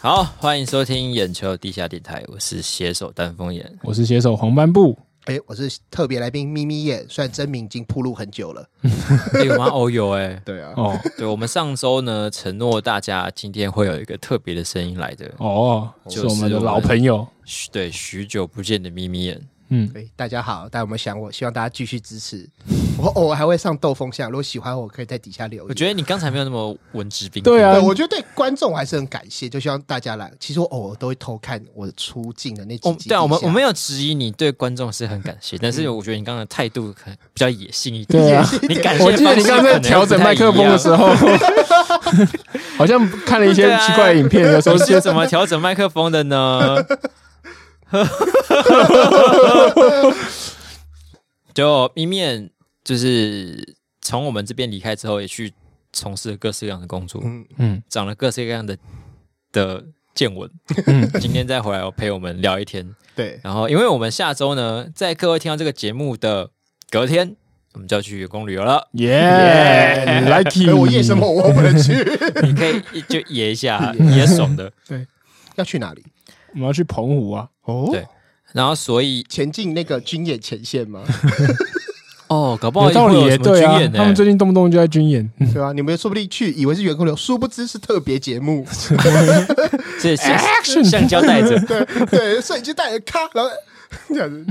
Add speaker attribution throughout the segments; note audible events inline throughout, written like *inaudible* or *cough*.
Speaker 1: 好，欢迎收听眼球地下电台，我是携手丹凤眼。
Speaker 2: 我是写手黄斑布，
Speaker 3: 哎，我是特别来宾咪咪耶，虽然真名已经铺路很久了。
Speaker 1: 哎、我们哦有哎、
Speaker 3: 对啊，
Speaker 2: 哦
Speaker 1: 对我们上周呢承诺大家今天会有一个特别的声音来的，
Speaker 2: 哦，
Speaker 1: 就是
Speaker 2: 是我们的老朋友，
Speaker 1: 许对许久不见的眯眯眼，
Speaker 2: 嗯，
Speaker 3: 哎，大家好，大家有没有想我？希望大家继续支持 *laughs* 我，偶尔还会上斗风向，如果喜欢我，可以在底下留言。
Speaker 1: 我觉得你刚才没有那么文质彬彬。
Speaker 2: 对啊
Speaker 3: 对，我觉得对观众我还是很感谢，就希望大家来。其实我偶尔都会偷看我出镜的那几
Speaker 1: 我
Speaker 3: 集。
Speaker 1: 对啊，我们我没有质疑你对观众是很感谢，但是我觉得你刚刚的态度可能比较野性一点。
Speaker 2: 对啊，
Speaker 1: 你感谢
Speaker 2: 我记得你刚刚在调整麦克风的时候，好像看了一些奇怪的影片，有时
Speaker 1: 候
Speaker 2: 候
Speaker 1: 是
Speaker 2: 是
Speaker 1: 怎么调整麦克风的呢？ *laughs* 就一面就是从我们这边离开之后，也去从事了各式各样的工作，
Speaker 3: 嗯
Speaker 2: 嗯
Speaker 1: 长了各式各样的的见闻。
Speaker 2: 嗯
Speaker 1: 今天再回来陪我们聊一天，
Speaker 3: 对
Speaker 1: *laughs* 然后因为我们下周呢，在各位听到这个节目的隔天，我们就要去员工旅游
Speaker 2: *laughs*
Speaker 1: 了。
Speaker 2: 耶，lucky，
Speaker 3: 哎我夜生活我不
Speaker 1: *laughs*
Speaker 3: 能去，
Speaker 1: 你可以就野一下，野爽的。
Speaker 3: 要去哪里？
Speaker 2: 我们要去澎湖啊，
Speaker 3: 哦
Speaker 1: 对然后所以
Speaker 3: 前进那个军演前线吗？
Speaker 1: 哦，搞不好
Speaker 2: 有道
Speaker 1: 会
Speaker 2: 理
Speaker 1: 有
Speaker 2: 耶，
Speaker 1: 什么军
Speaker 2: 对啊
Speaker 1: 演，呢、
Speaker 2: 他们最近动不动就在军演，嗯
Speaker 3: *laughs* 对啊，你们说不定去以为是员工流，殊不知是特别节目。
Speaker 1: 这橡
Speaker 2: Action
Speaker 1: 橡胶带 *laughs* 着，
Speaker 3: 对对，所以就带着咔，然后 *laughs* 这样子，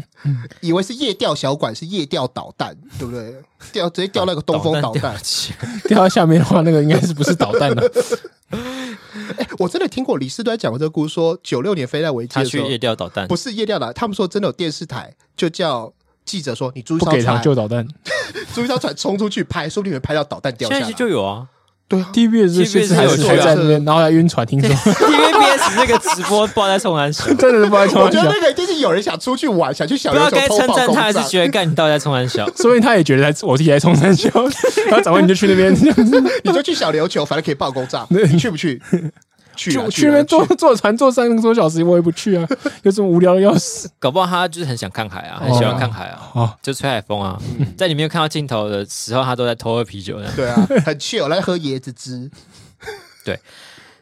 Speaker 3: 以为是夜钓小管，是夜钓导弹，对不对？掉直接掉那个东风导弹
Speaker 1: 掉。起来
Speaker 2: 掉到下面的话，那个应该是不是导弹啊了？
Speaker 3: 哎、我真的听过李斯端讲过这个故事说九六年飞弹危机
Speaker 1: *laughs* 他
Speaker 3: 的时
Speaker 1: 去
Speaker 3: 候
Speaker 1: 夜，钓导弹
Speaker 3: 不，是夜钓的，他们说真的有电视台就叫记者说，你租一
Speaker 2: 不
Speaker 3: 艘
Speaker 2: 给糖
Speaker 3: 船，
Speaker 2: 就导弹
Speaker 3: 租一艘船冲出去拍，说不定会拍到导弹掉
Speaker 1: 现
Speaker 3: 下
Speaker 1: 在
Speaker 3: 来。
Speaker 1: 就有啊
Speaker 3: 对啊，
Speaker 2: ，TBS 是其实还是还在那边，然后还晕船，听说
Speaker 1: *laughs* ，TVBS 那个直播爆在冲安小，
Speaker 2: 真的是不爱
Speaker 3: 我
Speaker 2: 冲
Speaker 3: 觉得
Speaker 2: 小，
Speaker 3: *laughs* 那个一定是有人想出去玩，想去小
Speaker 1: *laughs* 不
Speaker 3: 琉
Speaker 1: 要
Speaker 3: 球
Speaker 1: 该
Speaker 3: 偷
Speaker 1: 称
Speaker 3: 爆
Speaker 1: 赞
Speaker 3: 公
Speaker 1: 他，还是
Speaker 3: 章
Speaker 1: 觉得干你到底在冲安小。
Speaker 2: 说不定他也觉得在我自己在冲山小，然后找完你就去那边，
Speaker 3: 你就去小琉球，反正可以爆公
Speaker 2: *laughs*
Speaker 3: 账，
Speaker 2: 对
Speaker 3: 你去不去？去啊
Speaker 2: 就
Speaker 3: 去
Speaker 2: 去
Speaker 3: 啊
Speaker 2: 那边
Speaker 3: 去
Speaker 2: 坐 *laughs* 坐船坐三个多小时，我也不去啊， *laughs* 有这么无聊的要死
Speaker 1: *laughs* 搞不好他就是很想看海啊，很喜欢看海啊，
Speaker 2: 啊！
Speaker 1: 就吹海风啊。在你没有看到镜头的时候，他都在偷喝啤酒呢。
Speaker 3: 对啊，很 chill，来喝椰子汁。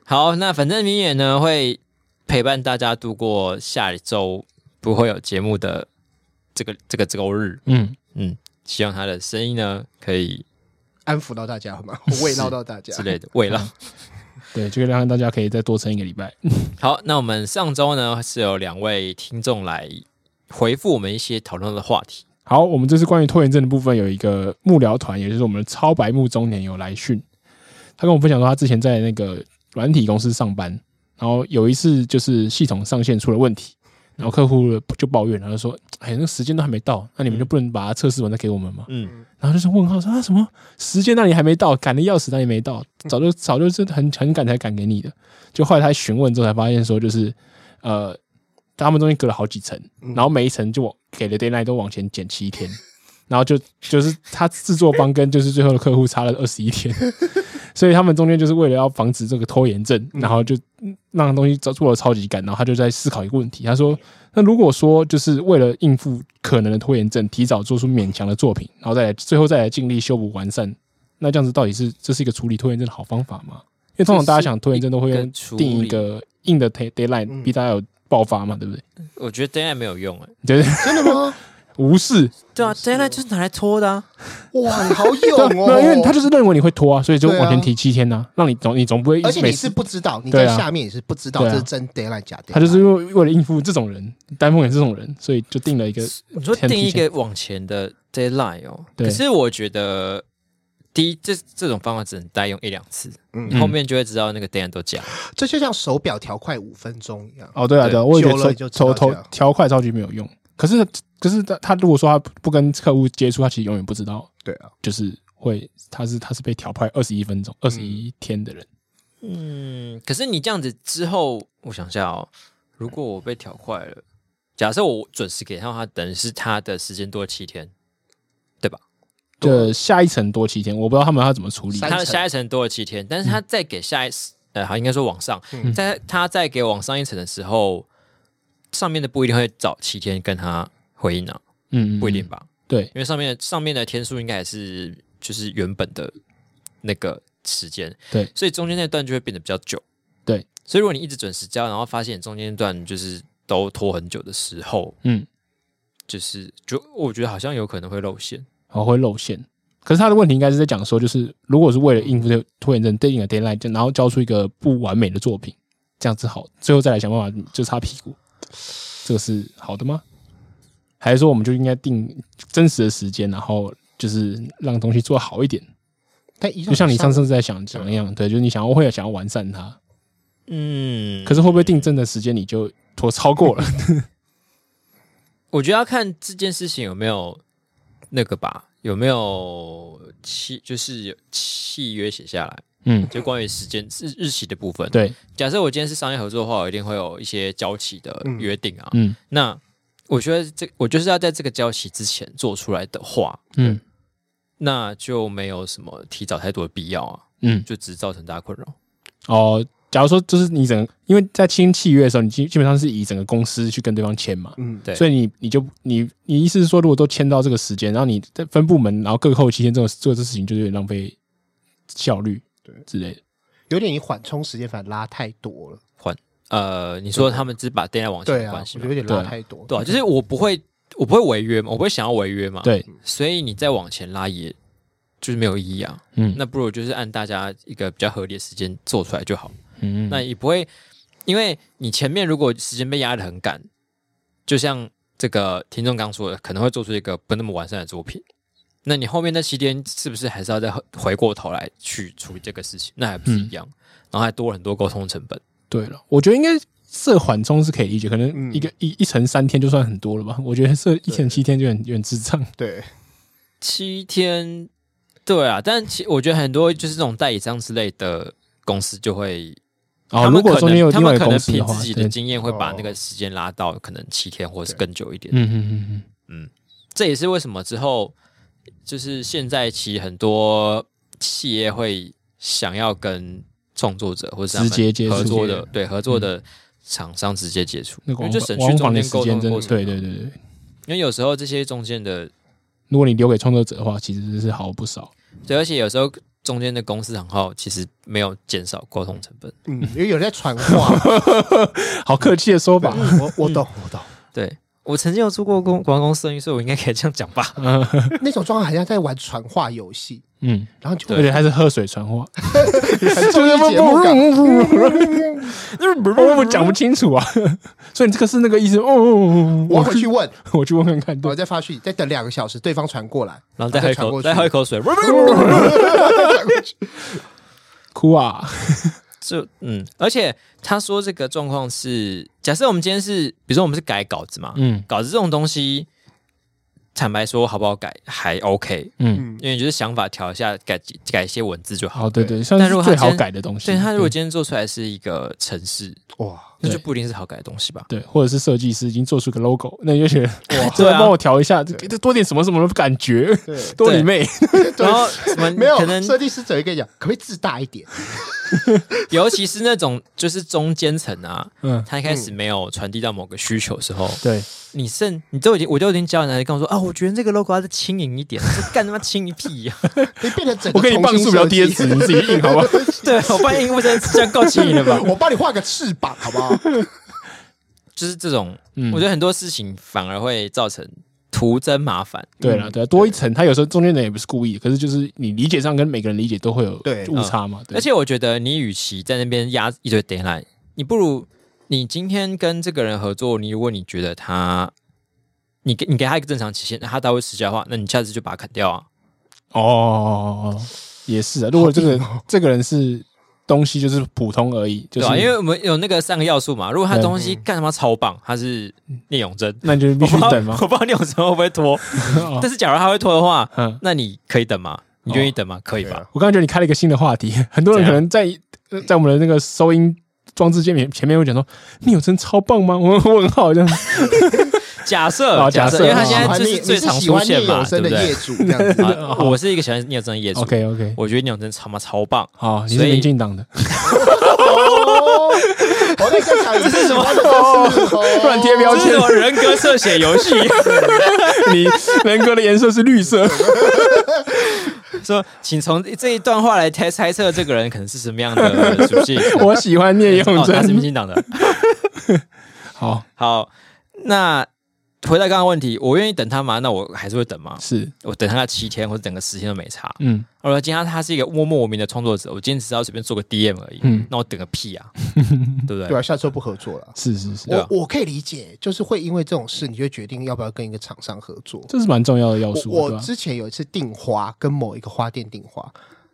Speaker 1: 好，那反正明眼呢会陪伴大家度过下一周不会有节目的这个这个周日，
Speaker 2: 嗯，
Speaker 1: 嗯，希望他的声音呢可以
Speaker 3: 安抚到大家好吗？ *laughs* 我慰劳到大家
Speaker 1: 之。类的慰劳。
Speaker 2: 对，这个让大家可以再多撑一个礼拜。
Speaker 1: 好，那我们上周呢是有两位听众来回复我们一些讨论的话题，
Speaker 2: 好，我们这次关于拖延症的部分有一个幕僚团，也就是我们的超白目中年有来讯，他跟我分享说他之前在那个软体公司上班，然后有一次就是系统上线出了问题，然后客户就抱怨，然后说：“哎，那个时间都还没到，那你们就不能把它测试完再给我们吗？”
Speaker 1: 嗯，
Speaker 2: 然后就是问号说啊什么时间那里还没到，赶的要死，那里没到，早就早就是很很赶才赶给你的。就后来他询问之后才发现说，就是呃，他们中间隔了好几层，
Speaker 1: 嗯
Speaker 2: 然后每一层就往给的 d a y l i n e 都往前减七天， *laughs* 然后就就是他制作方跟就是最后的客户差了二十一
Speaker 1: *laughs*
Speaker 2: 天，所以他们中间就是为了要防止这个拖延症，
Speaker 1: 嗯
Speaker 2: 然后就让东西做的超级赶，然后他就在思考一个问题，他说。那如果说就是为了应付可能的拖延症，提早做出勉强的作品，然后再来最后再来尽力修补完善，那这样子到底是这是一个处理拖延症的好方法吗？因为通常大家想拖延症都会用
Speaker 1: 这是一个处理
Speaker 2: 定一个硬的 day- deadline，
Speaker 3: 嗯
Speaker 2: 逼大家有爆发嘛，对不对？
Speaker 1: 我觉得 d a y l i g h t 没有用哎、
Speaker 2: 你觉得
Speaker 3: 真的吗？
Speaker 2: *laughs* 无视
Speaker 1: 对啊 d a y l i g h t 就是拿来拖的、啊，
Speaker 3: 哇，你好
Speaker 2: 对啊，
Speaker 3: 勇
Speaker 2: 没有
Speaker 3: 哦！
Speaker 2: 因为他就是认为你会拖啊，所以就
Speaker 3: 对啊
Speaker 2: 往前提七天呐、让你总你总不会
Speaker 3: 而且
Speaker 2: 每
Speaker 3: 你
Speaker 2: 次。
Speaker 3: 是不知道，你
Speaker 2: 对
Speaker 3: 在
Speaker 2: 啊
Speaker 3: 下面也是不知道
Speaker 2: 对啊
Speaker 3: 这是真 d a y l i g h t 假 d a
Speaker 2: 他就是因为为了应付这种人，丹凤也是这种人，所以就定了一个
Speaker 1: 你说
Speaker 2: 天
Speaker 1: 定一
Speaker 2: 提前
Speaker 1: 个往前 *laughs* 的 deadline 哦，
Speaker 2: 对
Speaker 1: 可是我觉得。第一，这这种方法只能代用一两次，
Speaker 3: 嗯
Speaker 1: 你后面就会知道那个 deadline 都假。
Speaker 3: 这就像手表调快五分钟一样。
Speaker 2: 哦，对啊，
Speaker 1: 对
Speaker 2: 对啊，我也觉
Speaker 3: 久了你
Speaker 2: 得
Speaker 3: 就知
Speaker 2: 头
Speaker 3: 道
Speaker 2: 头
Speaker 3: 这样
Speaker 2: 调快超级没有用。可是可是他他如果说他不跟客户接触，他其实永远不知道，
Speaker 3: 对啊，
Speaker 2: 就是会他是他是被调快二十一分钟、二十一天的人。
Speaker 1: 嗯，可是你这样子之后，我想一下哦，如果我被调快了，假设我准时给他的话，等于是他的时间多七天，对吧？
Speaker 2: 就下一层多七天，我不知道他们要怎么处理。
Speaker 3: 啊三
Speaker 1: 他的
Speaker 3: 层
Speaker 1: 下一层多了七天，但是他再给下一、
Speaker 2: 嗯
Speaker 1: 呃，好应该说往上，在他再给往上一层的时候，上面的不一定会早七天跟他回应啊，
Speaker 2: 嗯，嗯
Speaker 1: 不一定。吧？
Speaker 2: 对，
Speaker 1: 因为上面的上面的天数应该也是就是原本的那个时间，
Speaker 2: 对，
Speaker 1: 所以中间那段就会变得比较久，
Speaker 2: 对，
Speaker 1: 所以如果你一直准时交，然后发现你中间段就是都拖很久的时候，
Speaker 2: 嗯，
Speaker 1: 就是就我觉得好像有可能会露馅。
Speaker 2: 然后哦会露馅。可是他的问题应该是在讲说，就是如果是为了应付这个拖延症 d a t i n deadline，然后交出一个不完美的作品，这样子好，最后再来想办法就擦屁股，这个是好的吗？还是说我们就应该定真实的时间，然后就是让东西做好一点？
Speaker 3: 但一
Speaker 2: 就像你上次在想讲一样，对，就是你想要会想要完善它，
Speaker 1: 嗯，
Speaker 2: 可是会不会定正的时间你就拖超过了？
Speaker 1: 我觉得要看这件事情有没有那个吧，有没有契，就是有契约写下来，
Speaker 2: 嗯，
Speaker 1: 就关于时间日日期的部分。
Speaker 2: *laughs* 对，
Speaker 1: 假设我今天是商业合作的话，我一定会有一些交期的约定啊。
Speaker 2: 嗯
Speaker 1: 那我觉得这我就是要在这个交期之前做出来的话，
Speaker 2: 嗯
Speaker 1: 那就没有什么提早太多的必要啊，
Speaker 2: 嗯，
Speaker 1: 就只是造成大家困扰。
Speaker 2: 哦，假如说就是你整个，因为在签契约的时候，你基基本上是以整个公司去跟对方签嘛，
Speaker 3: 嗯，
Speaker 1: 对
Speaker 2: 所以你你就你你意思是说，如果都签到这个时间，然后你在分部门，然后各扣期间这种做这事情，就有点浪费效率，
Speaker 3: 对
Speaker 2: 之类的。
Speaker 3: 有点你缓冲时间反而拉太多了。
Speaker 1: 呃，你说他们只把 d a y 往前
Speaker 3: 对
Speaker 1: 的
Speaker 3: 啊，我
Speaker 1: 关系
Speaker 3: 觉
Speaker 1: 吗
Speaker 3: 得有点拉太多。
Speaker 1: 对啊，就是我不会，我不会违约嘛，我不会想要违约嘛。，
Speaker 2: 对，
Speaker 1: 所以你再往前拉也，就是没有意义啊。
Speaker 2: 嗯
Speaker 1: 那不如就是按大家一个比较合理的时间做出来就好。
Speaker 2: 嗯，
Speaker 1: 那也不会，因为你前面如果时间被压得很赶，就像这个听众刚说的，可能会做出一个不那么完善的作品。那你后面那七天是不是还是要再回回过头来去处理这个事情？那还不是一
Speaker 2: 嗯
Speaker 1: 样，然后还多了很多沟通成本。
Speaker 2: 对了，我觉得应该设缓冲是可以理解，可能
Speaker 3: 嗯
Speaker 2: 一个、一一层三天就算很多了吧？我觉得设一层七天就很有点
Speaker 1: *laughs*
Speaker 2: 智障。
Speaker 3: 对，
Speaker 1: 七天，对啊，但其我觉得很多就是这种代理商之类的公司就会，
Speaker 2: 哦，
Speaker 1: 他
Speaker 2: 如
Speaker 1: 们可
Speaker 2: 果
Speaker 1: 能
Speaker 2: 中间有
Speaker 1: 他
Speaker 2: 另
Speaker 1: 们
Speaker 2: 外一个
Speaker 1: 可能
Speaker 2: 公司
Speaker 1: 凭
Speaker 2: 的话
Speaker 1: 自，己
Speaker 2: 对
Speaker 1: 的经验会把
Speaker 3: 哦
Speaker 1: 那个时间拉到可能七天或是更久一点。
Speaker 2: 嗯嗯嗯嗯，
Speaker 1: 这也是为什么之后就是现在其实很多企业会想要跟创作者或者
Speaker 2: 直接接触嗯
Speaker 1: 合作的，对合作的厂商直接接触，
Speaker 2: 那
Speaker 1: 因
Speaker 2: 个
Speaker 1: 为
Speaker 2: 往
Speaker 1: 就省去
Speaker 2: 往
Speaker 1: 中
Speaker 2: 返的
Speaker 1: 间
Speaker 2: 时
Speaker 1: 沟
Speaker 2: 间
Speaker 1: 通的
Speaker 2: 真
Speaker 1: 过
Speaker 2: 的，
Speaker 1: 程。啊
Speaker 2: 对对对对。
Speaker 1: 因为有时候这些中间的，
Speaker 2: 如果你留给创作者的话，其实是好不少。
Speaker 1: 对，而且有时候中间的公司行号其实没有减少沟通成本。
Speaker 3: 嗯，因为有人在传
Speaker 2: *laughs*
Speaker 3: 话。
Speaker 2: 好客气的说法，
Speaker 3: 我我懂，
Speaker 2: 嗯
Speaker 3: 我懂。
Speaker 1: 对我曾经有做过公广告公司的营所以我应该可以这样讲吧？
Speaker 3: 那种状态好像在玩传话游戏，
Speaker 2: 嗯，
Speaker 3: 然后就
Speaker 2: 而且还是喝水传
Speaker 1: *laughs*
Speaker 2: 话， *laughs*
Speaker 3: 很综艺节目感。
Speaker 2: 我我讲不清楚啊， *laughs* 所以你这个是那个意思哦哦。哦
Speaker 3: 我回去问，
Speaker 2: 我去问看看，
Speaker 3: 我
Speaker 2: 对，
Speaker 3: 再发讯息，再等两个小时，对方传过来，
Speaker 1: 然后再喝一
Speaker 3: 传
Speaker 1: 口，
Speaker 3: 过
Speaker 1: 再
Speaker 3: 去
Speaker 1: 喝一口水， *laughs*
Speaker 2: 哭啊，
Speaker 1: 就嗯，而且他说这个状况是，假设我们今天是，比如说我们是改稿子嘛，
Speaker 2: 嗯
Speaker 1: 稿子这种东西，坦白说好不好改还 OK，
Speaker 2: 嗯，
Speaker 1: 因为你就是想法调一下，改几改一些文字就好。
Speaker 2: 好，对对，算
Speaker 1: 但如果
Speaker 2: 是
Speaker 1: 他
Speaker 2: 最好
Speaker 1: 今天
Speaker 2: 改的东西。嗯
Speaker 1: 所以他如果今天做出来是一个城市，
Speaker 3: 哇，
Speaker 1: 那就
Speaker 2: 对
Speaker 1: 不一定是好改的东西吧？
Speaker 2: 对，或者是设计师已经做出个 logo，那你
Speaker 1: *laughs*
Speaker 2: 就觉得哇，
Speaker 1: 对
Speaker 2: 这
Speaker 1: 啊
Speaker 2: 要帮我调一下，这这多点什么什么的感觉，
Speaker 3: 对，
Speaker 2: *laughs* 多你妹，
Speaker 1: 然后什么
Speaker 3: *laughs* 没有
Speaker 1: 可能，
Speaker 3: 设计师只会跟你讲，可不可以字大一点？
Speaker 1: 尤其是那种就是中间层啊，
Speaker 2: 嗯，
Speaker 1: 他一开始没有传递到某个需求的时候，
Speaker 2: 对，
Speaker 1: 你甚你都已经我都已经教你了，你跟我说啊，我觉得这个 logo 要再轻盈一点，这干他妈轻一屁啊呀、
Speaker 3: 你变成整个
Speaker 2: *laughs* 我给你磅数比较低的纸，你
Speaker 3: *laughs*
Speaker 2: 自己印好不好？
Speaker 1: 对，我发现英文真的这样够轻盈了
Speaker 3: *laughs*
Speaker 1: 吧？
Speaker 3: 我帮你画个翅膀，好不好？
Speaker 1: 就是这种，
Speaker 2: 嗯
Speaker 1: 我觉得很多事情反而会造成徒增麻烦。
Speaker 2: 对了，对啊，多一层，他有时候中间人也不是故意的，可是就是你理解上跟每个人理解都会有
Speaker 3: 对
Speaker 2: 误差嘛，对
Speaker 1: 啊而且我觉得你与其在那边压一堆 deadline，你不如你今天跟这个人合作，你如果你觉得他，你给你给他一个正常期限，那他到会失效的话，那你下次就把他砍掉啊。
Speaker 2: 哦，也是啊。如果这个、 *laughs* 这个人是东西就是普通而已，就是、
Speaker 1: 对啊，因为我们有那个三个要素嘛。如果他
Speaker 2: 对嗯
Speaker 1: 东西干他妈超棒，他是聂永贞，
Speaker 2: 那你就必
Speaker 1: 我
Speaker 2: 须
Speaker 1: 不知道
Speaker 2: 等吗？
Speaker 1: *laughs* 我不知道聂永贞会不会
Speaker 2: *laughs*
Speaker 1: 拖，
Speaker 2: 哦
Speaker 1: 但是假如他会拖的话，
Speaker 2: 嗯，
Speaker 1: 那你可以等吗？你
Speaker 2: 哦
Speaker 1: 愿意等吗？可以吧？
Speaker 2: 我刚刚觉得你开了一个新的话题， *laughs* 很多人
Speaker 1: 怎
Speaker 2: 可
Speaker 1: 样
Speaker 2: 能在呃在我们的那个收音装置界面前面会讲说，你有真超棒吗？ *laughs* 我问号
Speaker 1: *laughs*
Speaker 2: 这样，
Speaker 1: 假设
Speaker 2: 哦假
Speaker 1: 设，
Speaker 2: 设
Speaker 1: 因为他
Speaker 2: 哦
Speaker 1: 现在就
Speaker 3: 你
Speaker 1: 是
Speaker 3: 你
Speaker 1: 最
Speaker 3: 是
Speaker 1: 常
Speaker 3: 喜
Speaker 1: 出
Speaker 3: 欢聂
Speaker 1: 现嘛，
Speaker 3: 有
Speaker 1: 对
Speaker 3: 生
Speaker 1: 不
Speaker 3: 的
Speaker 1: 对
Speaker 3: 业？主这样子，
Speaker 1: *laughs* 啊，我是一个喜欢聂政的业主。
Speaker 2: OK OK，
Speaker 1: 我觉得聂永真他妈超棒，
Speaker 2: 好，你
Speaker 1: 所
Speaker 2: 是
Speaker 1: 以
Speaker 2: 民进党的， *laughs*
Speaker 3: 哦我在哦现场这是什么？
Speaker 2: 乱贴标
Speaker 1: 这是
Speaker 2: 签
Speaker 1: 什，么人格涉写游戏？
Speaker 2: 你人格的颜色是绿色，
Speaker 1: *laughs* 说，请从这一段话来猜猜测这个人可能是什么样的属性。
Speaker 2: 我喜欢聂永
Speaker 1: 哦，他是民
Speaker 2: 贞。
Speaker 1: 进党的。
Speaker 2: 好，
Speaker 1: 好，那回到刚刚的问题，我愿意等他吗？那我还是会等吗？
Speaker 2: 是，
Speaker 1: 我等他七天或者等个十天都没差。
Speaker 2: 嗯
Speaker 1: 我说今天他是一个默默无名的创作者，我今天只是要随便做个 DM 而已，
Speaker 2: 嗯
Speaker 1: 那我等个屁啊，对不
Speaker 3: 对
Speaker 1: 对？
Speaker 3: 啊，下周不合作了。
Speaker 2: 是是是，
Speaker 1: 对啊
Speaker 3: 我我可以理解，就是会因为这种事，你就决定要不要跟一个厂商合作。
Speaker 2: 哦这是蛮重要的要素，啊
Speaker 3: 我
Speaker 2: 对
Speaker 3: 我
Speaker 2: 吧？
Speaker 3: 之前有一次订花，跟某一个花店订花，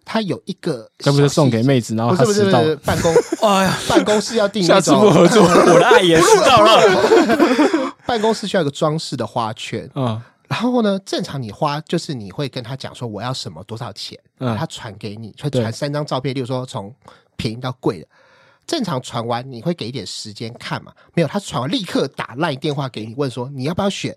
Speaker 3: 他有一个
Speaker 2: 该不是
Speaker 3: 小
Speaker 2: 送给
Speaker 3: 细节，
Speaker 2: 妹子，然后
Speaker 3: 不
Speaker 2: 她
Speaker 3: 是不是
Speaker 2: 迟
Speaker 3: 不
Speaker 2: 到，
Speaker 3: 是办公
Speaker 2: *laughs*
Speaker 1: 哎呀，
Speaker 3: 办公室要订
Speaker 2: 下
Speaker 3: 那
Speaker 2: 次不
Speaker 3: 种
Speaker 2: 合作，
Speaker 1: 我的爱也知道了。
Speaker 3: 办公室需要一个装饰的花圈，
Speaker 2: 嗯
Speaker 3: 然后呢，正常你花就是你会跟他讲说我要什么多少钱，
Speaker 2: 嗯
Speaker 3: 他传给你，会
Speaker 2: 对
Speaker 3: 传三张照片，例如说从便宜到贵的。正常传完你会给一点时间看嘛？没有，他传完立刻打赖电话给你，问说你要不要选，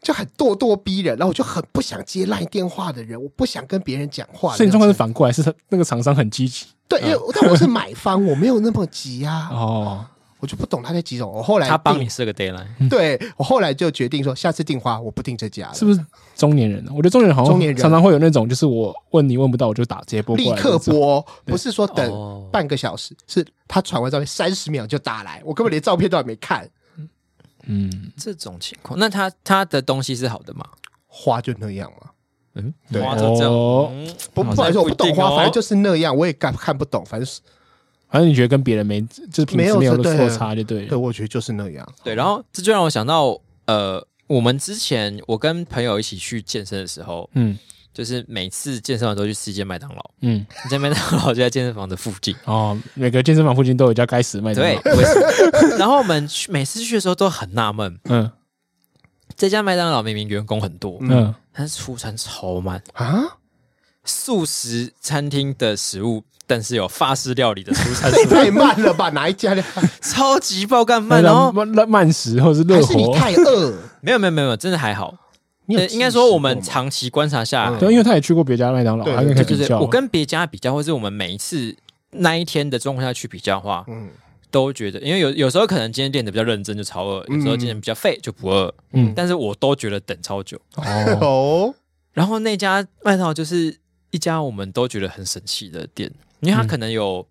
Speaker 3: 就很咄咄逼人。然后我就很不想接赖电话的人，我不想跟别人讲话的那种程度。
Speaker 2: 所以你状况是反嗯过来，是她那个厂商很积极
Speaker 3: 对，因为但我是买方，我没有那么急
Speaker 2: *laughs*
Speaker 3: 啊，
Speaker 2: 哦，
Speaker 3: 我就不懂他在急什么。我后来
Speaker 1: 他帮
Speaker 3: 定
Speaker 1: 你设个 deadline，
Speaker 2: 嗯
Speaker 3: *laughs* 对我后来就决定说，下次订花我不订这家了，
Speaker 2: 是不是中年人啊？我觉得中年人好
Speaker 3: 中年
Speaker 2: 像
Speaker 3: 人
Speaker 2: 常常会有那种，就是我问你问不到，我就打直接拨
Speaker 3: 立
Speaker 2: 过来，
Speaker 3: 刻。播，不是说
Speaker 1: 哦
Speaker 3: 等半个小时，是他传完照片三十秒就打来，我根本连照片都还没看，
Speaker 2: 嗯，
Speaker 1: 这种情况，那他他的东西是好的吗？
Speaker 3: 花就那样嘛。
Speaker 1: 嗯，
Speaker 3: 对
Speaker 1: 花都这样，
Speaker 2: 哦
Speaker 1: 嗯
Speaker 3: 不，
Speaker 2: 好
Speaker 3: 不好意思，
Speaker 1: 像
Speaker 3: 我不懂
Speaker 1: 不一定
Speaker 3: 花，
Speaker 1: 哦
Speaker 3: 反正就是那样，我也看看不懂，反正是
Speaker 2: 反正你觉得跟别人没，就是品
Speaker 3: 没
Speaker 2: 质
Speaker 3: 有
Speaker 2: 没有
Speaker 3: 就对
Speaker 2: 落
Speaker 3: 了
Speaker 2: 差就对
Speaker 3: 对，
Speaker 2: 了。
Speaker 3: 我觉得就是那
Speaker 2: *laughs*
Speaker 3: 样。
Speaker 1: 对，然后这就让我想到，呃，我们之前我跟朋友一起去健身的时候，
Speaker 2: 嗯
Speaker 1: 就是每次健身完之后去吃一间麦当劳，
Speaker 2: 嗯，
Speaker 1: 你在麦当劳就在健身房的附
Speaker 2: *laughs*
Speaker 1: 近。
Speaker 2: 哦，每个健身房附近都有一家该死的麦当
Speaker 1: 对
Speaker 2: 劳。，
Speaker 1: 为什么 *laughs* 然后我们去每次去的时候都很纳闷，
Speaker 2: 嗯
Speaker 1: 这家麦当劳明明员工很多，
Speaker 2: 嗯，
Speaker 1: 但是出餐超慢，
Speaker 3: 啊，
Speaker 1: 素食餐厅的食物，但是有法式料理的出餐
Speaker 3: 这也
Speaker 1: 食
Speaker 3: *laughs* 太
Speaker 1: 物，
Speaker 3: 慢了吧？哪一家的？
Speaker 2: *laughs*
Speaker 1: 超级爆干
Speaker 3: 哎
Speaker 1: 慢。
Speaker 2: 慢
Speaker 1: 然后
Speaker 2: 慢慢食或者是
Speaker 3: 还
Speaker 2: 热
Speaker 3: 是你
Speaker 2: 火，
Speaker 3: 太饿？
Speaker 1: 没有没有没有，没有真的还好。
Speaker 3: 你有
Speaker 1: 呃
Speaker 3: 自己
Speaker 1: 应该说我们
Speaker 3: 试过吗
Speaker 1: 长期观察下来
Speaker 3: 嗯，
Speaker 2: 对，因为他也去过别家麦当劳，
Speaker 3: 对
Speaker 2: 他应该
Speaker 1: 对
Speaker 2: 可
Speaker 1: 对
Speaker 2: 以比
Speaker 1: 对，
Speaker 2: 较。
Speaker 1: 我跟别家比较，或是我们每一次那一天的状况下去比较的话，
Speaker 3: 嗯
Speaker 1: 都觉得，因为有有时候可能今天练的比较认真就超饿，
Speaker 3: 嗯
Speaker 1: 有时候今天比较废就不饿，
Speaker 2: 嗯
Speaker 1: 但是我都觉得等超久。
Speaker 2: 哦，
Speaker 3: 哦，
Speaker 1: 然后那家麦当劳就是一家我们都觉得很神奇的店，因为它可能有，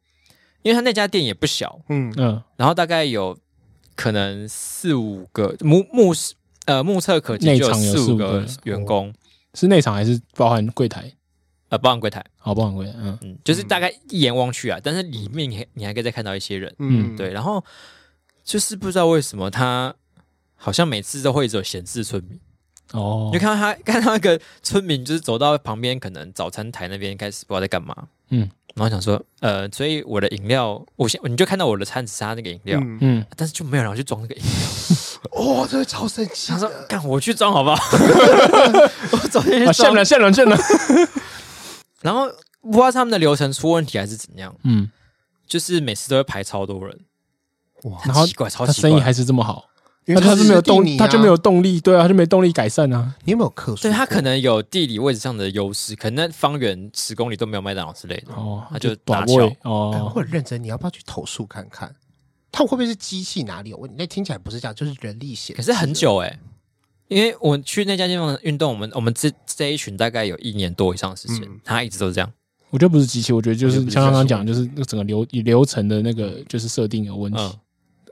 Speaker 1: 因为它那家店也不小，
Speaker 3: 嗯
Speaker 2: 嗯
Speaker 1: 然后大概有可能四五个目目视呃目测可及
Speaker 2: 内
Speaker 1: 就有
Speaker 2: 场有
Speaker 1: 四
Speaker 2: 四
Speaker 1: 五
Speaker 2: 五
Speaker 1: 个
Speaker 2: 个
Speaker 1: 员工，
Speaker 2: 是内场还是包含柜台？
Speaker 1: 呃，包含柜台，
Speaker 2: 哦，包含柜台，嗯
Speaker 1: 嗯，就是大概一眼望去啊，但是里面你还你还可以再看到一些人，
Speaker 2: 嗯
Speaker 3: 嗯，
Speaker 1: 对，，然后就是不知道为什么他好像每次都会只有闲置村民，
Speaker 2: 哦
Speaker 1: 你就，看到他看到一个村民就是走到旁边，可能早餐台那边开始不知道在干嘛，
Speaker 2: 嗯
Speaker 1: 然后想说，呃，所以我的饮料，我先你就看到我的餐只是他那个饮料，
Speaker 3: 嗯，
Speaker 2: 嗯，
Speaker 1: 但是就没有人要去装那个饮料。
Speaker 3: 哦，这个超神奇
Speaker 1: 他说
Speaker 3: 的，：“
Speaker 1: 干，我去装好不
Speaker 2: *laughs*
Speaker 1: 好？我走进去
Speaker 2: 呃啊，下
Speaker 1: 装。
Speaker 2: 了下了下了，
Speaker 1: 然后不知道他们的流程出问题还是怎样， *laughs*
Speaker 2: 嗯，
Speaker 1: 就是每次都会排超多人，
Speaker 3: 哇
Speaker 1: 很
Speaker 2: 然后
Speaker 1: 奇怪，超
Speaker 2: 他
Speaker 1: 奇
Speaker 2: 生意
Speaker 1: 怪。
Speaker 2: 还是这么好，
Speaker 3: 因
Speaker 2: 那
Speaker 3: 为
Speaker 2: 他是没有
Speaker 3: 指定
Speaker 2: 动，
Speaker 3: 你啊
Speaker 2: 他就没有动力，对啊，他就没动力改善啊，
Speaker 3: 你有没有克数过？
Speaker 1: 对他可能有地理位置上的优势，可能那方圆十公里都没有麦当劳之类的。
Speaker 2: 哦，
Speaker 1: 他就打
Speaker 2: 短位
Speaker 1: 球
Speaker 3: 哎
Speaker 2: 哦
Speaker 3: 我，很认真，你要不要去投诉看看？他们会不会是机器哪里有问题？那听起来不是这样，就是人力显示。
Speaker 1: 可是很，久哎、因为我去那家健身房运动，我们我们这这一群大概有一年多以上的时间，
Speaker 3: 嗯
Speaker 1: 他一直都是这样。
Speaker 2: 我觉得不是机器，我觉得就是
Speaker 3: 我觉得不是
Speaker 2: 像刚刚
Speaker 3: 技术
Speaker 2: 讲，就是那个整个流流程的那个就是设定有问题，
Speaker 1: 嗯，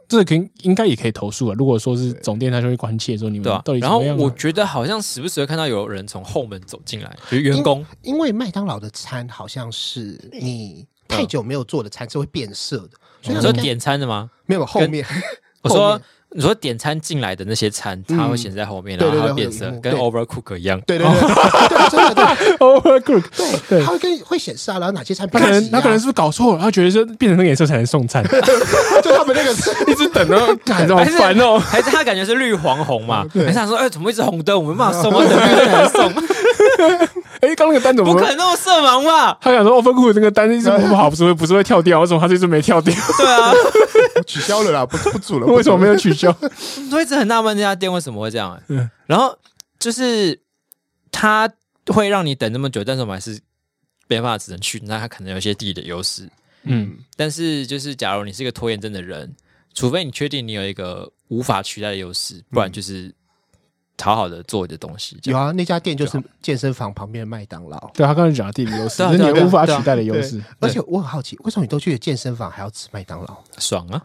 Speaker 2: 这个可以应该也可以投诉啊。如果说是总店，他就会关切说你们
Speaker 1: 对啊
Speaker 2: 到底。怎
Speaker 1: 然后
Speaker 2: 么样
Speaker 1: 我
Speaker 2: *laughs* 啊？
Speaker 1: 觉得好像时不时会看到有人从后门走进来，就是员工。
Speaker 2: 嗯
Speaker 3: 因为麦当劳的餐好像是你太久没有做的餐是会变色的，所
Speaker 1: 你
Speaker 3: 以他
Speaker 1: 说
Speaker 2: 嗯
Speaker 3: 们应该
Speaker 1: 点餐嗯的吗？
Speaker 3: 没有后面
Speaker 1: *laughs* 我
Speaker 3: 后
Speaker 1: 说
Speaker 3: 面，
Speaker 1: 你说点餐进来的那些餐，它会显示在后面，
Speaker 3: 对
Speaker 1: 然后它会变
Speaker 3: 对对会有
Speaker 1: 色
Speaker 3: 荧，幕
Speaker 1: 跟
Speaker 3: 对
Speaker 1: Overcook 一样。*laughs*
Speaker 3: 对对对对，真的对
Speaker 2: Overcook，
Speaker 3: 对，他会跟会显示啊，然后哪些餐
Speaker 2: Oh 他
Speaker 3: 比较
Speaker 2: 可能
Speaker 3: 急啊
Speaker 2: 他可能是不是搞错了，他觉得就变成那个颜色才能送餐，
Speaker 3: *laughs* 就他们那个是
Speaker 2: 一直等 *laughs* 啊，感觉好
Speaker 1: 还是
Speaker 2: 烦哦。
Speaker 1: 还是他感觉是绿黄红嘛？还
Speaker 3: 嗯对
Speaker 1: 是他说，哎，怎么一直红灯？我没办法送，我等啊别人来
Speaker 3: *laughs*
Speaker 1: 送，
Speaker 2: 哎，刚那个单怎
Speaker 1: 不
Speaker 2: 么
Speaker 1: 可？能那么色盲
Speaker 3: *laughs*
Speaker 1: 吧？
Speaker 2: 他想说 Overcook 那个单一直不好，不是会不是会跳掉？为什么他这次没跳掉？
Speaker 1: 对啊，
Speaker 3: 取消了啦，不
Speaker 1: *laughs*
Speaker 3: 不煮了
Speaker 2: 为什么没有取消？
Speaker 1: 我一直很纳闷这家店为什么会这样。
Speaker 2: 嗯
Speaker 1: 哎然后就是他会让你等那么久，但是我们还是没办法，只能去。那他可能有一些地理的优势，
Speaker 2: 嗯，
Speaker 1: 但是就是假如你是一个拖延症的人，除非你确定你有一个无法取代的优势，不然就是好好的做你的东西。这
Speaker 3: 有
Speaker 1: 样
Speaker 3: 啊，那家店就是健身房旁边的麦当劳。
Speaker 2: 对他刚才讲的地理优势，
Speaker 1: 对啊
Speaker 2: 这是
Speaker 1: 对啊
Speaker 2: 你无法
Speaker 1: 对啊
Speaker 2: 取代的优
Speaker 3: 对
Speaker 2: 势。
Speaker 3: 而且我很好奇，为什么你都去健身房还要吃麦当劳？
Speaker 1: 爽啊！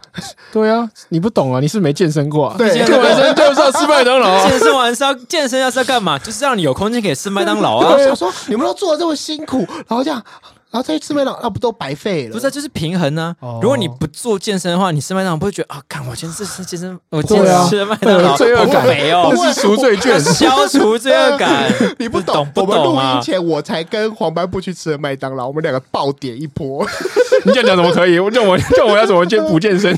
Speaker 2: 对啊，你不懂啊，你是没健身过啊。
Speaker 3: 对
Speaker 2: 健身就是要吃麦当劳
Speaker 1: *laughs*
Speaker 2: 啊。
Speaker 1: 健身完是要健身，要是要干嘛？就是让你有空间可以吃麦当劳啊
Speaker 3: *laughs* 我。想说，你们都做的这么辛苦，然后这样，然后再去吃麦当劳，那不都白费了？。
Speaker 1: 不是啊，就是平衡啊。如果你不做健身的话，你吃麦当劳不会觉得啊，看我今天这次健身，我今
Speaker 2: 对啊
Speaker 1: 天吃了麦当劳，
Speaker 2: 罪恶感
Speaker 1: 好肥哦，
Speaker 2: *laughs* 这是
Speaker 1: *laughs*
Speaker 2: 赎罪券。
Speaker 1: 消除罪恶感
Speaker 3: *laughs* 你不懂
Speaker 1: 懂，不
Speaker 3: 我们录
Speaker 1: 啊
Speaker 3: 音？前我才跟黄斑部去吃了麦当劳，我们两个爆点一波， *laughs*
Speaker 2: 你这样讲怎么可以？我叫我叫我要怎么健不
Speaker 1: *laughs*
Speaker 2: 健身？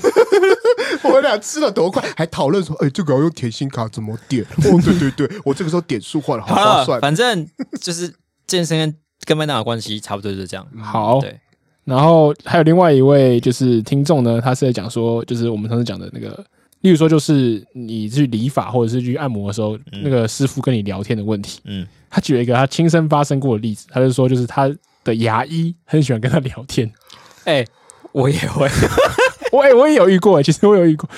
Speaker 3: 我们俩吃了多快，还讨论说，哎、这个要用甜心卡怎么点？哦，对对对，我这个时候点数换了，好
Speaker 1: 好
Speaker 3: 划
Speaker 1: 了，
Speaker 3: 算。
Speaker 1: 啊反正就是健身跟跟麦当劳关系差不多就是这样。
Speaker 2: 好，
Speaker 1: 对，
Speaker 2: 然后还有另外一位就是听众呢，他是在讲说，就是我们上次讲的那个，例如说就是你去理发或者是去按摩的时候，那个师傅跟你聊天的问题。
Speaker 1: 嗯，
Speaker 2: 他举了一个他亲身发生过的例子，他就说就是他的牙医很喜欢跟他聊天。 *laughs*
Speaker 1: 哎，我也 *laughs* 会。
Speaker 2: 我哎、我也有遇过、其实我有遇过，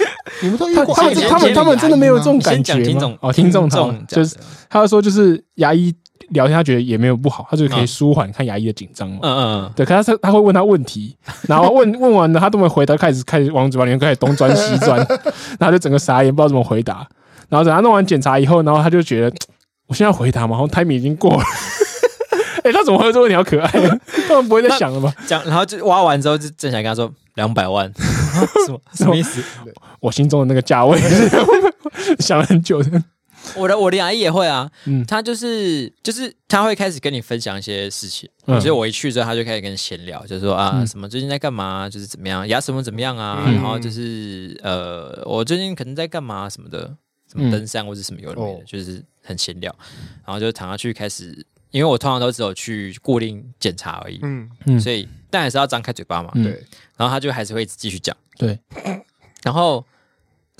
Speaker 3: 你们都遇
Speaker 2: 他
Speaker 3: 过
Speaker 2: 他
Speaker 3: 爱
Speaker 2: 们
Speaker 1: 你
Speaker 3: 牙
Speaker 2: 他们他们真的没有这种感
Speaker 1: 先
Speaker 2: 觉
Speaker 1: 讲
Speaker 2: 吗？
Speaker 1: 听众
Speaker 2: 哦，听众他
Speaker 1: 众
Speaker 2: 就
Speaker 1: 讲
Speaker 2: 是
Speaker 1: 的
Speaker 2: 他就说就是牙医聊天，他觉得也没有不好，他就可以舒缓看牙医的紧张嘛。
Speaker 1: 嗯嗯嗯，
Speaker 2: 对，可是他他会问他问题，然后问 *laughs* 问完了，他都没回答，开始开始往嘴巴里面开始东钻西钻， *laughs* 然后就整个傻眼，不知道怎么回答。然后等他弄完检查以后，然后他就觉得我现在要回答嘛，好像 timing 已经过了。 *laughs* 哎、他怎么会有这个问题？好可爱啊，他们不会再想了吧？
Speaker 1: 讲，然后就挖完之后，就正想跟他说两百
Speaker 2: *laughs*
Speaker 1: 万，什么 *laughs* 什么意思？
Speaker 3: 啊
Speaker 2: 我心中的那个价位， *laughs* 想了很久的。
Speaker 1: 我的我的牙医也会啊，
Speaker 2: 嗯
Speaker 1: 他就是就是他会开始跟你分享一些事情，
Speaker 2: 嗯
Speaker 1: 所以我一去之后他就开始跟你闲聊，就是说啊、
Speaker 2: 嗯
Speaker 1: 什么最近在干嘛，就是怎么样牙什么怎么样啊，
Speaker 2: 嗯
Speaker 1: 然后就是呃我最近可能在干嘛什么
Speaker 2: 嗯
Speaker 1: 的，什么登山或者什么有的没的，
Speaker 3: 哦
Speaker 1: 就是很闲聊，然后就躺下去开始，因为我通常都只有去固定检查而已，
Speaker 3: 嗯，
Speaker 2: 嗯
Speaker 1: 所以但还是要张开嘴巴嘛，
Speaker 2: 嗯
Speaker 3: 对，
Speaker 1: 然后他就还是会一直继续讲，
Speaker 2: 对，
Speaker 1: 然后。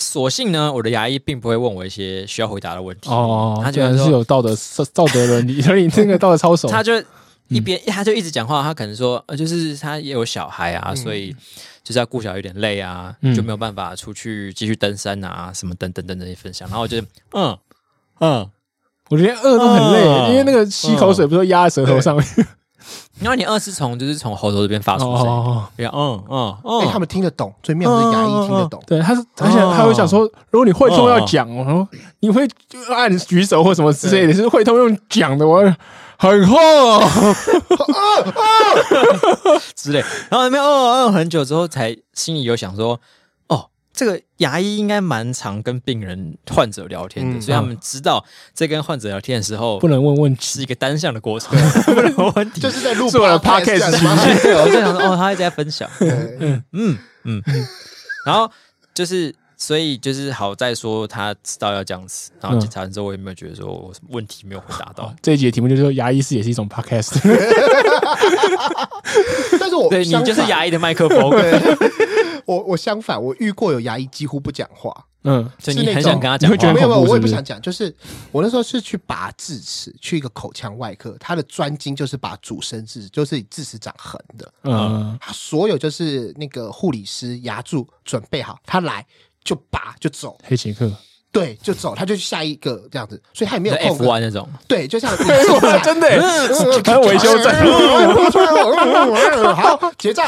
Speaker 1: 所幸呢，我的牙医并不会问我一些需要回答的问题
Speaker 2: 哦，
Speaker 1: 他
Speaker 2: 居
Speaker 1: 觉得
Speaker 2: 然
Speaker 1: 说
Speaker 2: 是有道德道德伦理， *laughs* 所以你这个道德操守，
Speaker 1: 他就一边、他就一直讲话，他可能说，呃，就是他也有小孩啊，所以就是要顾小孩有点累啊，
Speaker 2: 嗯
Speaker 1: 就没有办法出去继续登山啊，什么等等等等这些分享。然后我就嗯嗯，
Speaker 2: 我觉得饿都很累，
Speaker 1: 嗯
Speaker 2: 因为那个吸口水不是压在舌头上面。
Speaker 1: 因为你二是从就是从喉头这边发出声音，
Speaker 2: 哦，
Speaker 1: 然后嗯嗯
Speaker 3: 哎、
Speaker 1: 嗯，
Speaker 3: 他们听得懂，最妙的是牙医听得懂。
Speaker 2: *laughs* 对，他是而且他会想说，如果你会痛
Speaker 1: 哦
Speaker 2: 要讲，然后你会就按举手或什么之类的，是会痛用讲的，我很痛哦。 *laughs*
Speaker 1: 之类。然后那边哦哦很久之后，才心里有想说，哦，这个牙医应该蛮常跟病人患者聊天的，
Speaker 3: 嗯
Speaker 1: 所以他们知道在跟患者聊天的时候
Speaker 2: 不能问问
Speaker 1: 是
Speaker 2: 题，
Speaker 1: 一个单向的过程，不能有问题。
Speaker 3: 就是在录
Speaker 2: 做了 podcast
Speaker 3: 这样吗
Speaker 1: 对，我就想说，哦，他一直在分享，
Speaker 3: 对
Speaker 1: 嗯嗯，然后就是，所以就是好在说他知道要这样子，然后
Speaker 3: 嗯
Speaker 1: 检查完之后，我也没有觉得说我有什么问题没有回答
Speaker 3: 哦
Speaker 1: 到。
Speaker 2: 这一集的题目就是说牙医师也是一种 podcast， *laughs*
Speaker 3: 但是我
Speaker 1: 对你
Speaker 3: 相
Speaker 1: 就是
Speaker 3: 反
Speaker 1: 牙医的麦克风，
Speaker 3: 我我相反，我遇过有牙医几乎不讲话，
Speaker 2: 嗯，
Speaker 1: 所以
Speaker 3: *laughs* 是
Speaker 1: 你
Speaker 3: 那
Speaker 1: 很
Speaker 3: 种
Speaker 1: 想跟他
Speaker 2: 你
Speaker 1: 讲
Speaker 2: 会觉
Speaker 1: 话
Speaker 2: 得。
Speaker 3: 没有，没
Speaker 2: 很
Speaker 3: 有
Speaker 2: 恐怖
Speaker 3: 我也不
Speaker 2: 是不是
Speaker 3: 想讲。就是我那时候是去拔智齿，去一个口腔外科，他的专精就是拔主生智，就是你智齿长横的。
Speaker 2: 嗯，
Speaker 3: 他所有就是那个护理师牙柱准备好，他来就拔就走，
Speaker 2: 黑杰克，
Speaker 3: 对，就走，他就去下一个这样子，所以他也没有空
Speaker 1: F
Speaker 3: 格
Speaker 1: one 那种，
Speaker 3: 对，就像
Speaker 2: 哇， *laughs* 真的耶， *laughs* 还有维修站。
Speaker 3: 站， *laughs* 好结账，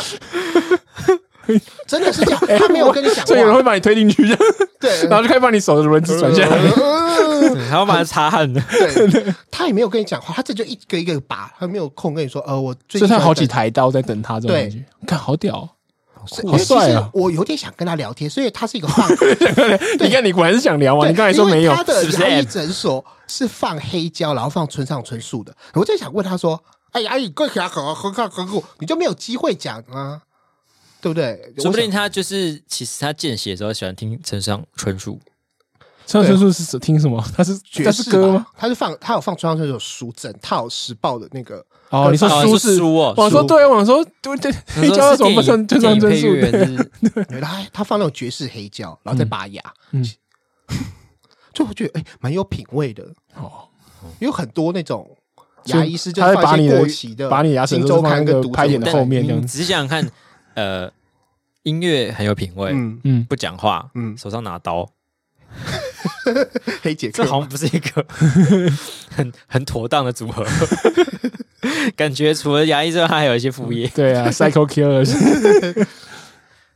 Speaker 3: 真的是这样，他没有跟你
Speaker 2: *laughs*
Speaker 3: 讲
Speaker 2: 所以有人
Speaker 3: 话
Speaker 2: 会，把你推进去，这样
Speaker 3: 对，
Speaker 2: *laughs* 然后就开始把你手的轮子转下来。
Speaker 3: 呃
Speaker 1: 对还要把他擦汗的。
Speaker 3: 对，他也没有跟你讲话，他这就一个一个拔，他没有空跟你说，呃，我最
Speaker 2: 所
Speaker 3: 近
Speaker 2: 以他好几
Speaker 3: 喜欢
Speaker 2: 台刀在等他，这种感觉，看好屌哦、
Speaker 3: 等，
Speaker 2: 好帅
Speaker 3: 因为
Speaker 2: 啊
Speaker 3: 其实我有点想跟他聊天，所以他是一个放，
Speaker 2: *laughs* 你看，你果然是想聊嘛，啊
Speaker 3: 对
Speaker 2: 你刚才说没
Speaker 3: 因
Speaker 2: 有
Speaker 3: 为他，的
Speaker 1: 是哎不是
Speaker 3: 牙医
Speaker 1: app？
Speaker 3: 诊所是放黑胶，然后放村上春树的，我就想问他说，哎呀，你过来好好好好好，你就没有机会讲啊，对不对？
Speaker 1: 说不定
Speaker 3: 我想
Speaker 1: 他就是，其实他见血的时候喜欢听陈上春树，
Speaker 2: 村上春树是听什么？他是
Speaker 3: 爵
Speaker 2: 他
Speaker 3: 士
Speaker 2: 是歌
Speaker 3: 吧
Speaker 2: 吗？？
Speaker 3: 他是放他有放村上春树的书，整套时报的那个，
Speaker 2: 哦，你说
Speaker 1: 哦
Speaker 2: 书
Speaker 1: 是
Speaker 2: 是
Speaker 1: 书哦
Speaker 2: 我说
Speaker 1: 书
Speaker 2: 对，我说对对，
Speaker 1: 你
Speaker 2: 你教
Speaker 1: 说
Speaker 2: 他怎么不
Speaker 1: 是
Speaker 2: 算村
Speaker 1: 电影
Speaker 2: 上
Speaker 1: 电影配
Speaker 2: 春树
Speaker 1: 乐，
Speaker 2: 的？
Speaker 1: 就是
Speaker 3: 对他他放那种爵士黑胶，然后再拔牙，
Speaker 2: 嗯
Speaker 3: 就我觉得哎，蛮有品味的。
Speaker 2: 哦，
Speaker 3: 有很多那种
Speaker 2: 就
Speaker 3: 牙医师就
Speaker 2: 他
Speaker 3: 是
Speaker 2: 会把
Speaker 3: 放一
Speaker 2: 你
Speaker 3: 些
Speaker 2: 的
Speaker 3: 过期的，
Speaker 2: 把你牙齿
Speaker 3: 金
Speaker 2: 都
Speaker 3: 周
Speaker 2: 放那
Speaker 3: 刊跟
Speaker 2: 个
Speaker 3: 读者
Speaker 2: 拍点的
Speaker 3: 文
Speaker 2: 后面这
Speaker 1: 你
Speaker 2: 样子。
Speaker 1: 仔细想想看，呃，音乐很有品味，
Speaker 3: 嗯，
Speaker 2: 嗯，
Speaker 1: 不讲话，
Speaker 3: 嗯
Speaker 1: 手上拿刀，
Speaker 3: 黑杰克
Speaker 1: *laughs* 这好像不是一
Speaker 2: *laughs*
Speaker 1: 个很很妥当的组合， *laughs* 感觉除了牙医之外，他还有一些副业。
Speaker 2: *laughs* 对啊，Psycho Killers，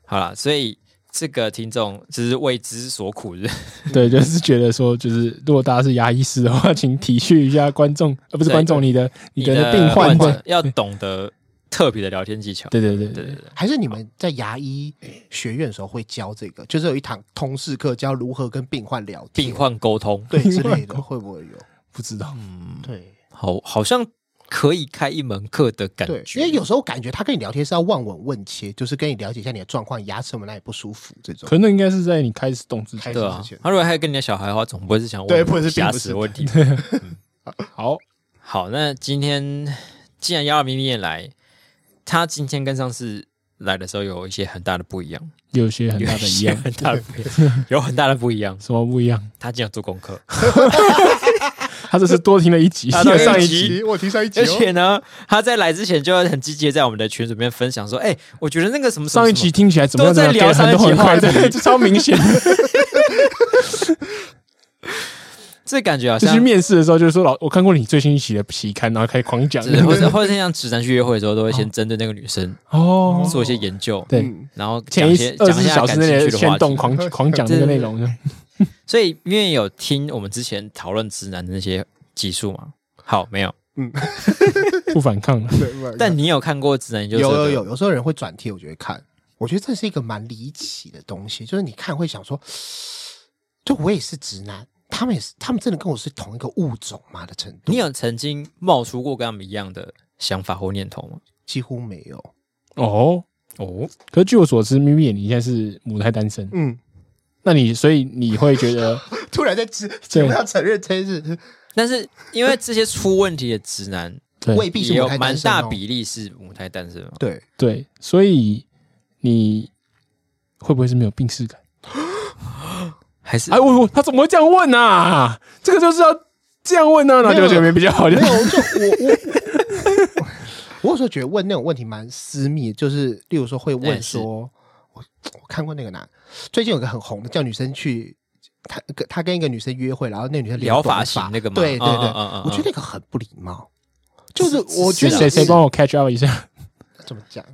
Speaker 1: 好啦，所以这个听众只是为之所苦日，
Speaker 2: 对，就是觉得说，就是如果大家是牙医师的话，请体恤一下观众，呃，不是
Speaker 1: 对
Speaker 2: 观众，你的你的病患
Speaker 1: 患
Speaker 2: 的
Speaker 1: 者，要懂得特别的聊天技巧。
Speaker 2: 对对
Speaker 1: 对
Speaker 2: 对对
Speaker 1: 对
Speaker 2: 对
Speaker 1: 对，
Speaker 3: 还是你们在牙医学院的时候会教这个，就是有一堂通识课教如何跟病患聊天，
Speaker 1: 病患沟通，
Speaker 3: 对之
Speaker 2: 病
Speaker 3: 类
Speaker 2: 患哦嗯
Speaker 3: 的，会不会有？
Speaker 2: 不知道，
Speaker 1: 嗯
Speaker 3: 对
Speaker 1: 好，好像可以开一门课的感
Speaker 3: 对，因
Speaker 1: 觉
Speaker 3: 为。有时候感觉他跟你聊天是要望闻问切，就是跟你了解一下你的状况，牙齿有没有哪里不舒服这种。
Speaker 2: 可能应该是在你开始动之前。
Speaker 3: 开始
Speaker 1: 对
Speaker 3: 之
Speaker 1: 啊
Speaker 3: 前，，
Speaker 1: 他如果还有跟你的小孩的话，总不会是想问
Speaker 3: 对不会是并
Speaker 1: 牙
Speaker 3: 不是
Speaker 1: 齿问
Speaker 3: *laughs*
Speaker 1: 题吧。
Speaker 2: 好，
Speaker 1: 好，那今天既然幺二咪咪也来，他今天跟上次来的时候有一些很大的不一样，
Speaker 2: 有些很
Speaker 1: 有
Speaker 2: 大
Speaker 1: 一
Speaker 2: 的一
Speaker 1: 些
Speaker 2: 样，
Speaker 1: 很大的不一
Speaker 2: *laughs*
Speaker 1: 样，有很大的不一样。
Speaker 2: 什么不一样？
Speaker 1: 他今天有做功课，
Speaker 3: 哎
Speaker 2: 他这是多听了一集，
Speaker 1: 他多
Speaker 2: 有
Speaker 1: 听
Speaker 2: 上
Speaker 1: 一
Speaker 2: 一
Speaker 1: 集哦
Speaker 2: 集，
Speaker 3: 我提上一集
Speaker 1: 而且呢，他在来之前就很积极地在我们的群里面分享说：“哎、我觉得那个什么什么
Speaker 2: 上一
Speaker 1: 什么
Speaker 2: 集听起来怎么样？
Speaker 1: 都在聊
Speaker 2: 怎么
Speaker 1: 上
Speaker 2: 样
Speaker 1: 一集
Speaker 2: 很多很快，
Speaker 1: 话题
Speaker 2: 对，这超明显的。
Speaker 1: 这感觉好
Speaker 2: 就
Speaker 1: 像
Speaker 2: 去面试的时候，就是说老，我看过你最新一期的期刊，然后开始狂讲。
Speaker 1: 是，或者或者像直男去约会的时候，都会先针对那个女生
Speaker 2: *laughs* 哦，
Speaker 1: 做一些研究，
Speaker 2: 对，
Speaker 3: 嗯
Speaker 1: 然后讲
Speaker 2: 前
Speaker 1: 一
Speaker 2: 一
Speaker 1: 些
Speaker 2: 二
Speaker 1: 嗯讲
Speaker 2: 十
Speaker 1: 一
Speaker 2: 四
Speaker 1: 下
Speaker 2: 小
Speaker 1: 感
Speaker 2: 时内
Speaker 1: 兴趣
Speaker 2: 的
Speaker 1: 的
Speaker 2: 炫
Speaker 1: 话
Speaker 2: 动
Speaker 1: 题。
Speaker 3: *laughs*
Speaker 2: 狂狂讲这个内容，
Speaker 1: 所以因为有听我们之前讨论直男的那些集数嘛，好，没有，
Speaker 2: 不反抗了。
Speaker 3: 对不然
Speaker 1: 但你有看过直男研究
Speaker 3: 有
Speaker 1: 社的
Speaker 3: 有有，有时候人会转贴，我就会看。我觉得这是一个蛮离奇的东西，就是你看会想说，就我也是直男，他们也是，他们真的跟我是同一个物种吗的程度？
Speaker 1: 你有曾经冒出过跟他们一样的想法或念头吗？
Speaker 3: 几乎没有。
Speaker 2: 哦，
Speaker 1: 哦，
Speaker 2: 可是据我所知，咪咪，你现在是母胎单身，
Speaker 3: 嗯，
Speaker 2: 那你所以你会觉得，
Speaker 3: *laughs* 突然在直节目上承认这件事，
Speaker 1: 但是因为这些出问题的直男，
Speaker 2: 对
Speaker 3: 未必
Speaker 1: 也
Speaker 3: 是母
Speaker 1: 有
Speaker 3: 胎
Speaker 1: 蛮
Speaker 3: 单身
Speaker 1: 大
Speaker 3: 哦
Speaker 1: 比例是母胎单身嘛。
Speaker 3: 对，
Speaker 2: 对，所以你会不会是没有病耻感？
Speaker 1: 还是
Speaker 2: 哎，我我他怎么会这样问啊？这个就是要这样问啊，那
Speaker 3: 没有
Speaker 2: 就觉得比较好。就
Speaker 3: 没有，就我我。我有时候觉得问那种问题蛮私密，就是例如说会
Speaker 1: 哎
Speaker 3: 问
Speaker 1: 是
Speaker 3: 说，我我看过那个男，最近有个很红的，叫女生去他跟他跟一个女生约会，然后那女生留
Speaker 1: 疗法
Speaker 3: 短
Speaker 1: 型
Speaker 3: 发
Speaker 1: 那个吗
Speaker 3: 对对
Speaker 1: 嗯
Speaker 3: 对
Speaker 1: 嗯嗯嗯，
Speaker 3: 我觉得那个很不礼貌，就是我
Speaker 2: 谁
Speaker 3: 觉得
Speaker 2: 谁谁
Speaker 3: 是
Speaker 2: 帮我 catch up 一下？
Speaker 3: 怎么讲，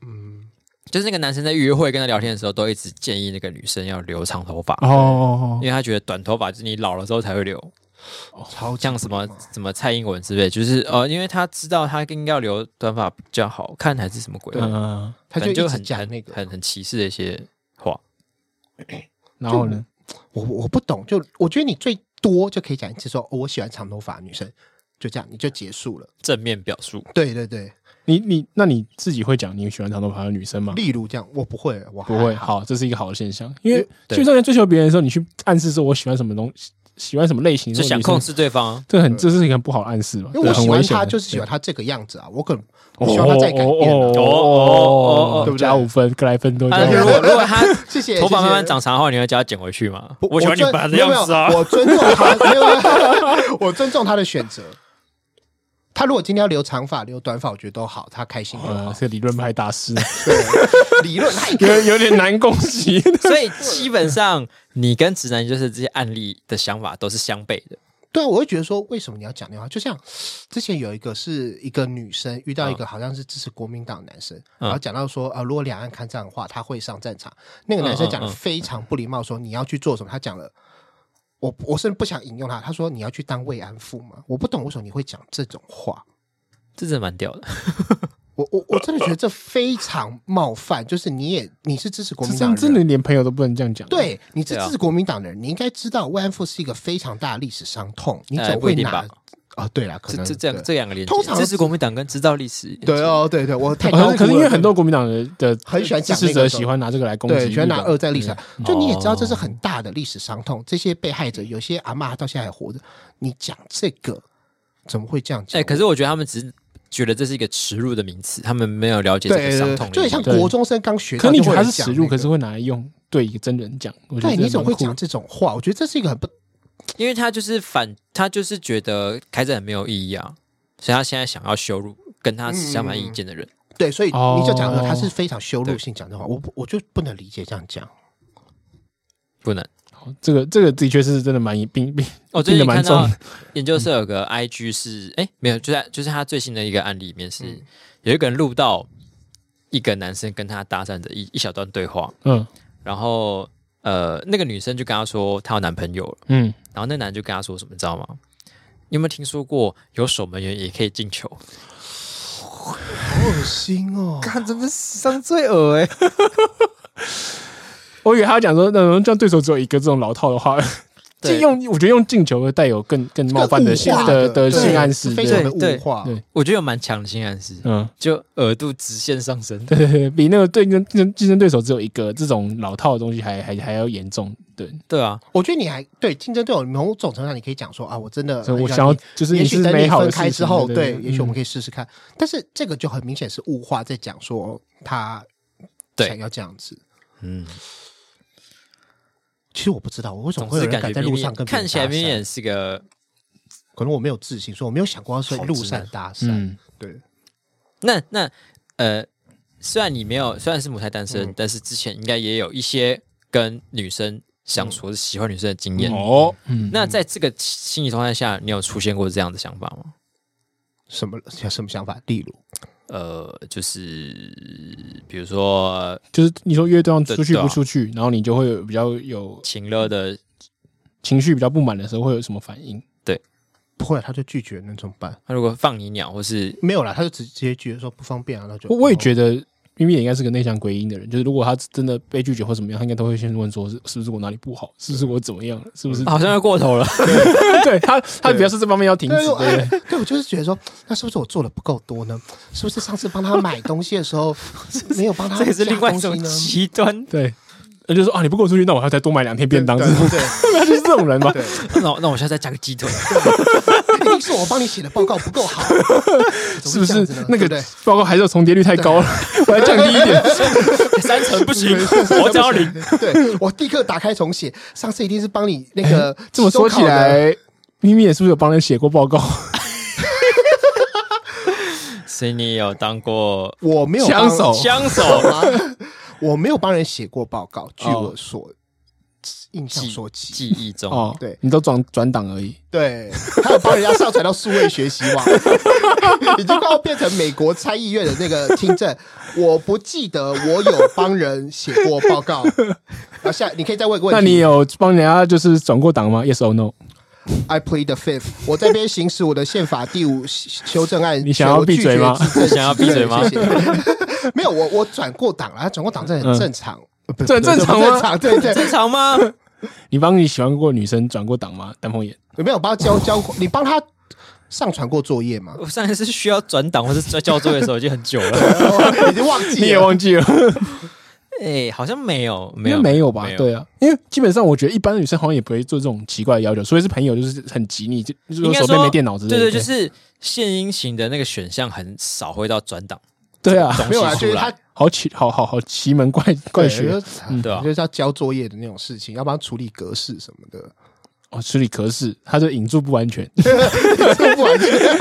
Speaker 3: 嗯，
Speaker 1: 就是那个男生在约会跟他聊天的时候，都一直建议那个女生要留长头发，
Speaker 2: 哦
Speaker 1: 因，为他觉得短头发就是你老了之后才会留，
Speaker 3: 哦超级啊
Speaker 1: 像什么
Speaker 3: 不礼貌
Speaker 1: 什么蔡英文之类，就是呃，因为他知道他应该要留短发比较好看，还是什么鬼的，
Speaker 2: 嗯，
Speaker 3: 啊他
Speaker 1: 反正
Speaker 3: 就一
Speaker 1: 就
Speaker 3: 直
Speaker 1: 很
Speaker 3: 讲
Speaker 1: 很
Speaker 3: 那个，
Speaker 1: 很很歧视的一些话。
Speaker 2: 然后呢？
Speaker 3: 我我不懂，就我觉得你最多就可以讲一次说，哦我喜欢长头发的女生，就这样你就结束了。
Speaker 1: 正面表述，
Speaker 3: 对对对，
Speaker 2: 你你那你自己会讲你喜欢长头发的女生吗？
Speaker 3: 例如这样，我不会，我还
Speaker 2: 不会，好，这是一个好的现象，因为
Speaker 1: 对
Speaker 2: 就算在追求别人的时候，你去暗示说我喜欢什么东西，喜欢什么类型，
Speaker 1: 就
Speaker 2: 这种
Speaker 1: 想
Speaker 2: 女生
Speaker 1: 控，制对方啊。
Speaker 2: 这很这是一个很不好的暗示嘛，
Speaker 3: 因为我
Speaker 2: 对很
Speaker 3: 喜欢
Speaker 2: 危险
Speaker 3: 他
Speaker 2: 的
Speaker 3: 就是喜欢
Speaker 2: 对
Speaker 3: 他这个样子啊，我可能我
Speaker 2: 哦
Speaker 3: 希望他再改变、
Speaker 2: 哦
Speaker 3: 啊。
Speaker 2: 哦哦哦
Speaker 3: 对不对
Speaker 2: 加五分，格莱芬多加
Speaker 1: 啊，
Speaker 2: 五
Speaker 1: 如
Speaker 2: 分，
Speaker 1: 果
Speaker 3: *laughs*
Speaker 1: 如果他
Speaker 3: 谢谢，
Speaker 1: 头发慢慢
Speaker 3: 谢谢
Speaker 1: 长。长的话，你会叫他剪回去吗？
Speaker 3: 不
Speaker 1: 喜欢你
Speaker 3: 尊
Speaker 1: 白的
Speaker 3: 没有
Speaker 1: 样子啊
Speaker 3: 没有！我尊重
Speaker 1: *laughs*
Speaker 3: 他，没有没有，我尊重他的选择。他如果今天要留长发、留短发，我觉得都好，他开心就好
Speaker 1: 哦
Speaker 2: 呃，。这个理论派大师，
Speaker 3: 对，理论太
Speaker 2: 有有点难攻击。
Speaker 1: 所以基本上，你跟直男就是这些案例的想法都是相悖的。
Speaker 3: 对啊，我会觉得说，为什么你要讲那话？就像之前有一个是一个女生遇到
Speaker 1: 嗯
Speaker 3: 一个好像是支持国民党的男生，然后讲到说，呃，如果两岸开战的话，他会上战场。那个男生讲的
Speaker 1: 嗯嗯嗯
Speaker 3: 非常不礼貌，说你要去做什么？他讲了，我我甚至不想引用他，他说你要去当慰安妇嘛？我不懂为什么你会讲这种话。
Speaker 1: 这真的蛮屌的，
Speaker 3: 我我我真的觉得这非常冒犯，就是你也你是支持国
Speaker 2: 这
Speaker 3: 民
Speaker 2: 真
Speaker 3: 党
Speaker 2: 真
Speaker 3: 人
Speaker 2: 的连朋友都不能这样讲。，
Speaker 3: 对，你是
Speaker 1: 对啊
Speaker 3: 支持国民党的人，你应该知道慰安妇是一个非常大的历史伤痛，你
Speaker 1: 哎
Speaker 3: 总
Speaker 1: 不一
Speaker 3: 会
Speaker 1: 定
Speaker 3: 拿
Speaker 1: 吧
Speaker 3: 啊，对啦，可
Speaker 1: *laughs* 这
Speaker 3: 能
Speaker 1: 这这
Speaker 3: 对
Speaker 1: 样这两个连接
Speaker 3: 通，常
Speaker 1: 支持国民党跟知道历史，
Speaker 3: 对，哦，对对，我太
Speaker 2: 可
Speaker 3: 高
Speaker 2: 是
Speaker 3: 估
Speaker 2: 可是因为
Speaker 3: 了
Speaker 2: 很多国民党的的
Speaker 3: 很喜欢
Speaker 2: 支
Speaker 3: 讲
Speaker 2: 持
Speaker 3: 那个
Speaker 2: 者
Speaker 3: 时候
Speaker 2: 喜欢拿这个来攻击日
Speaker 3: 对，
Speaker 2: 本，
Speaker 3: 喜欢拿二战历史
Speaker 2: 对，，
Speaker 3: 就你也知道这是很大的历史伤痛，这些被害者有些阿嬷到现在还活着，你讲这个怎么会这样讲？
Speaker 1: 哎，可是我觉得他们只是觉得这是一个耻辱的名词，他们没有了解这
Speaker 3: 对
Speaker 1: 个
Speaker 3: 对
Speaker 1: 伤
Speaker 3: 对，
Speaker 1: 痛
Speaker 3: 就
Speaker 1: 的意
Speaker 3: 很
Speaker 1: 义。
Speaker 3: 像
Speaker 2: 对
Speaker 3: 国中生刚学到
Speaker 2: 可
Speaker 3: 就
Speaker 2: 你
Speaker 3: 有
Speaker 2: 觉
Speaker 3: 讲
Speaker 2: 得
Speaker 3: 那
Speaker 2: 它
Speaker 3: 个，
Speaker 2: 是耻辱，可是会拿来用对一个真人讲。我觉得
Speaker 3: 对，
Speaker 2: 这
Speaker 3: 你怎么会
Speaker 2: 蛮酷
Speaker 3: 讲这种话？我觉得这是一个很不
Speaker 1: 因为他就是反，他就是觉得开战很没有意义啊，所以他现在想要羞辱跟
Speaker 3: 嗯
Speaker 1: 他持相反意见的人。
Speaker 3: 对，所以
Speaker 2: 哦
Speaker 3: 你就讲说他是非常羞辱性讲这话，我不我就不能理解这样讲。
Speaker 1: 不能，
Speaker 2: 好，这个这个的确是真的蛮病病
Speaker 1: 我最近
Speaker 2: 病的蛮
Speaker 1: 看
Speaker 2: 重
Speaker 1: 到
Speaker 2: 的，
Speaker 1: 研究社有个 IG 是，哎、没有，就在就是他最新的一个案例里面是、
Speaker 3: 嗯
Speaker 1: 有一个人录到一个男生跟他搭讪的一一小段对话，
Speaker 2: 嗯
Speaker 1: 然后呃，那个女生就跟他说她有男朋友了，
Speaker 2: 嗯，
Speaker 1: 然后那男人就跟他说什么，你知道吗？你有没有听说过有守门员也可以进球？
Speaker 3: 好恶心哦！
Speaker 1: 看，真的史上最恶哎、
Speaker 2: 我以为他要讲说，那这样对手只有一个这种老套的话，
Speaker 1: 对
Speaker 2: 这用我觉得用进球带有更更冒犯的性
Speaker 3: 更物化
Speaker 2: 的的
Speaker 3: 的
Speaker 2: 性暗示，
Speaker 3: 非
Speaker 2: 对
Speaker 3: 常的
Speaker 1: 对
Speaker 3: 物化。
Speaker 2: 对
Speaker 1: 我觉得有蛮强的性暗示，
Speaker 2: 嗯。 *laughs*
Speaker 1: 就额度直线上升。
Speaker 2: 对对对，比那个对跟竞争竞争对手只有一个这种老套的东西还还还要严重。对，
Speaker 3: 呃
Speaker 1: 对啊，
Speaker 3: 我觉得你还对竞争对手某种程度上，你可以讲说啊，我真的
Speaker 2: 所以
Speaker 3: 很
Speaker 2: 我
Speaker 3: 喜
Speaker 2: 想
Speaker 3: 欢
Speaker 2: 要
Speaker 3: 你
Speaker 2: 就是
Speaker 3: 也
Speaker 2: 你
Speaker 3: 许
Speaker 2: 是
Speaker 3: 等
Speaker 2: 美
Speaker 3: 你
Speaker 2: 好的
Speaker 3: 分
Speaker 2: 事情嗯
Speaker 3: 开之后，对，也许我
Speaker 2: 可
Speaker 3: 们可以试试看。但是这个就很明显是物化在讲说他
Speaker 1: 对
Speaker 3: 想要这样子。
Speaker 1: 嗯，
Speaker 3: 其实我不知道我为什么
Speaker 1: 总
Speaker 3: 会有
Speaker 1: 之
Speaker 3: 人
Speaker 1: 感
Speaker 3: 敢
Speaker 1: 觉
Speaker 3: 在
Speaker 1: 明
Speaker 3: 路
Speaker 1: 明
Speaker 3: 上跟别人
Speaker 1: 看起来
Speaker 3: 搭
Speaker 1: 明
Speaker 3: 讪
Speaker 1: 显是个
Speaker 3: 可能我没有自信，所以我没有想过要在
Speaker 1: 好
Speaker 3: 路
Speaker 1: 直
Speaker 3: 上
Speaker 1: 男
Speaker 3: 搭讪。
Speaker 2: 嗯，
Speaker 3: 对，
Speaker 1: 那那呃，虽然你没有，虽然是母胎单身，
Speaker 3: 嗯
Speaker 1: 但是之前应该也有一些跟女生相处、或是喜欢女生的经验。
Speaker 2: 哦，嗯，
Speaker 1: 那在这个心理状态下，你有出现过这样的想法吗？
Speaker 3: 什么什么想法？例如，
Speaker 1: 呃，就是比如说
Speaker 2: 就是你说约对方出去
Speaker 1: 对对啊
Speaker 2: 不出去，然后你就会有比较有
Speaker 1: 情乐的，
Speaker 2: 情绪比较不满的时候，会有什么反应？
Speaker 3: 不会啊，他就拒绝，那怎么办？
Speaker 1: 他如果放你鸟，或是
Speaker 3: 没有啦，他就直接拒绝说不方便啊，那就
Speaker 2: 我我也
Speaker 3: 得
Speaker 2: 觉得。咪咪也应该是个内向归因的人，就是如果他真的被拒绝或怎么样，他应该都会先问说是是不是我哪里不好，是不是我怎么样，是不是？
Speaker 1: 啊好像要过头了。
Speaker 2: *laughs* 对他，他表示这方面要停止，
Speaker 3: 嗯对，哎
Speaker 2: 对
Speaker 3: 我
Speaker 2: 不对？
Speaker 3: *laughs* 对我就是觉得说，那是不是我做的不够多呢？是不是上次帮他买东西的
Speaker 2: *laughs*
Speaker 3: 时候没有帮他
Speaker 1: *laughs* 这也是
Speaker 3: 加
Speaker 1: 另外一种
Speaker 3: 东西呢哎
Speaker 1: 极端。
Speaker 2: 对，那就说啊，你不跟我出去，那我还要再多买两天便当，是
Speaker 3: 对
Speaker 2: 不是？
Speaker 3: 对对
Speaker 2: 他就是 *laughs* 这种人嘛。
Speaker 3: 对
Speaker 1: *laughs* 那我那我现在再加个鸡腿，
Speaker 3: 一定是我帮你写的报告不够
Speaker 2: *laughs*
Speaker 3: 好，啊
Speaker 2: 是不
Speaker 3: 怎么
Speaker 2: 是
Speaker 3: 这样子呢
Speaker 2: 那
Speaker 3: 对
Speaker 2: 个
Speaker 3: 不对
Speaker 2: 报告还是有重叠率太高了？ *laughs* 我要降低一
Speaker 3: *laughs*
Speaker 2: 点。
Speaker 1: *laughs* *laughs* 三层不行，
Speaker 2: *laughs*
Speaker 1: 我只要零。
Speaker 3: 对我立刻打开重写，上次一定是帮你那个
Speaker 2: 哎这么说起来，咪咪也是不是有帮人写过报告？
Speaker 1: 所以你有当过
Speaker 3: 期中考的，我没有帮
Speaker 2: 枪手
Speaker 1: 枪手？
Speaker 3: 哦 *laughs* 我没有帮人写过报告，据
Speaker 2: 哦
Speaker 3: 我所印象
Speaker 1: 记
Speaker 3: 所及，
Speaker 1: 记忆中
Speaker 2: 哦，
Speaker 3: 对
Speaker 2: 你都转转档而已。
Speaker 3: 对，还有帮人家上传到数位学习
Speaker 2: *laughs*
Speaker 3: 网，已经快要变成美国参议院的那个听证。我不记得我有帮人写过报告。然后下，你可以再问一个问
Speaker 2: 那
Speaker 3: 题。
Speaker 2: 你有帮人家就是转过档吗？Yes or no？
Speaker 3: I plead the fifth，我这边行使我的宪法第五修正案。
Speaker 2: 你想要闭嘴吗
Speaker 3: 求拒绝自证
Speaker 1: 想要闭嘴吗
Speaker 3: 谢谢没有，我我转过档了，转过档这很正常，呃不
Speaker 2: 这很
Speaker 3: 不不
Speaker 2: 正常吗
Speaker 3: 正常，对
Speaker 1: *laughs*
Speaker 3: 对
Speaker 1: 正常吗？
Speaker 2: 你帮你喜欢过女生转过档吗？丹
Speaker 3: *laughs*
Speaker 2: 凤眼，
Speaker 3: 有没有帮他交交？你帮他上传过作业
Speaker 2: *laughs*
Speaker 3: 吗？
Speaker 1: 我上一次需要转档或是在交作业的时候已经很久 *laughs* 了。
Speaker 3: 哦我已经忘记
Speaker 2: 你也
Speaker 3: 了。
Speaker 2: 忘记 *laughs* 了？
Speaker 1: 哎、好像没有，没
Speaker 2: 应
Speaker 1: 有，
Speaker 2: 该没有吧
Speaker 1: 没？有
Speaker 2: 对啊，因为基本上我觉得一般的女生好像也不会做这种奇怪的要求，除非是朋友，就是很急你，就就
Speaker 1: 应
Speaker 2: 是
Speaker 1: 该
Speaker 2: 手
Speaker 1: 说
Speaker 2: 边没电脑之类
Speaker 1: 对
Speaker 2: 的。
Speaker 1: 对，就是献殷勤的那个选项很少会到转档，
Speaker 2: 对啊，
Speaker 1: 东
Speaker 3: 没有啊，
Speaker 1: 西
Speaker 3: 就
Speaker 1: 出
Speaker 3: 是他
Speaker 1: 来。
Speaker 2: 好奇，好好好奇门怪怪
Speaker 3: 对，
Speaker 2: 学
Speaker 3: 就是嗯
Speaker 1: 对啊
Speaker 3: 就是要交作业的那种事情，要帮他处理格式什么的，
Speaker 2: 哦，吃里咳是，他就引注不完
Speaker 3: *laughs*
Speaker 2: 全。
Speaker 3: 这不完全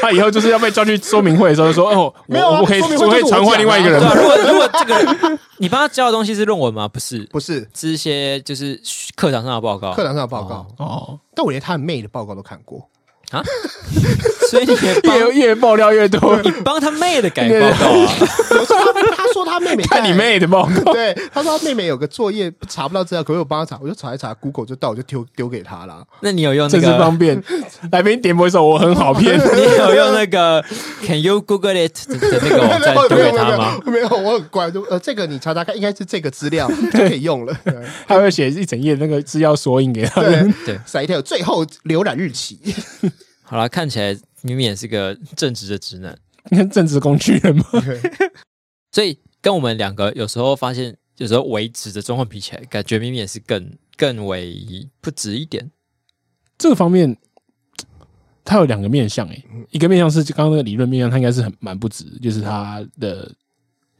Speaker 2: 他以后就是要被抓去说明会的时候就说：“哦，
Speaker 3: 没有啊
Speaker 2: 我我可以，
Speaker 3: 说明会
Speaker 2: 我可以
Speaker 3: 就是我
Speaker 2: 传唤
Speaker 3: 讲
Speaker 2: 另外一个
Speaker 1: 对啊，
Speaker 2: 人吗。
Speaker 3: 啊
Speaker 1: 如果如果这个你帮他教的东西是论文吗？不是，
Speaker 3: 不是
Speaker 1: 是一些就是课堂上的报告。
Speaker 3: 课堂上的报告，
Speaker 2: 哦，
Speaker 3: 但我连他的妹的报告都看过。
Speaker 1: 啊 *laughs* 所以你也
Speaker 2: 越
Speaker 1: 帮
Speaker 2: 越爆料越多，
Speaker 1: 你帮他妹的改报告啊？
Speaker 3: 有时候他他说他妹妹
Speaker 2: *laughs*
Speaker 3: 在
Speaker 2: 看你妹的报告。
Speaker 3: 对，他说他妹妹有个作业查不到资料，可是我帮他查，我就查一查，Google 就到，我就丢丢给他了。
Speaker 1: 那你有用那
Speaker 2: 真是
Speaker 1: 个？
Speaker 2: 方便，来宾点播一首我很好
Speaker 3: *laughs*
Speaker 2: 骗，
Speaker 1: *laughs* 你有用那个 Can you Google it 的的那个网站丢
Speaker 3: *laughs* 没有
Speaker 1: 给
Speaker 2: *laughs*
Speaker 3: 没有
Speaker 1: 他
Speaker 3: 没
Speaker 1: 吗？
Speaker 3: 有没有，我很乖，就呃这个你查查看，应该是这个资料就可以用了。对
Speaker 2: 他会写一整页那个资料索引给他们。
Speaker 3: 对
Speaker 1: 对
Speaker 3: ，Site 最后浏览日期，
Speaker 1: 好了，看起来明明也是个正直的直男，
Speaker 2: 你 *laughs* 看政治工具人吗？
Speaker 1: 所以跟我们两个有时候发现，有时候为直的状况比起来，感觉明明也是更更为不直一点。
Speaker 2: 这个方面，它有两个面向诶、欸一个面向是刚刚那个理论面向，它应该是很蛮不值，就是它的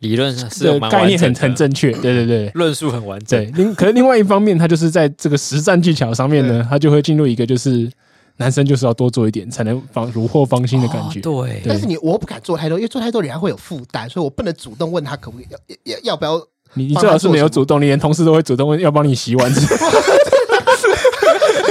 Speaker 1: 理论上是
Speaker 2: 这
Speaker 1: 有
Speaker 2: 个
Speaker 1: 蛮
Speaker 2: 概
Speaker 1: 完
Speaker 2: 念
Speaker 1: 整
Speaker 2: 很
Speaker 1: 的，
Speaker 2: 很正确。 *laughs* 对对对，
Speaker 1: 论述很完整。
Speaker 2: 对，另可是另外一方面，他就是在这个实战技巧上面呢，他就会进入一个就是男生就是要多做一点，才能防虏获芳心的感觉。
Speaker 1: 哦对，
Speaker 2: 对
Speaker 3: 但是你我不敢做太多，因为做太多人家会有负担，所以我不能主动问他可不可以要要要不要
Speaker 2: 你你最好是没有主动，你连同事都会主动问要帮你洗碗，
Speaker 1: *laughs*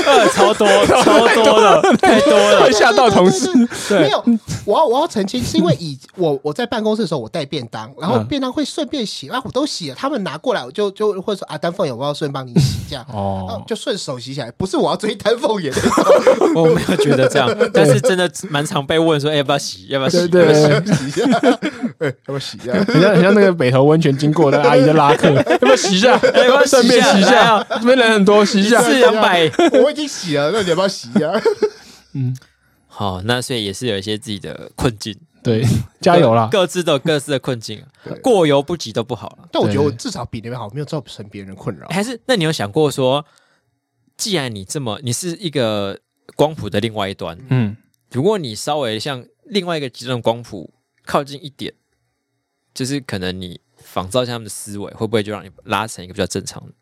Speaker 1: 呃，超多超
Speaker 2: *laughs*
Speaker 1: 多的， *laughs* 太多了
Speaker 2: 会。 *laughs* 吓到同
Speaker 1: *laughs*
Speaker 2: 事。
Speaker 1: 对
Speaker 3: 没有，我要我要澄清，是因为以我我在办公室的时候，我带便当，然后
Speaker 2: 嗯
Speaker 3: 便当会顺便洗，啊，我都洗了，他们拿过来，我就就会说啊，丹凤眼，我要顺便帮你洗这样，
Speaker 2: 哦
Speaker 3: 哦，，就顺手洗起来，不是我要追丹凤眼，
Speaker 1: *laughs* 我没有觉得
Speaker 2: *laughs*
Speaker 1: 这样，但是真的蛮常被问说，哎要不要洗，要不要洗，
Speaker 2: 对
Speaker 1: 要不要洗
Speaker 2: 对，
Speaker 3: 洗一下，哎，要不要洗一下？
Speaker 2: 很像很像那个北投温泉经过的阿姨在拉客，要不要洗一
Speaker 1: *laughs*
Speaker 2: 下？
Speaker 1: 要不要洗一下
Speaker 2: 顺便洗一
Speaker 1: 来
Speaker 2: 下
Speaker 1: 啊？
Speaker 2: 这边人很多，洗一下
Speaker 1: 一。次两百。
Speaker 3: 我已经洗了，那你要不要洗一下？
Speaker 1: 好，那所以也是有一些自己的困境，
Speaker 2: 对，加油
Speaker 1: *laughs*
Speaker 2: 啦！
Speaker 1: 各自都有各自的困境
Speaker 2: *laughs*
Speaker 1: 啊
Speaker 3: 对，
Speaker 1: 过犹不及都不好了。
Speaker 3: 但我觉得
Speaker 2: 对
Speaker 3: 我至少比你们好，没有造成别人困扰。
Speaker 1: 还是那你有想过说，既然你这么，你是一个光谱的另外一端，
Speaker 2: 嗯，
Speaker 1: 如果你稍微向另外一个极端的光谱靠近一点，就是可能你仿照一下他们的思维，会不会就让你拉成一个比较正常的？哦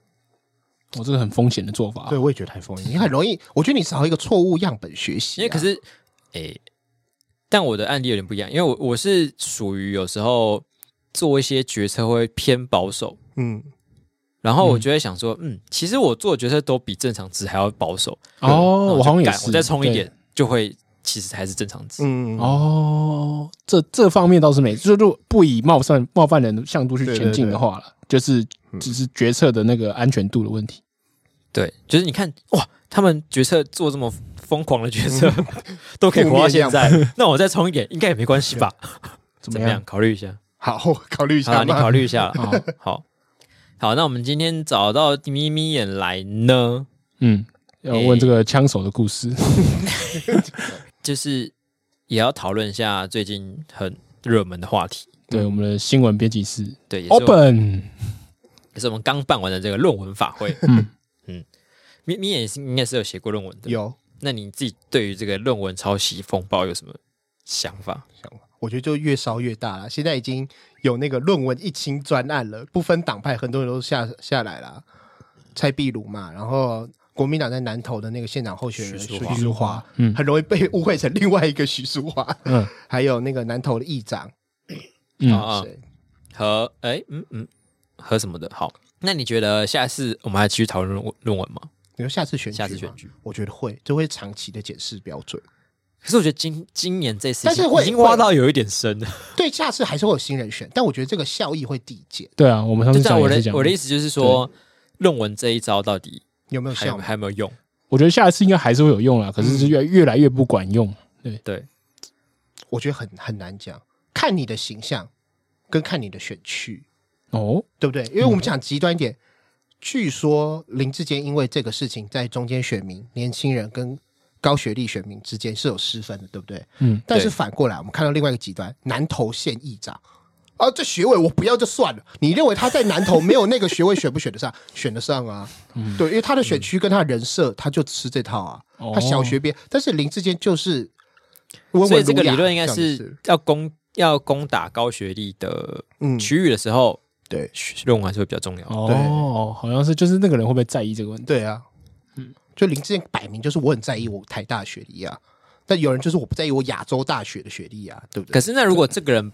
Speaker 2: 我这个很风险
Speaker 1: 啊
Speaker 2: 的做法。
Speaker 3: 对，我也觉得太疯了，你很容易，我觉得你少一个错误样本学习啊。
Speaker 1: 因为可是，诶、但我的案例有点不一样，因为我我是属于有时候做一些决策会偏保守，
Speaker 3: 嗯，
Speaker 1: 然后我就会想说，嗯其实我做的决策都比正常值还要保守。然
Speaker 2: 哦，
Speaker 1: 后
Speaker 2: 我好像
Speaker 1: 就
Speaker 2: 也
Speaker 1: 敢
Speaker 2: 是，
Speaker 1: 我再冲一
Speaker 2: 对
Speaker 1: 点，就会其实还是正常值。
Speaker 3: 嗯，
Speaker 2: 哦，这这方面倒是没，就是如果不以冒犯冒犯人的向度去
Speaker 3: 对对
Speaker 2: 前进的
Speaker 3: 对嗯
Speaker 2: 话了，就是只是决策的那个安全度的问题。
Speaker 1: 对，就是你看哇，他们决策做这么疯狂的
Speaker 2: 嗯
Speaker 1: 决策， *laughs* 都可以活到现在，那我再冲一点，应该也没关系吧？
Speaker 2: *laughs* 怎
Speaker 1: 怎
Speaker 2: 么
Speaker 1: 么样？
Speaker 2: 样？
Speaker 1: 考虑一下，
Speaker 3: 好，我考虑一
Speaker 1: 好啦，
Speaker 3: 下
Speaker 1: 你
Speaker 3: 嘛。
Speaker 1: 考虑一下
Speaker 2: *laughs*
Speaker 1: 啦。
Speaker 2: 好，
Speaker 1: 好好，那我们今天找到咪咪眼来呢，
Speaker 2: 嗯，要问这个枪手的故事。
Speaker 1: 就是也要讨论一下最近很热门的话题。
Speaker 2: 对，我们的新闻编辑室
Speaker 1: 嗯对，也是我们
Speaker 2: Open，
Speaker 1: 也是我们刚办完的这个论文法会。嗯
Speaker 2: 嗯
Speaker 1: 嗯，咪咪眼是应该是有写过论文的，
Speaker 3: 有
Speaker 1: 那你自己对于这个论文抄袭风暴有什么想法？
Speaker 3: 想法，我觉得就越烧越大了。现在已经有那个论文一清专案了，不分党派，很多人都下下来了。蔡壁如嘛，然后国民党在南投的那个县长候选人
Speaker 1: 徐淑
Speaker 3: 徐淑华，
Speaker 2: 嗯
Speaker 3: 很容易被误会成另外一个徐淑华。
Speaker 2: 嗯
Speaker 3: *laughs* 还有那个南投的议长，
Speaker 2: 嗯
Speaker 1: 啊啊，
Speaker 3: 谁
Speaker 1: 和哎嗯嗯和什么的。好，那你觉得下次我们还继续讨论论文论文吗？
Speaker 3: 你说下次选举，
Speaker 1: 下次选举，
Speaker 3: 我觉得会，这会长期的检视标准。
Speaker 1: 可是我觉得今今年这次已经，
Speaker 3: 但是会
Speaker 1: 已经挖到有一点深了。
Speaker 3: 对，下次还是会有新人选，但我觉得这个效益会递减，
Speaker 2: 对啊，我们上
Speaker 1: 就
Speaker 2: 次
Speaker 1: 这样，
Speaker 2: 讲
Speaker 1: 我
Speaker 2: 也是
Speaker 1: 的
Speaker 2: 讲
Speaker 1: 我的意思就是说，论文这一招到底
Speaker 3: 有没有
Speaker 1: 还有
Speaker 3: 效？
Speaker 1: 还有没有用？
Speaker 2: 我觉得下一次应该还是会有用啦，可是是越越来越不管用。
Speaker 1: 对，
Speaker 3: 我觉得很很难讲，看你的形象跟看你的选区，
Speaker 2: 哦，
Speaker 3: 对不对？因为
Speaker 1: 嗯
Speaker 3: 我们讲极端一点，据说林志坚因为这个事情，在中间选民、年轻人跟高学历选民之间是有失分的，对不对？
Speaker 2: 嗯，
Speaker 3: 但是
Speaker 1: 对
Speaker 3: 反过来，我们看到另外一个极端，南投县议长。啊，这学位我不要就算了。你认为他在南投没有那个学位选不选得上？选得
Speaker 1: *laughs*
Speaker 3: 上啊，
Speaker 1: 嗯
Speaker 3: 对，因为他的选区跟他的人设，他就吃这套啊。
Speaker 2: 哦
Speaker 3: 他小学毕业，但是林志坚就是温文
Speaker 1: 所以这个
Speaker 3: 儒雅
Speaker 1: 理论应该
Speaker 3: 这样就是
Speaker 1: 是要攻要攻打高学历的
Speaker 3: 嗯
Speaker 1: 区域的时候，
Speaker 3: 对
Speaker 1: 论文还是会比较重要。
Speaker 2: 哦，好像是就是那个人会不会在意这个问题？
Speaker 3: 对啊，嗯，就林志坚摆明就是我很在意我台大学历啊，但有人就是我不在意我亚洲大学的学历啊，对不对？
Speaker 1: 可是那如果这个人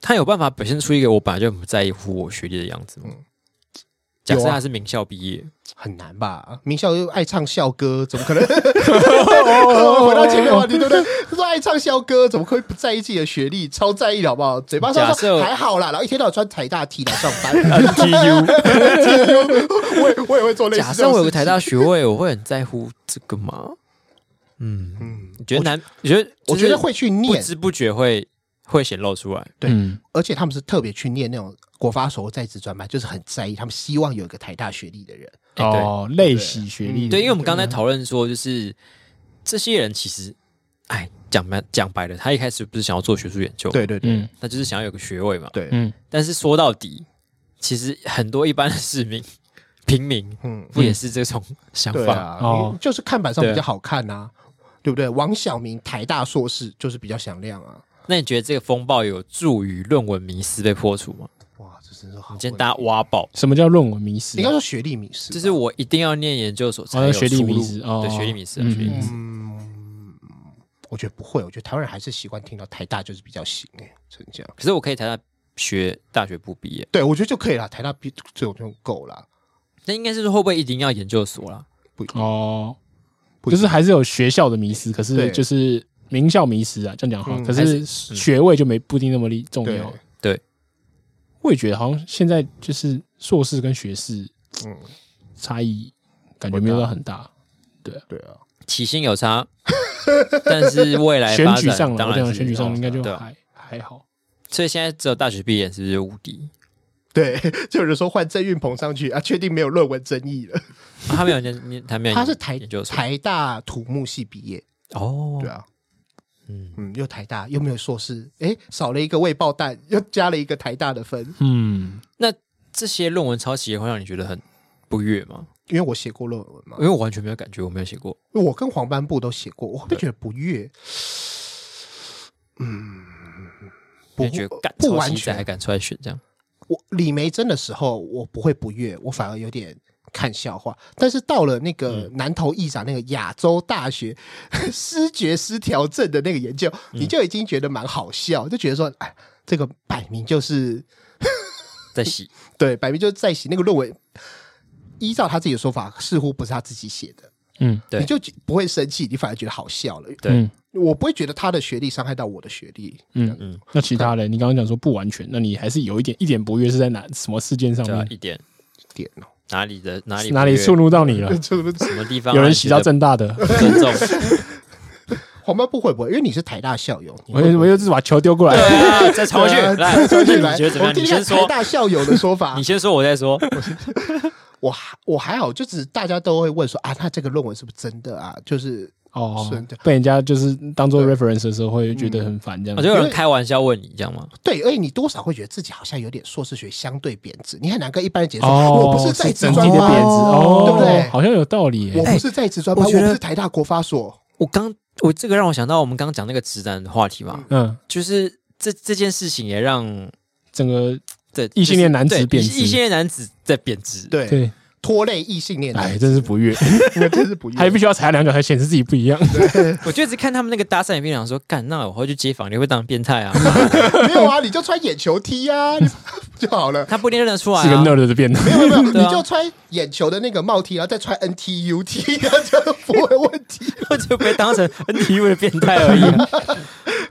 Speaker 1: 他有办法表现出一个我本来就很在乎我学历的样子吗？
Speaker 3: 嗯
Speaker 1: 假设
Speaker 2: 有啊
Speaker 1: 他是名校毕业，
Speaker 3: 很难吧？名校又爱唱校歌，怎
Speaker 1: *laughs*
Speaker 3: 么可能？哦回到前面话题，对不对？他说爱唱校歌，怎么会不在意自己的学历？超在意的好不好？嘴巴上
Speaker 1: 假设
Speaker 3: 说还好啦，然后一天到晚穿台大 T 来上班。
Speaker 2: *laughs*
Speaker 1: TU，
Speaker 3: 我也我也会做类似
Speaker 1: 假
Speaker 3: 这
Speaker 1: 设
Speaker 3: 种
Speaker 1: 我有个
Speaker 3: 事
Speaker 1: 台
Speaker 3: 情
Speaker 1: 大学位，我会很在乎这个吗？嗯，
Speaker 3: 嗯，
Speaker 1: 你觉得难？你觉得就是
Speaker 3: 我觉得会去
Speaker 1: 不
Speaker 3: 念，
Speaker 1: 知不觉会会显露出来。
Speaker 3: 对
Speaker 2: 嗯
Speaker 3: 而且他们是特别去念那种国发所在职专班，就是很在意，他们希望有一个台大学历的人。
Speaker 1: 哎对
Speaker 2: 哦，类洗学历的，
Speaker 1: 嗯对，因为我们
Speaker 3: 嗯
Speaker 1: 刚才讨论说，就是这些人其实，哎，讲白讲白了，他一开始不是想要做学术研究，，
Speaker 3: 对对
Speaker 2: 嗯
Speaker 1: 他就是想要有个学位嘛。
Speaker 3: 对，
Speaker 2: 嗯，
Speaker 1: 但是说到底，其实很多一般的市民、平民
Speaker 3: 嗯，
Speaker 1: 不也是这种想
Speaker 3: 对
Speaker 1: 法？
Speaker 3: 啊，
Speaker 2: 哦
Speaker 3: 你就是看板上比
Speaker 1: 对
Speaker 3: 较好看啊，对不对？王晓明台大硕士就是比较响亮啊。
Speaker 1: 那你觉得这个风暴有助于论文迷思被破除吗？
Speaker 3: 哇，这真是好问
Speaker 1: 你
Speaker 3: 题。
Speaker 1: 今天大家挖爆，
Speaker 2: 什么叫论文迷啊失
Speaker 3: 你？刚说学历迷
Speaker 1: 啊
Speaker 3: 失，
Speaker 1: 就是我一定要念研究所才
Speaker 2: 哦
Speaker 1: 有
Speaker 2: 那学历
Speaker 1: 出
Speaker 2: 迷
Speaker 1: 路
Speaker 2: 思哦
Speaker 1: 对学历迷失，
Speaker 2: 嗯
Speaker 1: 学历迷思。
Speaker 3: 嗯，我觉得不会，我觉得台湾人还是习惯听到台大就是比较行哎、欸，真这样。
Speaker 1: 可是我可以台大学大学部毕业，
Speaker 3: 对我觉得就可以了，台大毕这种就够了，
Speaker 1: 那应该是说会不会一定要研究所啦？
Speaker 3: 不一定，
Speaker 2: 哦，
Speaker 3: 不一
Speaker 2: 就
Speaker 3: 定
Speaker 2: 是还是有学校的迷失，可是
Speaker 3: 对
Speaker 2: 就是名校迷失啊，这样讲好。
Speaker 3: 嗯
Speaker 2: 可
Speaker 1: 还
Speaker 2: 是学位就没不一定那么厉重
Speaker 3: 对
Speaker 2: 要。
Speaker 1: 对，
Speaker 2: 我也觉得好像现在就是硕士跟学士
Speaker 3: 嗯，
Speaker 2: 差异感觉没有到很大，
Speaker 3: 对啊，
Speaker 1: 起薪有差，但是未来
Speaker 2: 选
Speaker 1: 哎发
Speaker 2: 举
Speaker 1: 展
Speaker 2: 上了，
Speaker 1: 当
Speaker 2: 我
Speaker 1: 然
Speaker 2: 讲
Speaker 1: 是
Speaker 2: 选举上应该就
Speaker 1: 对啊
Speaker 2: 还还好。
Speaker 1: 所以现在只有大学毕业是不是无敌？
Speaker 3: 对， *laughs* 就有人说换郑运鹏上去啊，确定没有论文争议了。
Speaker 1: 啊他没有研，你他没有研，
Speaker 3: 他是台
Speaker 1: 研究所
Speaker 3: 台大土木系毕业，
Speaker 1: 哦
Speaker 3: 对，啊，
Speaker 1: 嗯，
Speaker 3: 嗯，又台大又没有硕士，诶，少了一个未爆弹，又加了一个台大的分，
Speaker 2: 嗯，
Speaker 1: 这些论文抄袭会让你觉得很不悦吗？
Speaker 3: 因为我写过论文嘛
Speaker 1: 因，为我完全没有感觉，我没有写过，
Speaker 3: 我跟黄斑部都写过，我会不会觉得不悦？
Speaker 1: 就
Speaker 3: 嗯，
Speaker 1: 觉得
Speaker 3: 不
Speaker 1: 敢
Speaker 3: 不
Speaker 1: 抄
Speaker 3: 完
Speaker 1: 袭仔还
Speaker 3: 全。
Speaker 1: 敢出来选这样，
Speaker 3: 我李梅珍的时候，我不会不悦，我反而有点看笑话。但是到了那
Speaker 1: 嗯
Speaker 3: 个南投议长那个亚洲大学 *laughs* 失觉失调症的那个研究，
Speaker 1: 嗯
Speaker 3: 你就已经觉得蛮好笑，就觉得说，哎，这个摆明就是
Speaker 1: 在洗，
Speaker 3: 对，摆明就是在写那个论文。依照他自己的说法，似乎不是他自己写的，
Speaker 2: 嗯，
Speaker 1: 对
Speaker 3: 你就不会生气，你反而觉得好笑了。
Speaker 1: 对
Speaker 2: 嗯
Speaker 3: 我不会觉得他的学历伤害到我的学历，
Speaker 2: 嗯
Speaker 1: 嗯
Speaker 2: 嗯。那其他的，你刚刚讲说不完全，那你还是有一点一点不悦是在哪什么事件上
Speaker 1: 对啊，
Speaker 2: 面？
Speaker 1: 一点
Speaker 3: 点哦，
Speaker 1: 哪里的哪里
Speaker 2: 哪里
Speaker 1: 不悦啊
Speaker 2: 触怒到你了？
Speaker 3: 这不
Speaker 1: 什么地方
Speaker 2: *laughs* 有人
Speaker 1: 让你
Speaker 2: 洗
Speaker 1: 觉
Speaker 2: 到
Speaker 1: 得
Speaker 2: 正大的，
Speaker 1: 不尊
Speaker 2: *laughs*
Speaker 1: 重，
Speaker 3: 黄斑部会不会？因为你是台大校友，你
Speaker 2: 我
Speaker 3: 会不会
Speaker 2: 又我又是把球丢过来。
Speaker 1: 啊，再传回去，
Speaker 3: 对啊 *laughs*
Speaker 1: 来，传回去，
Speaker 3: 对
Speaker 1: 你
Speaker 3: 来
Speaker 1: 觉得怎么
Speaker 3: 我
Speaker 1: 样？
Speaker 3: 听
Speaker 1: 你
Speaker 3: 一下
Speaker 1: 先
Speaker 3: 台
Speaker 1: 说，
Speaker 3: 大校友的说法
Speaker 1: *laughs* 你，先说，我再说。
Speaker 2: 嗯
Speaker 3: 我还我还好，就只是大家都会问说啊，他这个论文是不是真的啊？就是
Speaker 2: 哦
Speaker 3: 是的，
Speaker 2: 被人家就是当做
Speaker 3: 对嗯
Speaker 2: reference 的时候，会觉得很烦这样
Speaker 1: 我
Speaker 2: 子。
Speaker 1: 啊就有人开玩笑问你，这样吗？
Speaker 3: 对，而且你多少会觉得自己好像有点硕士学相对贬值，你很难跟一般人解释，
Speaker 2: 哦，
Speaker 3: 我不是在职
Speaker 2: 整体
Speaker 3: 专
Speaker 2: 的贬值
Speaker 3: 班，
Speaker 2: 哦，
Speaker 3: 对不对
Speaker 2: 好像有道理耶
Speaker 3: 我。不是在职专
Speaker 1: 哎
Speaker 3: 班，
Speaker 1: 我
Speaker 3: 我
Speaker 1: 觉
Speaker 3: 不
Speaker 1: 得
Speaker 3: 是台大国发所，
Speaker 1: 我刚我这个让我想到我们刚刚讲那个直男的话题嘛，
Speaker 2: 嗯，
Speaker 1: 就是这这件事情也让
Speaker 2: 整个
Speaker 1: 对
Speaker 2: 异性恋男子
Speaker 1: 对
Speaker 2: 贬
Speaker 1: 异
Speaker 2: 值
Speaker 1: 异性恋男子在贬值，，
Speaker 3: 对，
Speaker 2: 对，
Speaker 3: 拖累异性恋， *laughs*
Speaker 2: 哎，真是不悦，
Speaker 3: 真是不一
Speaker 2: 还必
Speaker 3: 样。
Speaker 2: 须要踩两脚才显示自己不一样。
Speaker 1: *laughs* 我就一直看他们那个搭讪影片，想说干，那我回去街访你会当变态啊，
Speaker 3: *laughs* 没有啊，你就穿眼球 T 啊你 *laughs* 就好了。
Speaker 1: 他不一定认得出来
Speaker 2: 是个
Speaker 1: 啊。
Speaker 2: nerd 的变态，
Speaker 3: 没有没有，
Speaker 1: 对啊
Speaker 3: 你就穿眼球的那个帽 T，然后再穿 NTU T，然后 *laughs* 就不会有问
Speaker 1: *laughs*
Speaker 3: 题。
Speaker 1: *laughs* 我就被当成 NTU 的变态而已啊、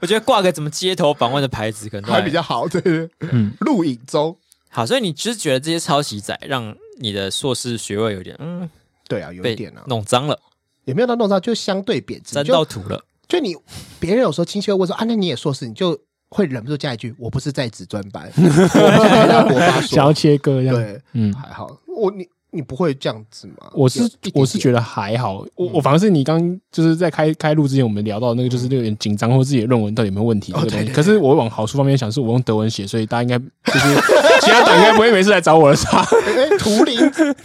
Speaker 1: 我觉得挂个什么街头访问的牌子可能都
Speaker 3: 还比较好，对对对，
Speaker 2: 嗯
Speaker 3: 录影中，
Speaker 1: 好，所以你就是觉得这些抄袭仔让你的硕士学位有点嗯
Speaker 3: 对啊，有一
Speaker 1: 被
Speaker 3: 点啊，
Speaker 1: 弄脏了，
Speaker 3: 也没有到弄到，就相对贬值，
Speaker 1: 沾到
Speaker 3: 就
Speaker 1: 土了。
Speaker 3: 就你别人有时候亲戚会问说啊，那你也硕士，你就会忍不住加一句，我不是在职专
Speaker 1: *laughs*
Speaker 3: 班，我不是台大国发
Speaker 2: 想要
Speaker 3: 所，
Speaker 2: 切割这样。
Speaker 3: 对，
Speaker 2: 嗯，
Speaker 3: 还好，我你你不会这样子吗？
Speaker 2: 我是
Speaker 3: 有一点点嗯
Speaker 2: 我是觉得还好，我我反而是你刚就是在开开录之前，我们聊到那个就是有点紧张，或自己的论文到底有没有问题
Speaker 3: 哦
Speaker 2: 这个东
Speaker 3: 对
Speaker 2: 西。
Speaker 3: 对
Speaker 2: 可是我往好处方面想，是我用德文写，所以大家应该就是 *laughs* 其他党应该不会每次来找我的
Speaker 3: *laughs*
Speaker 2: 啥。
Speaker 3: 哎，哎图灵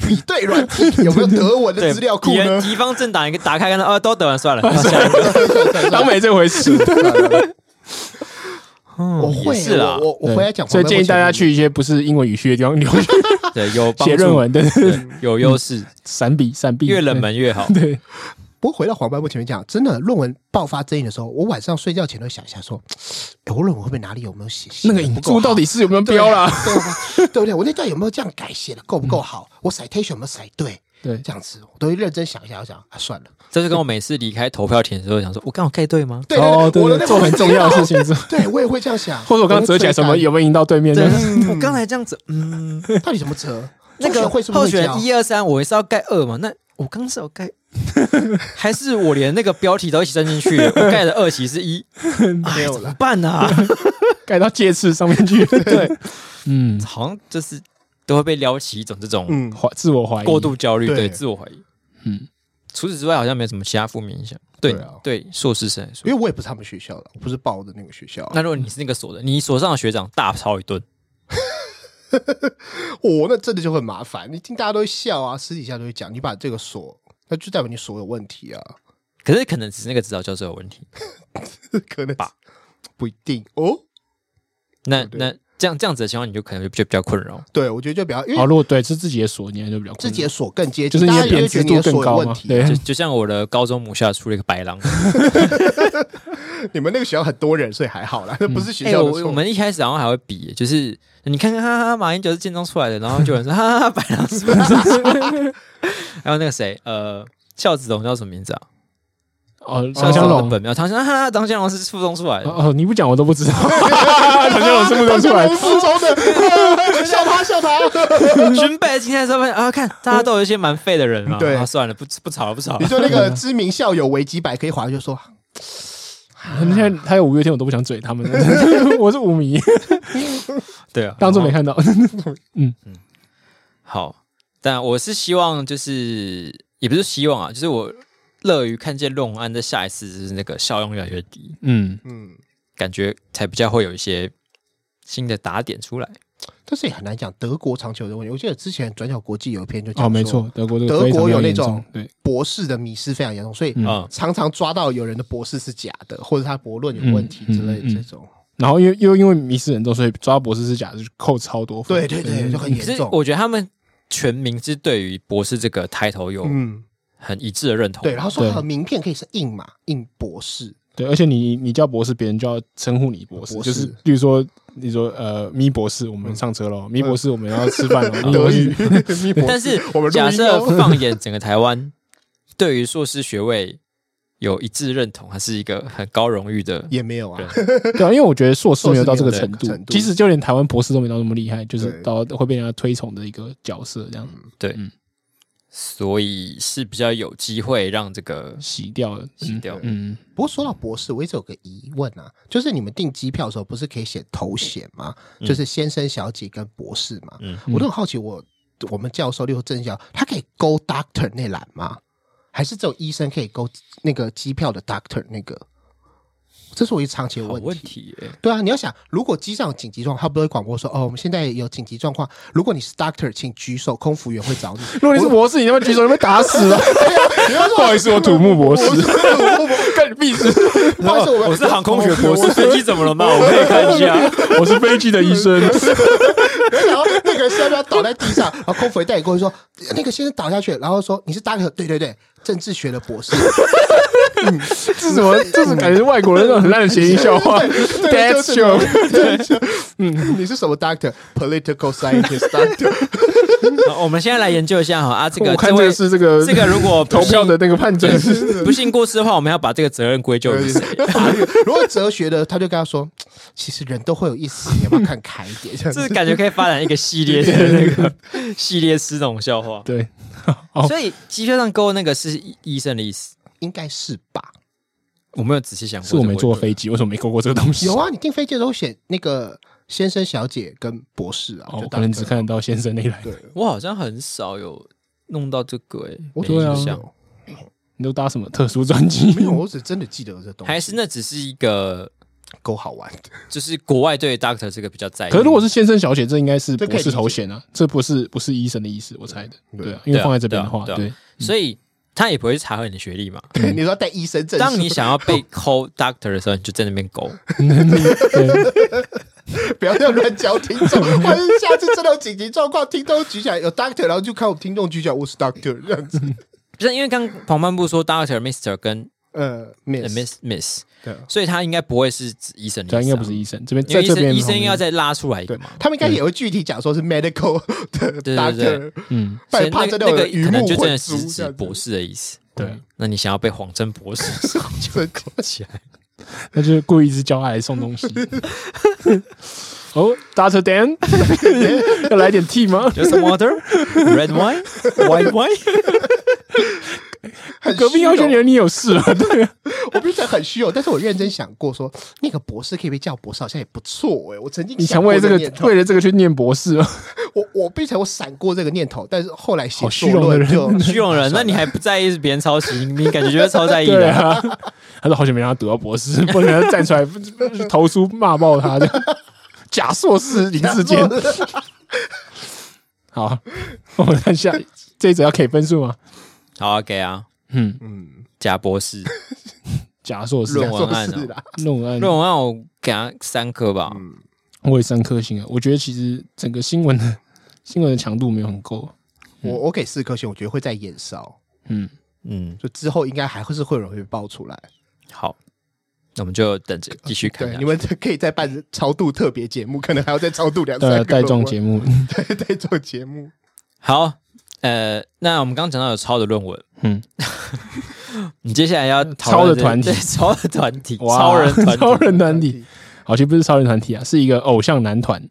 Speaker 3: 比对软体有没有德文的
Speaker 1: 对，
Speaker 3: *laughs* 资料库
Speaker 1: 敌人
Speaker 2: *laughs*
Speaker 3: 呢？
Speaker 1: 敌方正打一个打开看到啊，都等完
Speaker 3: *laughs*
Speaker 1: 算了，下一个
Speaker 2: 当没这回事。
Speaker 3: 我会
Speaker 1: 也是啦
Speaker 3: 我我我回来讲，
Speaker 2: 所以建议大家
Speaker 3: 黄斑部前面
Speaker 2: 去一些不是英文语系的地
Speaker 3: *laughs*
Speaker 2: 方留学
Speaker 1: 对有帮助
Speaker 2: 写论，文，对，
Speaker 1: 对有优
Speaker 3: 嗯
Speaker 1: 势，
Speaker 2: 闪避闪避，
Speaker 1: 越冷门越
Speaker 3: *laughs*
Speaker 1: 好。
Speaker 2: 对。对，
Speaker 3: 不过回到黄斑部前面讲，真的论文爆发争议的时候，我晚上睡觉前都想一下说，哎，我论文会不会哪里有没有写啊
Speaker 2: 那个引注到底是有没有标啦？
Speaker 3: 对吧？对不啊对？我那段有没有这样改写的够不够好？我 citation 有没有改 *laughs* 对？
Speaker 2: 对，
Speaker 3: 这样子我都会认真想一下，我想啊，算了。
Speaker 1: 这就跟我每次离开投票田的时候想说，我刚好盖对吗？
Speaker 3: 对
Speaker 2: 哦，
Speaker 3: 我
Speaker 2: 对
Speaker 3: 的，
Speaker 2: 做很重要的事情是，
Speaker 3: 对 *laughs* 我也会这样想。
Speaker 2: 或者我刚刚折起来什么有没有引到对面？
Speaker 1: 对
Speaker 2: 这样，
Speaker 1: 我刚才这样子，嗯，
Speaker 3: 有？到底怎么折？
Speaker 1: 那个
Speaker 3: 会是不
Speaker 1: 候
Speaker 3: 是会
Speaker 1: 选人
Speaker 3: 教？
Speaker 1: 一二三，我是要盖二嘛？那我刚是有盖， *laughs* 还是我连那个标题都一起算进去了？我盖的二其实是一，
Speaker 3: 没有
Speaker 1: 怎么
Speaker 3: 了。
Speaker 1: 办啊？
Speaker 2: 改到戒尺上面去。对，嗯，
Speaker 1: 好像就是都会被撩起一种这种
Speaker 3: 嗯，
Speaker 2: *laughs* 怀自我怀疑，
Speaker 1: 过度焦虑，
Speaker 3: 对
Speaker 1: 对自我怀疑。
Speaker 2: 嗯，
Speaker 1: 除此之外，好像没有什么其他负面影响。对
Speaker 3: 对啊
Speaker 1: 对，硕士生来说
Speaker 3: 因为，我也不是他们学校的，我不是报的那个学校。
Speaker 1: 那如果你是那个所的，你所上的学长大抄一顿，
Speaker 3: 我那真的就很麻烦。你听大家都会笑啊，私底下都会讲，你把这个锁，那就代表你锁有问题啊， *laughs*
Speaker 1: 可是可能只是那个指导教授有问题。
Speaker 3: 可能吧？不一定哦。
Speaker 1: 那
Speaker 3: 对
Speaker 1: 那这样这样子的情况，你就可能就比较比较困扰。
Speaker 3: 对，我觉得就比较，因
Speaker 2: 哦，
Speaker 3: 为
Speaker 2: 如果对是自己的锁，你还就比较困
Speaker 3: 嗯自己的
Speaker 2: 难
Speaker 3: 锁更接
Speaker 2: 就
Speaker 3: 近，
Speaker 2: 是你的
Speaker 3: 大家就
Speaker 2: 贬
Speaker 3: 会
Speaker 2: 值
Speaker 3: 觉得你
Speaker 2: 度
Speaker 3: 的
Speaker 2: 更
Speaker 3: 锁有
Speaker 2: 高
Speaker 3: 问
Speaker 2: 嘛？
Speaker 3: 题。
Speaker 2: 对，
Speaker 1: 就就像我的高中母校出了一个白狼，
Speaker 3: *laughs* 你们那个学校很多人，所以还好啦，
Speaker 2: 嗯
Speaker 3: 那不是学
Speaker 1: 哎、
Speaker 3: 校的
Speaker 1: 我我
Speaker 3: 错。
Speaker 1: 们一开始好像还会比，就是你看看哈哈，马英九是建中出来的，然后就有人
Speaker 3: *laughs*
Speaker 1: 说哈哈，白狼 *laughs* 是不是？还有那个谁，呃，孝子龙叫什么名字啊？
Speaker 2: 哦，
Speaker 1: 孝
Speaker 2: 唐
Speaker 1: 子
Speaker 2: 香
Speaker 1: 龙的
Speaker 2: 龙，
Speaker 1: 本名，唐香哈哈，唐香龙是附中出
Speaker 2: *laughs*
Speaker 1: 来的。
Speaker 2: 哦，哦你不讲我都不
Speaker 3: *laughs*
Speaker 2: 知道，唐香龙是不是都啊出来？
Speaker 3: 附
Speaker 2: *laughs*
Speaker 3: 中的， *laughs* 笑他笑他。 *laughs*
Speaker 1: 军备竞赛的时候发现啊，看大家都有一些蛮废的人嘛，
Speaker 3: 对
Speaker 1: 啊，算了，不不吵了，不吵
Speaker 3: 你
Speaker 1: 了。
Speaker 3: 说那个知名校友维基百科一划就说，
Speaker 2: 他们现在还有五月天，我都不想嘴他们， *laughs* 我是舞迷，
Speaker 1: 对啊，
Speaker 2: 当做没
Speaker 1: 然后
Speaker 2: 看到。
Speaker 1: 好。但我是希望，就是也不是希望啊，就是我乐于看见论文案在下一次就是那个效用越来越低，
Speaker 2: 嗯，
Speaker 3: 嗯，
Speaker 1: 感觉才比较会有一些新的打点出来。
Speaker 3: 但是也很难讲德国长久的问题。我记得之前转角国际有一篇就讲，
Speaker 2: 哦，没，错，德国这个
Speaker 3: 德
Speaker 2: 非常
Speaker 3: 国有那
Speaker 2: 严重
Speaker 3: 种
Speaker 2: 对，
Speaker 3: 博士的迷失非常严重，所以
Speaker 2: 嗯
Speaker 1: 嗯，
Speaker 3: 常常抓到有人的博士是假的，或者他博论有问
Speaker 2: 嗯
Speaker 3: 题之类的这种。
Speaker 2: 然后又又因为迷失人重，所以抓博士是假的，就扣超多分。
Speaker 3: 对对对，就
Speaker 1: 可
Speaker 3: 很严
Speaker 1: 嗯是
Speaker 3: 重。
Speaker 1: 我觉得他们全民是对于博士这个 title 有
Speaker 3: 嗯，
Speaker 1: 很一致的认同。
Speaker 3: 对，然后说
Speaker 2: 对
Speaker 3: 他的名片可以是印嘛，印博士，
Speaker 2: 对，而且你你叫博士，别人就要称呼你博士，
Speaker 3: 博
Speaker 2: 就
Speaker 3: 士
Speaker 2: 是
Speaker 3: 嗯
Speaker 2: 例如说你说呃咪博士，我们上车喽，咪博士我们要吃饭喽，咪博
Speaker 3: *laughs* 德
Speaker 2: 士
Speaker 3: 语，
Speaker 1: *laughs*
Speaker 3: 密博士
Speaker 1: 但是
Speaker 3: *laughs* 我们录音
Speaker 1: 假
Speaker 3: 哦
Speaker 1: 设放眼整个台湾，对于硕士学位有一致认同，还是一个很高荣誉的。
Speaker 3: 也没有啊，
Speaker 2: *laughs* 对啊，因为我觉得硕士没有到这个程
Speaker 3: 硕士
Speaker 2: 度
Speaker 3: 没有到这个程，度
Speaker 2: 即使就连台湾博士都没到那么厉害，就是
Speaker 3: 对
Speaker 2: 到会被人家推崇的一个角色，这样
Speaker 1: 嗯所以是比较有机会让这个
Speaker 2: 洗掉了。
Speaker 1: 洗掉。
Speaker 2: 嗯，
Speaker 3: 不过说到博士，我一直有个疑问啊，就是你们订机票的时候不是可以写头衔吗？就是先生、小姐跟博士嘛。
Speaker 1: 嗯
Speaker 3: 我都很好奇我，我们教授，例如郑教，他可以勾 doctor 那栏吗？还是只有医生可以勾那个机票的 doctor 那个？这是我一直长期的
Speaker 1: 好
Speaker 3: 问题。
Speaker 1: 问题耶、
Speaker 3: 对啊，你要想，如果机上有紧急状况，他不会广播说哦，我们现在有紧急状况，如果你是 doctor，请举手，空服员会找
Speaker 1: *laughs*
Speaker 3: 你。
Speaker 2: 如果你是博士，你他妈举手就被打死 *laughs* 了。啊不好意思，我土木博士，干你屁事！
Speaker 3: 不好意思，我
Speaker 1: 我
Speaker 3: 们
Speaker 1: 是航空学博士，飞机怎么了嘛？我可以看一下。
Speaker 2: 我是飞机的医 *laughs* 生。
Speaker 3: *laughs* 然后那个先生要倒在地上，然后空服员带你过去说，呃那个先生倒下去，然后说你是 doctor，对对对，政治学的博士。
Speaker 2: 这是什么？这是感觉是外国人那种很烂的谐音笑话。*laughs*
Speaker 3: 对
Speaker 2: That's
Speaker 3: *laughs* 就是
Speaker 2: joke。
Speaker 3: 嗯，你是什么 doctor？political scientist
Speaker 2: *laughs*
Speaker 3: doctor？
Speaker 1: *laughs* 好我们现在来研究一下哈啊，这个
Speaker 2: 我看
Speaker 1: 这
Speaker 2: 这
Speaker 1: 位
Speaker 2: 个是这个
Speaker 1: 这个如果不
Speaker 2: *laughs* 投票
Speaker 1: 幸
Speaker 2: 的那个判准是
Speaker 1: 不幸过世的话，我们要把这个责任归咎于谁？
Speaker 3: 法律。如果哲学的，他就跟他说，其实人都会有一死，你要不要看开一点？ *laughs* 这样
Speaker 1: 这
Speaker 3: 子。
Speaker 1: 感觉可以发展一个系列的那个系列吃这种笑话。
Speaker 2: *laughs* 对。哦，
Speaker 1: 所以机票上勾那个是医医生的意思，
Speaker 3: 应该是吧？
Speaker 1: 我没有仔细想过。
Speaker 2: 是我没坐过飞机，为什么没勾过这个东西？
Speaker 3: 有啊，你订飞机的时候写那个先生、小姐跟博士啊，
Speaker 2: 哦，
Speaker 3: 就
Speaker 2: 我可
Speaker 3: 当
Speaker 2: 能只看得到先生那一栏。
Speaker 3: 对，
Speaker 1: 我好像很少有弄到这个诶、
Speaker 3: 我
Speaker 1: 没印
Speaker 2: 对
Speaker 1: 象
Speaker 2: 啊你都搭什么特殊专机？
Speaker 3: 没有，我只真的记得这东西，
Speaker 1: 还是那只是一个，
Speaker 3: 够好玩
Speaker 2: *laughs*
Speaker 3: 的。
Speaker 1: 就是国外对 doctor 这个比较在意。
Speaker 2: 可是如果是先生小姐，这应该是
Speaker 3: 这可以
Speaker 2: 博士
Speaker 3: 理解嗯
Speaker 2: 头衔啊，这不是不是医生的意思，我猜的。
Speaker 3: 对
Speaker 2: 对啊，因为放在这边的话，
Speaker 1: 对啊对
Speaker 2: 对，
Speaker 1: 所以他也不会去查核你的学历嘛。
Speaker 3: 对，你说带医生证书，
Speaker 1: 当你想要被抠 doctor 的时候，你就在那边勾。 *laughs*
Speaker 3: 不要这样乱教听众，万一下次真的有紧急状况，听众举起来有 doctor，然后就看我们听众举起来我是 doctor 这样子。
Speaker 1: 不是因为刚旁半部说 doctor、mister 跟
Speaker 3: 呃
Speaker 1: 呃
Speaker 3: ，miss，
Speaker 1: miss miss，
Speaker 3: 对
Speaker 1: 所以他应该不会是指医生的
Speaker 2: 对啊，
Speaker 1: 意
Speaker 2: 应
Speaker 1: 思啊
Speaker 2: 该不是医生。这边
Speaker 1: 因为
Speaker 2: 在
Speaker 1: 医
Speaker 2: 这
Speaker 1: 生
Speaker 2: 边
Speaker 1: 医生应该要
Speaker 2: 在
Speaker 1: 再拉出来一个
Speaker 3: 对
Speaker 1: 嘛，，
Speaker 3: 他们应该也会具体讲说是 medical 的
Speaker 1: 嗯对
Speaker 3: doctor，
Speaker 2: 嗯，
Speaker 1: 所以
Speaker 3: 怕
Speaker 1: 那个
Speaker 3: 真
Speaker 1: 那
Speaker 3: 的
Speaker 1: 个
Speaker 3: 有鱼
Speaker 1: 可能
Speaker 3: 目
Speaker 1: 就真
Speaker 3: 混
Speaker 1: 的是
Speaker 3: 珠这
Speaker 1: 指
Speaker 3: 样
Speaker 1: 博
Speaker 3: 子。
Speaker 1: 士的意思。嗯
Speaker 2: 对，
Speaker 1: 那你想要被谎称博士
Speaker 2: *laughs*
Speaker 1: 的时候，就勾起来。
Speaker 2: 那就是故意是叫他来送东西。 *laughs* 哦，Doctor Dan，要来点 tea 吗？
Speaker 1: 有 some water, red wine,
Speaker 2: *laughs*
Speaker 1: white wine。
Speaker 3: 很
Speaker 2: 隔壁
Speaker 3: 虚
Speaker 2: 要求
Speaker 3: 荣
Speaker 2: 人你有事
Speaker 3: *laughs*
Speaker 2: 啊？对啊，
Speaker 3: 我不是很虚荣，但是我认真想过说，那个博士可以被叫博士，好像也不错哎、我曾经
Speaker 2: 你
Speaker 3: 想
Speaker 2: 想
Speaker 3: 过
Speaker 2: 为这
Speaker 3: 念
Speaker 2: 个
Speaker 3: 头
Speaker 2: 为，了这个去念博士吗？
Speaker 3: 我我并且我闪过这个念头，但是后来写
Speaker 2: 好虚
Speaker 3: 作
Speaker 2: 荣的
Speaker 3: 论
Speaker 2: 人
Speaker 3: 就
Speaker 1: 虚荣人，
Speaker 3: *laughs*
Speaker 1: 那你还不在意是别人抄袭，你感觉就是超在意
Speaker 2: *laughs* 对
Speaker 1: 的。
Speaker 2: 啊，他说好久没让他读到博士，不然他站
Speaker 3: *laughs*
Speaker 2: 出来投诉骂爆他的假硕士林志坚。
Speaker 1: *laughs*
Speaker 2: 好，我们看下这一则要给分数吗？
Speaker 1: 好啊，给啊，
Speaker 2: 嗯，
Speaker 3: *laughs* 嗯，
Speaker 1: 贾博士
Speaker 2: 假硕士
Speaker 1: 论
Speaker 3: 想
Speaker 1: 文
Speaker 3: 做
Speaker 1: 案
Speaker 3: 事
Speaker 1: 哦
Speaker 3: 啦，
Speaker 2: 论文
Speaker 1: 论文让我给他三颗吧，
Speaker 3: 嗯，
Speaker 2: 我也三颗星啊。我觉得其实整个新闻的 *laughs* 新闻的强度没有很够，
Speaker 3: 我我给四颗星，我觉得会再延烧，
Speaker 2: 嗯，
Speaker 1: 嗯，
Speaker 3: 就之后应该还会是会有人会爆出来。
Speaker 1: 好，那我们就等着继续看
Speaker 3: 对，
Speaker 1: 下
Speaker 3: 你
Speaker 1: 去。
Speaker 3: 们可以再办超度特别节目，可能还要再超度两
Speaker 2: 对啊，
Speaker 3: 三个
Speaker 2: 带状节目， *laughs*
Speaker 3: 目，对带状节目。
Speaker 1: 好，呃，那我们刚刚讲到有超的论文，
Speaker 2: 嗯，
Speaker 1: *laughs* 你接下来要讨论
Speaker 2: 超的团体
Speaker 1: 对超的团体，
Speaker 2: 哇
Speaker 1: 超人
Speaker 2: *laughs*
Speaker 1: 团体，
Speaker 2: 超人团体，好，其实不是超人团体啊，是一个偶像男团。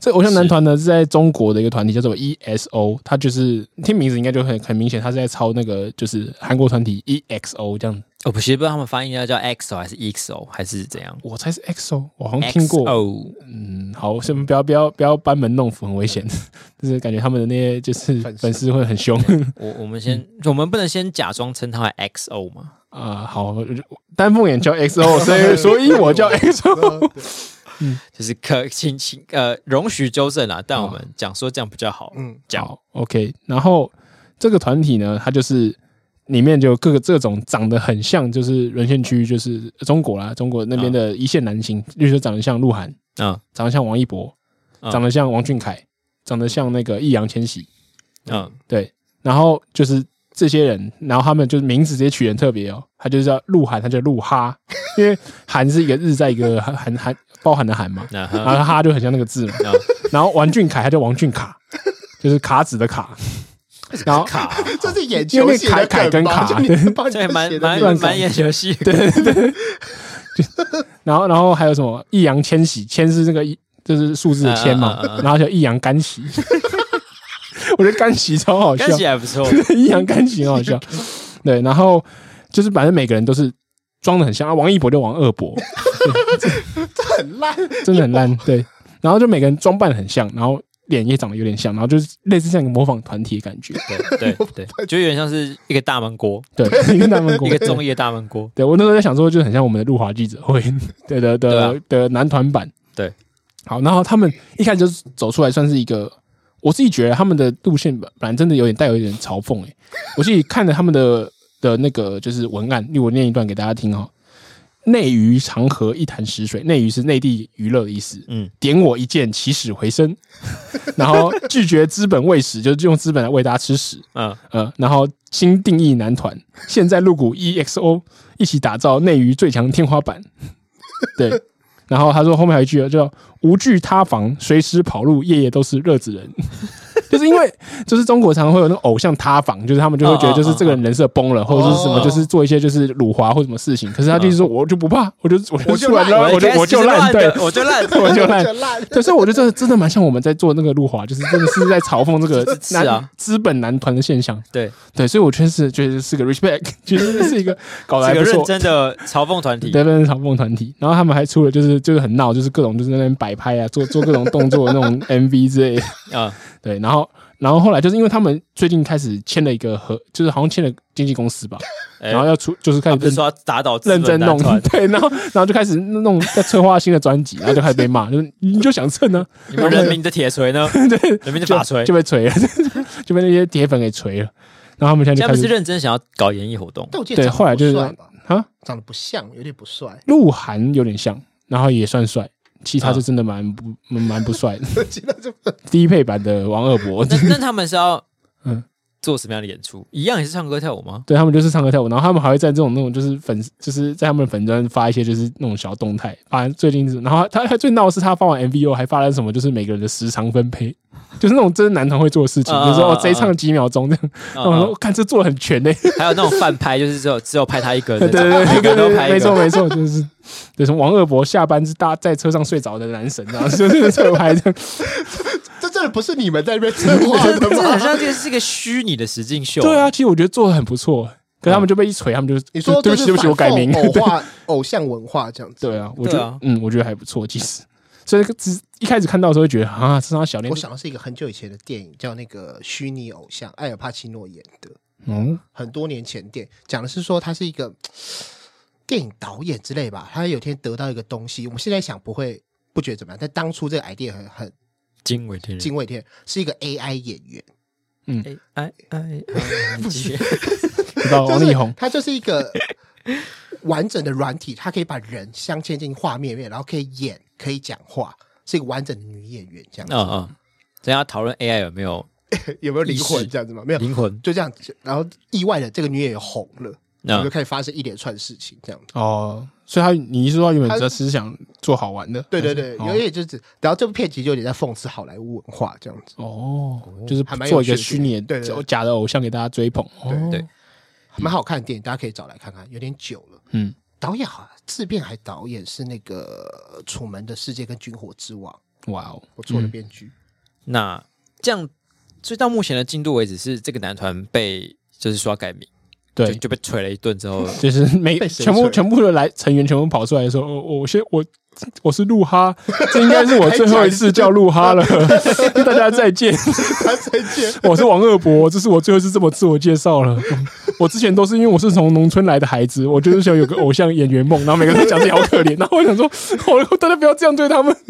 Speaker 2: 这偶像男团呢是在中国的一个团体，叫做 ESO，它就是听名字应该就很很明显，它是在抄那个就是韩国团体 EXO 这样。
Speaker 1: 我哦不其实不知道他们发音要叫 XO 还是 EXO 还是怎样。
Speaker 2: 我猜是 XO，我好像听过。
Speaker 1: XO
Speaker 2: 嗯，好，先不要不要不要班门弄斧，很危险。 *laughs* 就是感觉他们的那些就是
Speaker 3: 粉丝
Speaker 2: 粉丝会很凶
Speaker 1: 我我们先，
Speaker 2: 嗯
Speaker 1: 我们不能先假装称他为 XO 嘛？
Speaker 2: 啊、好，我就丹凤眼叫 XO，所以所以我叫 XO。
Speaker 1: 就是可请请呃容许纠正啦，
Speaker 2: 哦
Speaker 1: 但我们讲说这样比较好。
Speaker 3: 嗯，
Speaker 1: 讲
Speaker 2: 好，OK。然后这个团体呢，它就是里面就有各个这种长得很像，就是沦陷区，就是中国啦，中国那边的一线男星，例如说长得像鹿晗，
Speaker 1: 嗯
Speaker 2: 长得像王一博，
Speaker 1: 嗯
Speaker 2: 长得像王俊凯，长得像那个易烊千玺，
Speaker 1: 嗯
Speaker 2: 对。然后就是这些人，然后他们就是名字直接取得很特别哦，他就是叫鹿晗，他叫鹿哈，因为韩是一个日在一个韩韩韩包含的韩嘛，
Speaker 1: 那
Speaker 2: 然后哈就很像那个字嘛。
Speaker 1: 嗯
Speaker 2: 然后王俊凯他叫王俊卡，就是卡子的卡。然后
Speaker 1: 卡，
Speaker 3: 这是眼球写的
Speaker 2: 因为凯凯跟
Speaker 3: 梗吧
Speaker 2: 卡
Speaker 3: 就你
Speaker 2: *laughs*
Speaker 3: 帮你
Speaker 1: 这蛮
Speaker 3: 写的
Speaker 1: 蛮
Speaker 3: 名
Speaker 2: 乱
Speaker 3: 字
Speaker 2: 搞
Speaker 1: 蛮演游戏。对，
Speaker 2: 然后然后还有什么易烊千玺，千是那个一就是数字的千嘛，
Speaker 1: 嗯嗯嗯嗯
Speaker 2: 然后叫易烊干玺。 *laughs* 我觉得干玺超好笑
Speaker 1: 看，起来不
Speaker 2: *laughs*
Speaker 1: 错。
Speaker 2: 易烊干玺很好笑。对，然后就是反正每个人都是装的很像，啊，王一博就王二博，
Speaker 3: 很烂，
Speaker 2: 真的很烂。对，然后就每个人装扮得很像，然后脸也长得有点像，然后就是类似像一个模仿团体的感觉。
Speaker 1: 对对对，就有点像是一个大闷锅，
Speaker 2: 对，一个他们
Speaker 1: 一个综艺的大闷锅。
Speaker 2: 对我那时候在想说，就是很像我们的路华记者会 *laughs* 对的
Speaker 1: 对
Speaker 2: 的
Speaker 1: 啊
Speaker 2: 的男团版。
Speaker 1: 对，
Speaker 2: 好，然后他们一开始就是走出来，算是一个，我自己觉得他们的路线本本来真的有点带有一点嘲讽诶、欸我自己看了他们的的那个就是文案，我念一段给大家听哦。内娱长河一潭死水，内娱是内地娱乐的意思。
Speaker 1: 嗯，
Speaker 2: 点我一剑，起死回生。 *laughs* 然后拒绝资本喂食，就是用资本来喂大家吃屎。
Speaker 1: 嗯，
Speaker 2: 呃，然后新定义男团，现在入股 EXO，一起打造内娱最强天花板。对，然后他说后面还有一句哦叫“无惧塌房，随时跑路，夜夜都是热子人”，就是因为就是中国常常会有那种偶像塌房，就是他们就会觉得就是这个人人设崩了，或者是什么，
Speaker 3: 哦
Speaker 2: 就是做一些就是辱华或什么事情，可是他就是说我就不怕，我就 *laughs* 我就
Speaker 3: 我就
Speaker 2: 出来
Speaker 3: 烂
Speaker 2: 了，我就我就烂，对，
Speaker 1: 我就烂。
Speaker 2: *laughs* 我就烂
Speaker 3: 就。烂，
Speaker 2: 对，所以我觉得这真的蛮像我们在做那个路华，就是真的是在嘲讽这个
Speaker 1: 是啊
Speaker 2: 男资本男团的现象。
Speaker 1: 对，
Speaker 2: 对，所以我确实觉得是个 respect，觉 *laughs* 得是一个搞得还
Speaker 1: 是
Speaker 2: 不
Speaker 1: 个认
Speaker 2: 错。
Speaker 1: 真的嘲讽团体。
Speaker 2: 对，认真嘲讽团体，然后他们还出了就是就是很闹，就是各种就是在那边摆拍啊，做做各种动作那
Speaker 1: *laughs*
Speaker 2: 种 MV 之类的。
Speaker 1: 嗯
Speaker 2: 对，然后然后后来就是因为他们最近开始签了一个合，就是好像签了经纪公司吧，
Speaker 1: 哎
Speaker 2: 然后要出就是开
Speaker 1: 他
Speaker 2: 始
Speaker 1: 不是
Speaker 2: 认
Speaker 1: 说要打倒资本
Speaker 2: 认真
Speaker 1: 男
Speaker 2: 弄
Speaker 1: 团，
Speaker 2: *laughs* 对，然后然后就开始弄在策划新的专辑，然后就开始被骂，就是你就想蹭啊，
Speaker 1: 你们人民的铁锤呢？对，人民的
Speaker 2: 就
Speaker 1: 法锤
Speaker 2: 就。被锤了， *laughs* 就被那些铁粉给锤了。然后他们现在
Speaker 1: 现在
Speaker 2: 就
Speaker 1: 不是
Speaker 2: 开始
Speaker 1: 认真想要搞演艺活动，
Speaker 3: 但我记得
Speaker 2: 对，
Speaker 3: 长得
Speaker 2: 后来就是
Speaker 3: 不帅吧
Speaker 2: 啊，，
Speaker 3: 长得不像，有点不帅
Speaker 2: 鹿晗有点像，然后也算帅，其他就真的蛮不蛮蛮不帅的。 *laughs*
Speaker 3: 记得就
Speaker 2: 低配版的王二博，
Speaker 1: 那那他们是要
Speaker 2: 嗯
Speaker 1: 做什么样的演出？一样也是唱歌跳舞吗？
Speaker 2: *laughs* 对他们就是唱歌跳舞，然后他们还会在这种那种就是粉丝，就是在他们粉专发一些就是那种小动态，发最近是，然后他他最闹的是他发完 MV 后还发了什么，就是每个人的时长分配， *laughs* 就是那种真的男团会做的事情，
Speaker 1: 啊
Speaker 2: 比如说
Speaker 1: 啊
Speaker 2: 哦
Speaker 1: 啊
Speaker 2: 谁唱几秒钟这样，
Speaker 1: 嗯
Speaker 2: 然后我说
Speaker 1: 嗯
Speaker 2: 我看这做的很全呢、 *laughs*
Speaker 1: 还有那种饭拍，就是只有只有拍他一个
Speaker 2: 对
Speaker 1: 人的
Speaker 2: 对
Speaker 1: 那种，每个
Speaker 2: 对对对
Speaker 1: 人都
Speaker 2: 对，
Speaker 1: 拍
Speaker 2: 没
Speaker 1: 一
Speaker 2: 错
Speaker 1: 个。
Speaker 2: 没错，就是对什么王二博下班是搭在车上睡着的男神，然 *laughs* 后就是侧拍这样，
Speaker 3: 这真的不是你们在那边策划的
Speaker 1: 这很
Speaker 3: 吗？
Speaker 1: 像这个是一个虚拟的实境秀。
Speaker 2: 对啊，，其实我觉得做的很不错，可是他们就被一锤，他们就
Speaker 3: 你说
Speaker 2: 对不
Speaker 3: 就是
Speaker 2: 起对不起，我改名，
Speaker 3: 反讽偶哦
Speaker 2: 对
Speaker 3: 化偶像文化这样子。
Speaker 2: *laughs* 对啊，我觉
Speaker 1: 对
Speaker 2: 得
Speaker 1: 啊
Speaker 2: 嗯，我觉得还不错，其实，所以只一开始看到的时候会觉得啊，这张小脸
Speaker 3: 我，想的是一个很久以前的电影，叫那个《虚拟偶像》，艾尔帕奇诺演的，
Speaker 2: 嗯
Speaker 3: 很多年前电影，讲的是说他是一个电影导演之类吧，他有一天得到一个东西，我们现在想不会不觉得怎么样，但当初这个 idea 很很
Speaker 1: 嗯惊为天人。
Speaker 3: 惊为天人，是一个 AI 演员，
Speaker 1: 哎哎哎，继续
Speaker 2: 不知道
Speaker 3: *laughs* 就
Speaker 2: 王
Speaker 3: 是
Speaker 2: 力宏，
Speaker 3: 它就是
Speaker 1: *laughs*
Speaker 3: 一个完整的软体，它可以把人镶嵌进画面里面，然后可以演，可以讲话，是一个完整的女演员这样子，
Speaker 1: 嗯嗯，大家讨论 AI 有没有
Speaker 3: 有没有灵
Speaker 1: 意
Speaker 3: 魂
Speaker 1: 识
Speaker 3: 这样子嘛？没有，
Speaker 1: 灵魂？
Speaker 3: 就这样。然后意外的，这个女演员红了，
Speaker 2: 嗯
Speaker 3: 然
Speaker 1: 那、
Speaker 3: 后就开始发生一连串事情这样子。
Speaker 2: 哦，所以他你一说他原
Speaker 3: 他
Speaker 2: 本只是想做好玩的，
Speaker 3: 对对
Speaker 2: 还是
Speaker 3: 对，有点就是，然后这部片其实有点在讽刺好莱坞文化这样子，
Speaker 2: 哦，就是
Speaker 3: 还蛮有
Speaker 2: 做一
Speaker 3: 趣
Speaker 2: 个
Speaker 3: 的
Speaker 2: 虚拟
Speaker 3: 对对对
Speaker 2: 的假的偶像给大家追捧，哦
Speaker 3: 对
Speaker 1: 对，
Speaker 3: 蛮好看的电影，大家可以找来看看，有点久了。
Speaker 2: 嗯，
Speaker 3: 导演好像自变还导演是那个《楚门的世界》跟《军火之王》，
Speaker 2: 哇哦，
Speaker 3: 不错的编剧。
Speaker 1: 那这样，所以到目前的进度为止，是这个男团被就是说要改名，就
Speaker 2: 对，
Speaker 1: 就被锤了一顿之后，
Speaker 2: 就是每
Speaker 3: 被谁
Speaker 2: 全部
Speaker 3: 吹
Speaker 2: 全部的来成员全部跑出来说，哦我我先我我是鹿哈， *laughs* 这应该是我最后一次叫鹿哈了， *laughs* 大家再见，
Speaker 3: 他再见，
Speaker 2: *laughs* 我是王恶博，这是我最后一次这么自我介绍了。 *laughs* 我之前都是因为我是从农村来的孩子，我就是想有个偶像演员梦，然后每个人都讲自己好可怜，然后我想说，我大家不要这样对他们。 *laughs*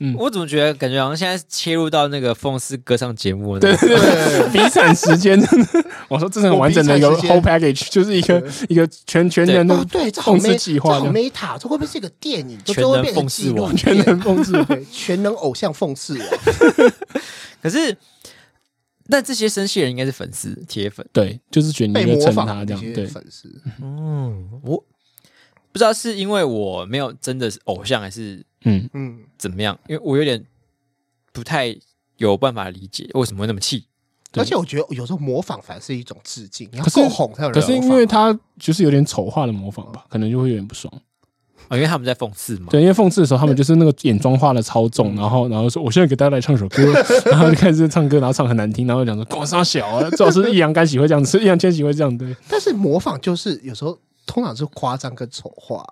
Speaker 1: *laughs* 我怎么觉得感觉好像现在切入到那个讽刺歌唱节目
Speaker 2: 对
Speaker 1: 呢？
Speaker 2: 对对，比惨时间， *laughs* 我说这是很完整的一个
Speaker 3: 我比惨时
Speaker 2: whole
Speaker 3: 间
Speaker 2: package，就是一个一个全全人的
Speaker 3: 哦，对，这好
Speaker 2: 讽刺
Speaker 3: meta，
Speaker 2: 计
Speaker 3: 这
Speaker 2: 划
Speaker 3: 好
Speaker 2: 的
Speaker 3: meta，这会不会是一个电影？这
Speaker 1: 全
Speaker 3: 会
Speaker 1: 能
Speaker 3: 变成
Speaker 1: 讽
Speaker 3: 纪
Speaker 1: 刺
Speaker 3: 录
Speaker 1: 王
Speaker 2: 全
Speaker 3: 片
Speaker 2: 能控制。
Speaker 3: *laughs* 对，全能偶像讽刺王，
Speaker 1: 可是，那这些生气人应该是粉丝铁粉。
Speaker 2: 对，就是觉得 *laughs*
Speaker 3: 被
Speaker 2: 你就
Speaker 3: 模
Speaker 2: 蹭
Speaker 3: 仿
Speaker 2: 他
Speaker 3: 的
Speaker 2: 这
Speaker 3: 那
Speaker 2: 样，
Speaker 3: 些
Speaker 2: 对，
Speaker 3: 粉丝，
Speaker 1: 嗯，我不知道是因为我没有真的是偶像，还是
Speaker 2: 嗯，
Speaker 3: 嗯，
Speaker 1: 怎么样？因为我有点不太有办法理解为什么会那么气。
Speaker 2: 对
Speaker 3: 而且我觉得有时候模仿反而是一种致敬，你要
Speaker 2: 可是
Speaker 3: 够红才有人
Speaker 2: 可
Speaker 3: 模
Speaker 2: 是
Speaker 3: 仿。
Speaker 2: 因为他就是有点丑化的模仿吧，可能就会有点不爽。
Speaker 1: 啊，因为他们在讽刺嘛。
Speaker 2: 对，因为讽刺的时候，他们就是那个眼妆画的超
Speaker 1: 嗯
Speaker 2: 重，然后然后说我现在给大家来唱首歌， *laughs* 然后就开始唱歌，然后唱很难听，然后讲说光沙小啊，最好是易烊千玺会这样子，易烊千玺会这样对，
Speaker 3: 但是模仿就是有时候通常是夸张跟丑化，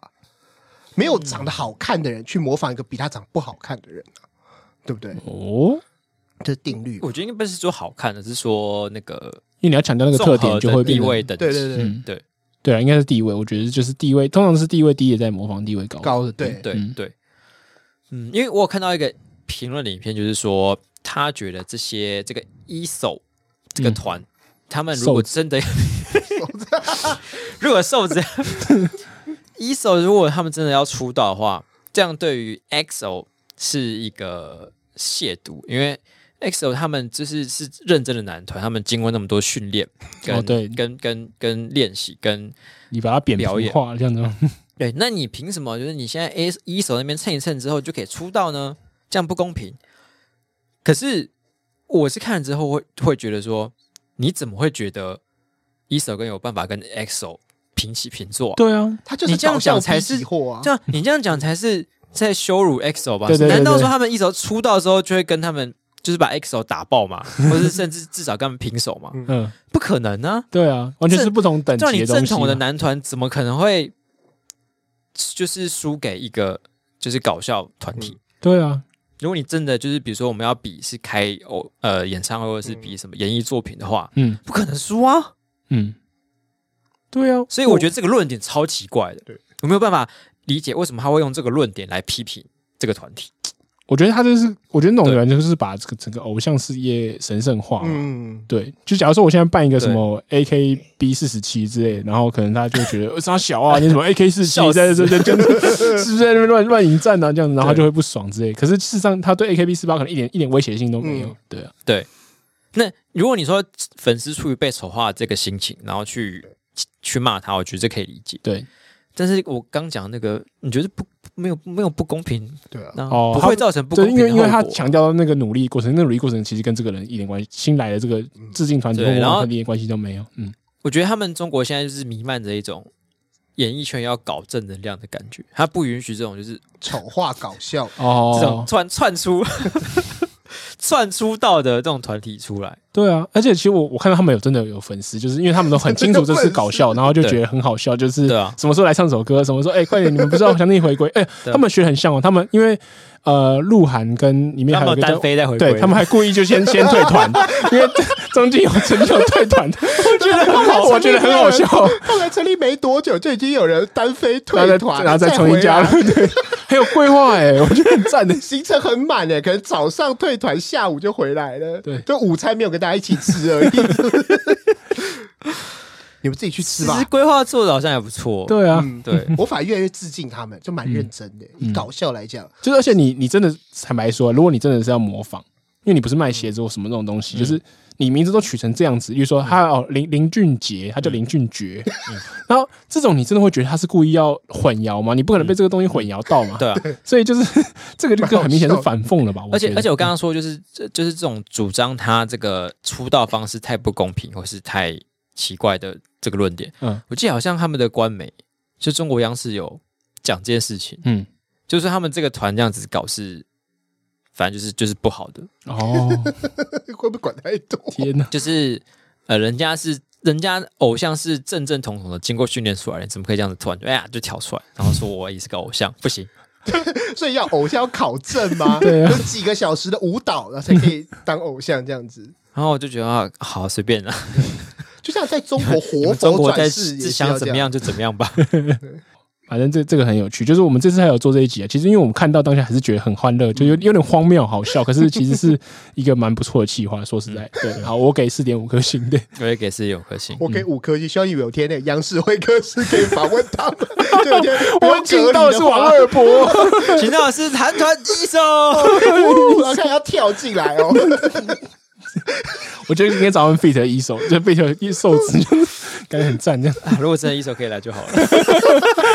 Speaker 3: 没有长得好看的人去模仿一个比他长得不好看的人、啊、对不对？
Speaker 2: 哦，
Speaker 3: 这是定律。
Speaker 1: 我觉得应该不是说好看的，只是说那个
Speaker 2: 因为你要强调那个
Speaker 1: 综
Speaker 2: 特点
Speaker 1: 合
Speaker 2: 就会
Speaker 1: 的
Speaker 2: 变
Speaker 1: 地
Speaker 2: 得
Speaker 1: 位等级。
Speaker 3: 对对对，
Speaker 2: 嗯
Speaker 1: 对
Speaker 2: 对啊，应该是地位，我觉得就是地位，通常是地位低的在模仿地位高的，
Speaker 3: 高的对，
Speaker 1: 对
Speaker 2: 嗯
Speaker 1: 对，嗯，因为我有看到一个评论的影片，就是说他觉得这些这个一手这个
Speaker 2: 嗯
Speaker 1: 团，他们如
Speaker 2: 瘦
Speaker 1: 果真的 *laughs* 如果瘦子一手如果他们真的要出道的话，这样对于 XO 是一个亵渎，因为。XO 他们就是是认真的男团，他们经过那么多训练，跟、
Speaker 2: 哦对
Speaker 1: 跟跟跟练习，跟
Speaker 2: 你把它扁
Speaker 1: 表
Speaker 2: 平
Speaker 1: 演
Speaker 2: 化这样子吗，
Speaker 1: 对，那你凭什么就是你现在 A 一手那边蹭一蹭之后就可以出道呢？这样不公平。可是我是看了之后会会觉得说，你怎么会觉得一手跟有办法跟 X 手平起平坐、啊？
Speaker 2: 对啊，
Speaker 3: 他就是
Speaker 1: 你这样
Speaker 3: 搞笑
Speaker 1: 讲才
Speaker 3: 逼
Speaker 1: 是
Speaker 3: 疑惑啊
Speaker 1: 这。样你这样讲才是在羞辱 X 手吧？
Speaker 2: 对对对
Speaker 1: 难道
Speaker 2: 对
Speaker 1: 说他们一手出道之后就会跟他们就是把 X 手打爆
Speaker 2: *laughs*
Speaker 1: 吗？或是甚至至少跟他们平手吗？
Speaker 2: 嗯，
Speaker 1: 不可能啊！
Speaker 2: 对啊，完全是不同等
Speaker 1: 照
Speaker 2: 级
Speaker 1: 你
Speaker 2: 的
Speaker 1: 正
Speaker 2: 东西啊
Speaker 1: 统的
Speaker 2: 嘛。
Speaker 1: 男团，怎么可能会就是输给一个就是搞笑团体？
Speaker 2: 对啊，
Speaker 1: 如果你真的就是比如说我们要比是开偶呃演唱会，或者是比什么演艺作品的话，
Speaker 2: 嗯
Speaker 1: 不可能输啊！
Speaker 2: 嗯，对啊，
Speaker 1: 所以我觉得这个论点超奇怪的，
Speaker 3: 对
Speaker 1: 我没有办法理解为什么他会用这个论点来批评这个团体。
Speaker 2: 我觉得他就是，我觉得那种人就是把这个整个偶像事业神圣化嘛。
Speaker 3: 嗯，
Speaker 2: 对，就假如说我现在办一个什么 AKB 四十七之类，然后可能大家就会觉得 *laughs* 呃傻
Speaker 1: *laughs*
Speaker 2: 小啊，你什么 AK 四七
Speaker 1: 笑死
Speaker 2: 在这这这
Speaker 1: *laughs*
Speaker 2: 这是不是在那边乱乱迎战啊这样子，然后他就会不爽之类。可是事实上，他对 AKB 四八可能一点一点威胁性都没有
Speaker 3: 嗯。
Speaker 2: 对啊，
Speaker 1: 那如果你说粉丝出于被丑化的这个心情，然后去去骂他，我觉得这可以理解。
Speaker 2: 对，
Speaker 1: 但是我刚讲那个，你觉得不没有没有不公平，
Speaker 3: 对啊，
Speaker 1: 那
Speaker 2: 哦
Speaker 1: 不
Speaker 2: 他
Speaker 1: 会造成不公
Speaker 2: 对，因
Speaker 1: 平的
Speaker 2: 为因为他
Speaker 1: 后果
Speaker 2: 强调到那个努力过程，那个努力过程其实跟这个人一点关系，新来的这个致敬团体
Speaker 1: 对
Speaker 2: 跟我
Speaker 1: 然后
Speaker 2: 完全一点关系都没有。嗯，
Speaker 1: 我觉得他们中国现在就是弥漫着一种演艺圈要搞正能量的感觉，他不允许这种就是
Speaker 3: 丑化搞笑，
Speaker 1: 这种
Speaker 2: 哦，
Speaker 1: 窜窜出 *laughs* 窜出道的这种团体出来。
Speaker 2: 对啊，而且其实我我看到他们有真的有粉丝，就是因为他们都很清楚这是搞笑，然后就觉得很好笑，就是
Speaker 1: 对啊
Speaker 2: 什么时候来唱首歌，什么时候哎、快点，你们不知道我想你回归，哎、
Speaker 1: 对啊
Speaker 2: 他们学得很像哦，他们因为呃鹿晗跟里面
Speaker 1: 他
Speaker 2: 还
Speaker 1: 们
Speaker 2: 有
Speaker 1: 有
Speaker 2: 一个
Speaker 1: 单
Speaker 2: 叫。
Speaker 1: 飞再回归，
Speaker 2: 对他们还故意就先先退团，因为中间有曾经有退团，我觉得很好，我觉得很好笑。
Speaker 3: 后来成立没多久，就已经有人单飞
Speaker 2: 然
Speaker 3: 退
Speaker 2: 后再
Speaker 3: 团，
Speaker 2: 然后再重
Speaker 3: 回
Speaker 2: 新加
Speaker 3: 来
Speaker 2: 入，对，很有规划哎，我觉得很赞的。
Speaker 3: 行程很满诶，可能早上退团，下午就回来了。
Speaker 2: 对
Speaker 3: 就午餐没有跟大家一起吃而已。你们自己去
Speaker 1: 其
Speaker 3: 吃吧
Speaker 1: 实。规划做的好像还不错，
Speaker 2: 对啊，
Speaker 3: 嗯，
Speaker 1: 对， *laughs*
Speaker 3: 我反而越来越致敬他们，就蛮认真的。
Speaker 1: 嗯
Speaker 3: 以搞笑来讲，
Speaker 2: 就是而且你你真的坦白说，如果你真的是要模仿，因为你不是卖鞋子或什么那种东
Speaker 1: 嗯
Speaker 2: 西，就是你名字都取成这样子，比如说他哦林林俊杰，他叫林俊爵，
Speaker 1: 嗯
Speaker 2: *laughs* 然后这种你真的会觉得他是故意要混淆吗？你不可能被这个东西混淆到嘛？
Speaker 1: 对啊。
Speaker 2: 所以就是这个就更很明显是
Speaker 3: 蛮好
Speaker 2: 反讽了吧？
Speaker 1: 而且而且
Speaker 2: *laughs* 我觉得
Speaker 1: 我刚刚说就是这就是这种主张他这个出道方式太不公平或是太奇怪的这个论点，
Speaker 2: 嗯
Speaker 1: 我记得好像他们的官媒就中国央视有讲这件事情，
Speaker 2: 嗯
Speaker 1: 就是他们这个团这样子搞是，反正就是就是不好的，
Speaker 2: 哦
Speaker 3: 会不会管太多？ *laughs*
Speaker 2: 天哪，
Speaker 1: 就是呃人家是人家偶像是正正统统的经过训练出来的，怎么可以这样子突然就哎呀就跳出来，然后说我也是个偶像，不行，
Speaker 3: 所以要偶像要考
Speaker 1: *laughs*
Speaker 3: 证吗？
Speaker 2: 对啊
Speaker 3: 有几个小时的舞蹈，然后才可以当偶像这样子。 *laughs*
Speaker 1: 然后我就觉得啊好随便啦，
Speaker 3: 就像在中国
Speaker 1: 你
Speaker 3: 活
Speaker 1: 们 *laughs* 中
Speaker 3: 佛
Speaker 1: 国在
Speaker 3: 转世也是
Speaker 1: 想
Speaker 3: 要
Speaker 1: 怎
Speaker 3: 这
Speaker 1: 么
Speaker 3: 样，
Speaker 1: 样就怎么样吧。
Speaker 2: 反正这这个很有趣，就是我们这次还有做这一集啊。其实因为我们看到当下还是觉得很欢乐，就
Speaker 1: 嗯
Speaker 2: 有有点荒谬好笑，可是其实是一个蛮不错的企划。说实在，对，好，我给四点五颗星对。
Speaker 1: 我也给是有颗星，
Speaker 3: 我给五颗星，希望有一天那个央视会客室可以访问他
Speaker 1: *laughs*
Speaker 3: 们。就有一天
Speaker 2: 我们请到的是王二
Speaker 3: 博，
Speaker 1: 请到的是韩团一
Speaker 3: *laughs*
Speaker 1: 手，
Speaker 3: 然后看要跳进来
Speaker 1: *laughs*
Speaker 3: 哦。
Speaker 2: *laughs* 我觉得应该找他们 fit 一手，就 fit 一手指，就是 *laughs* 感觉很赞，这样
Speaker 1: 啊如果真的一手可以来就好
Speaker 3: *laughs*
Speaker 1: 了。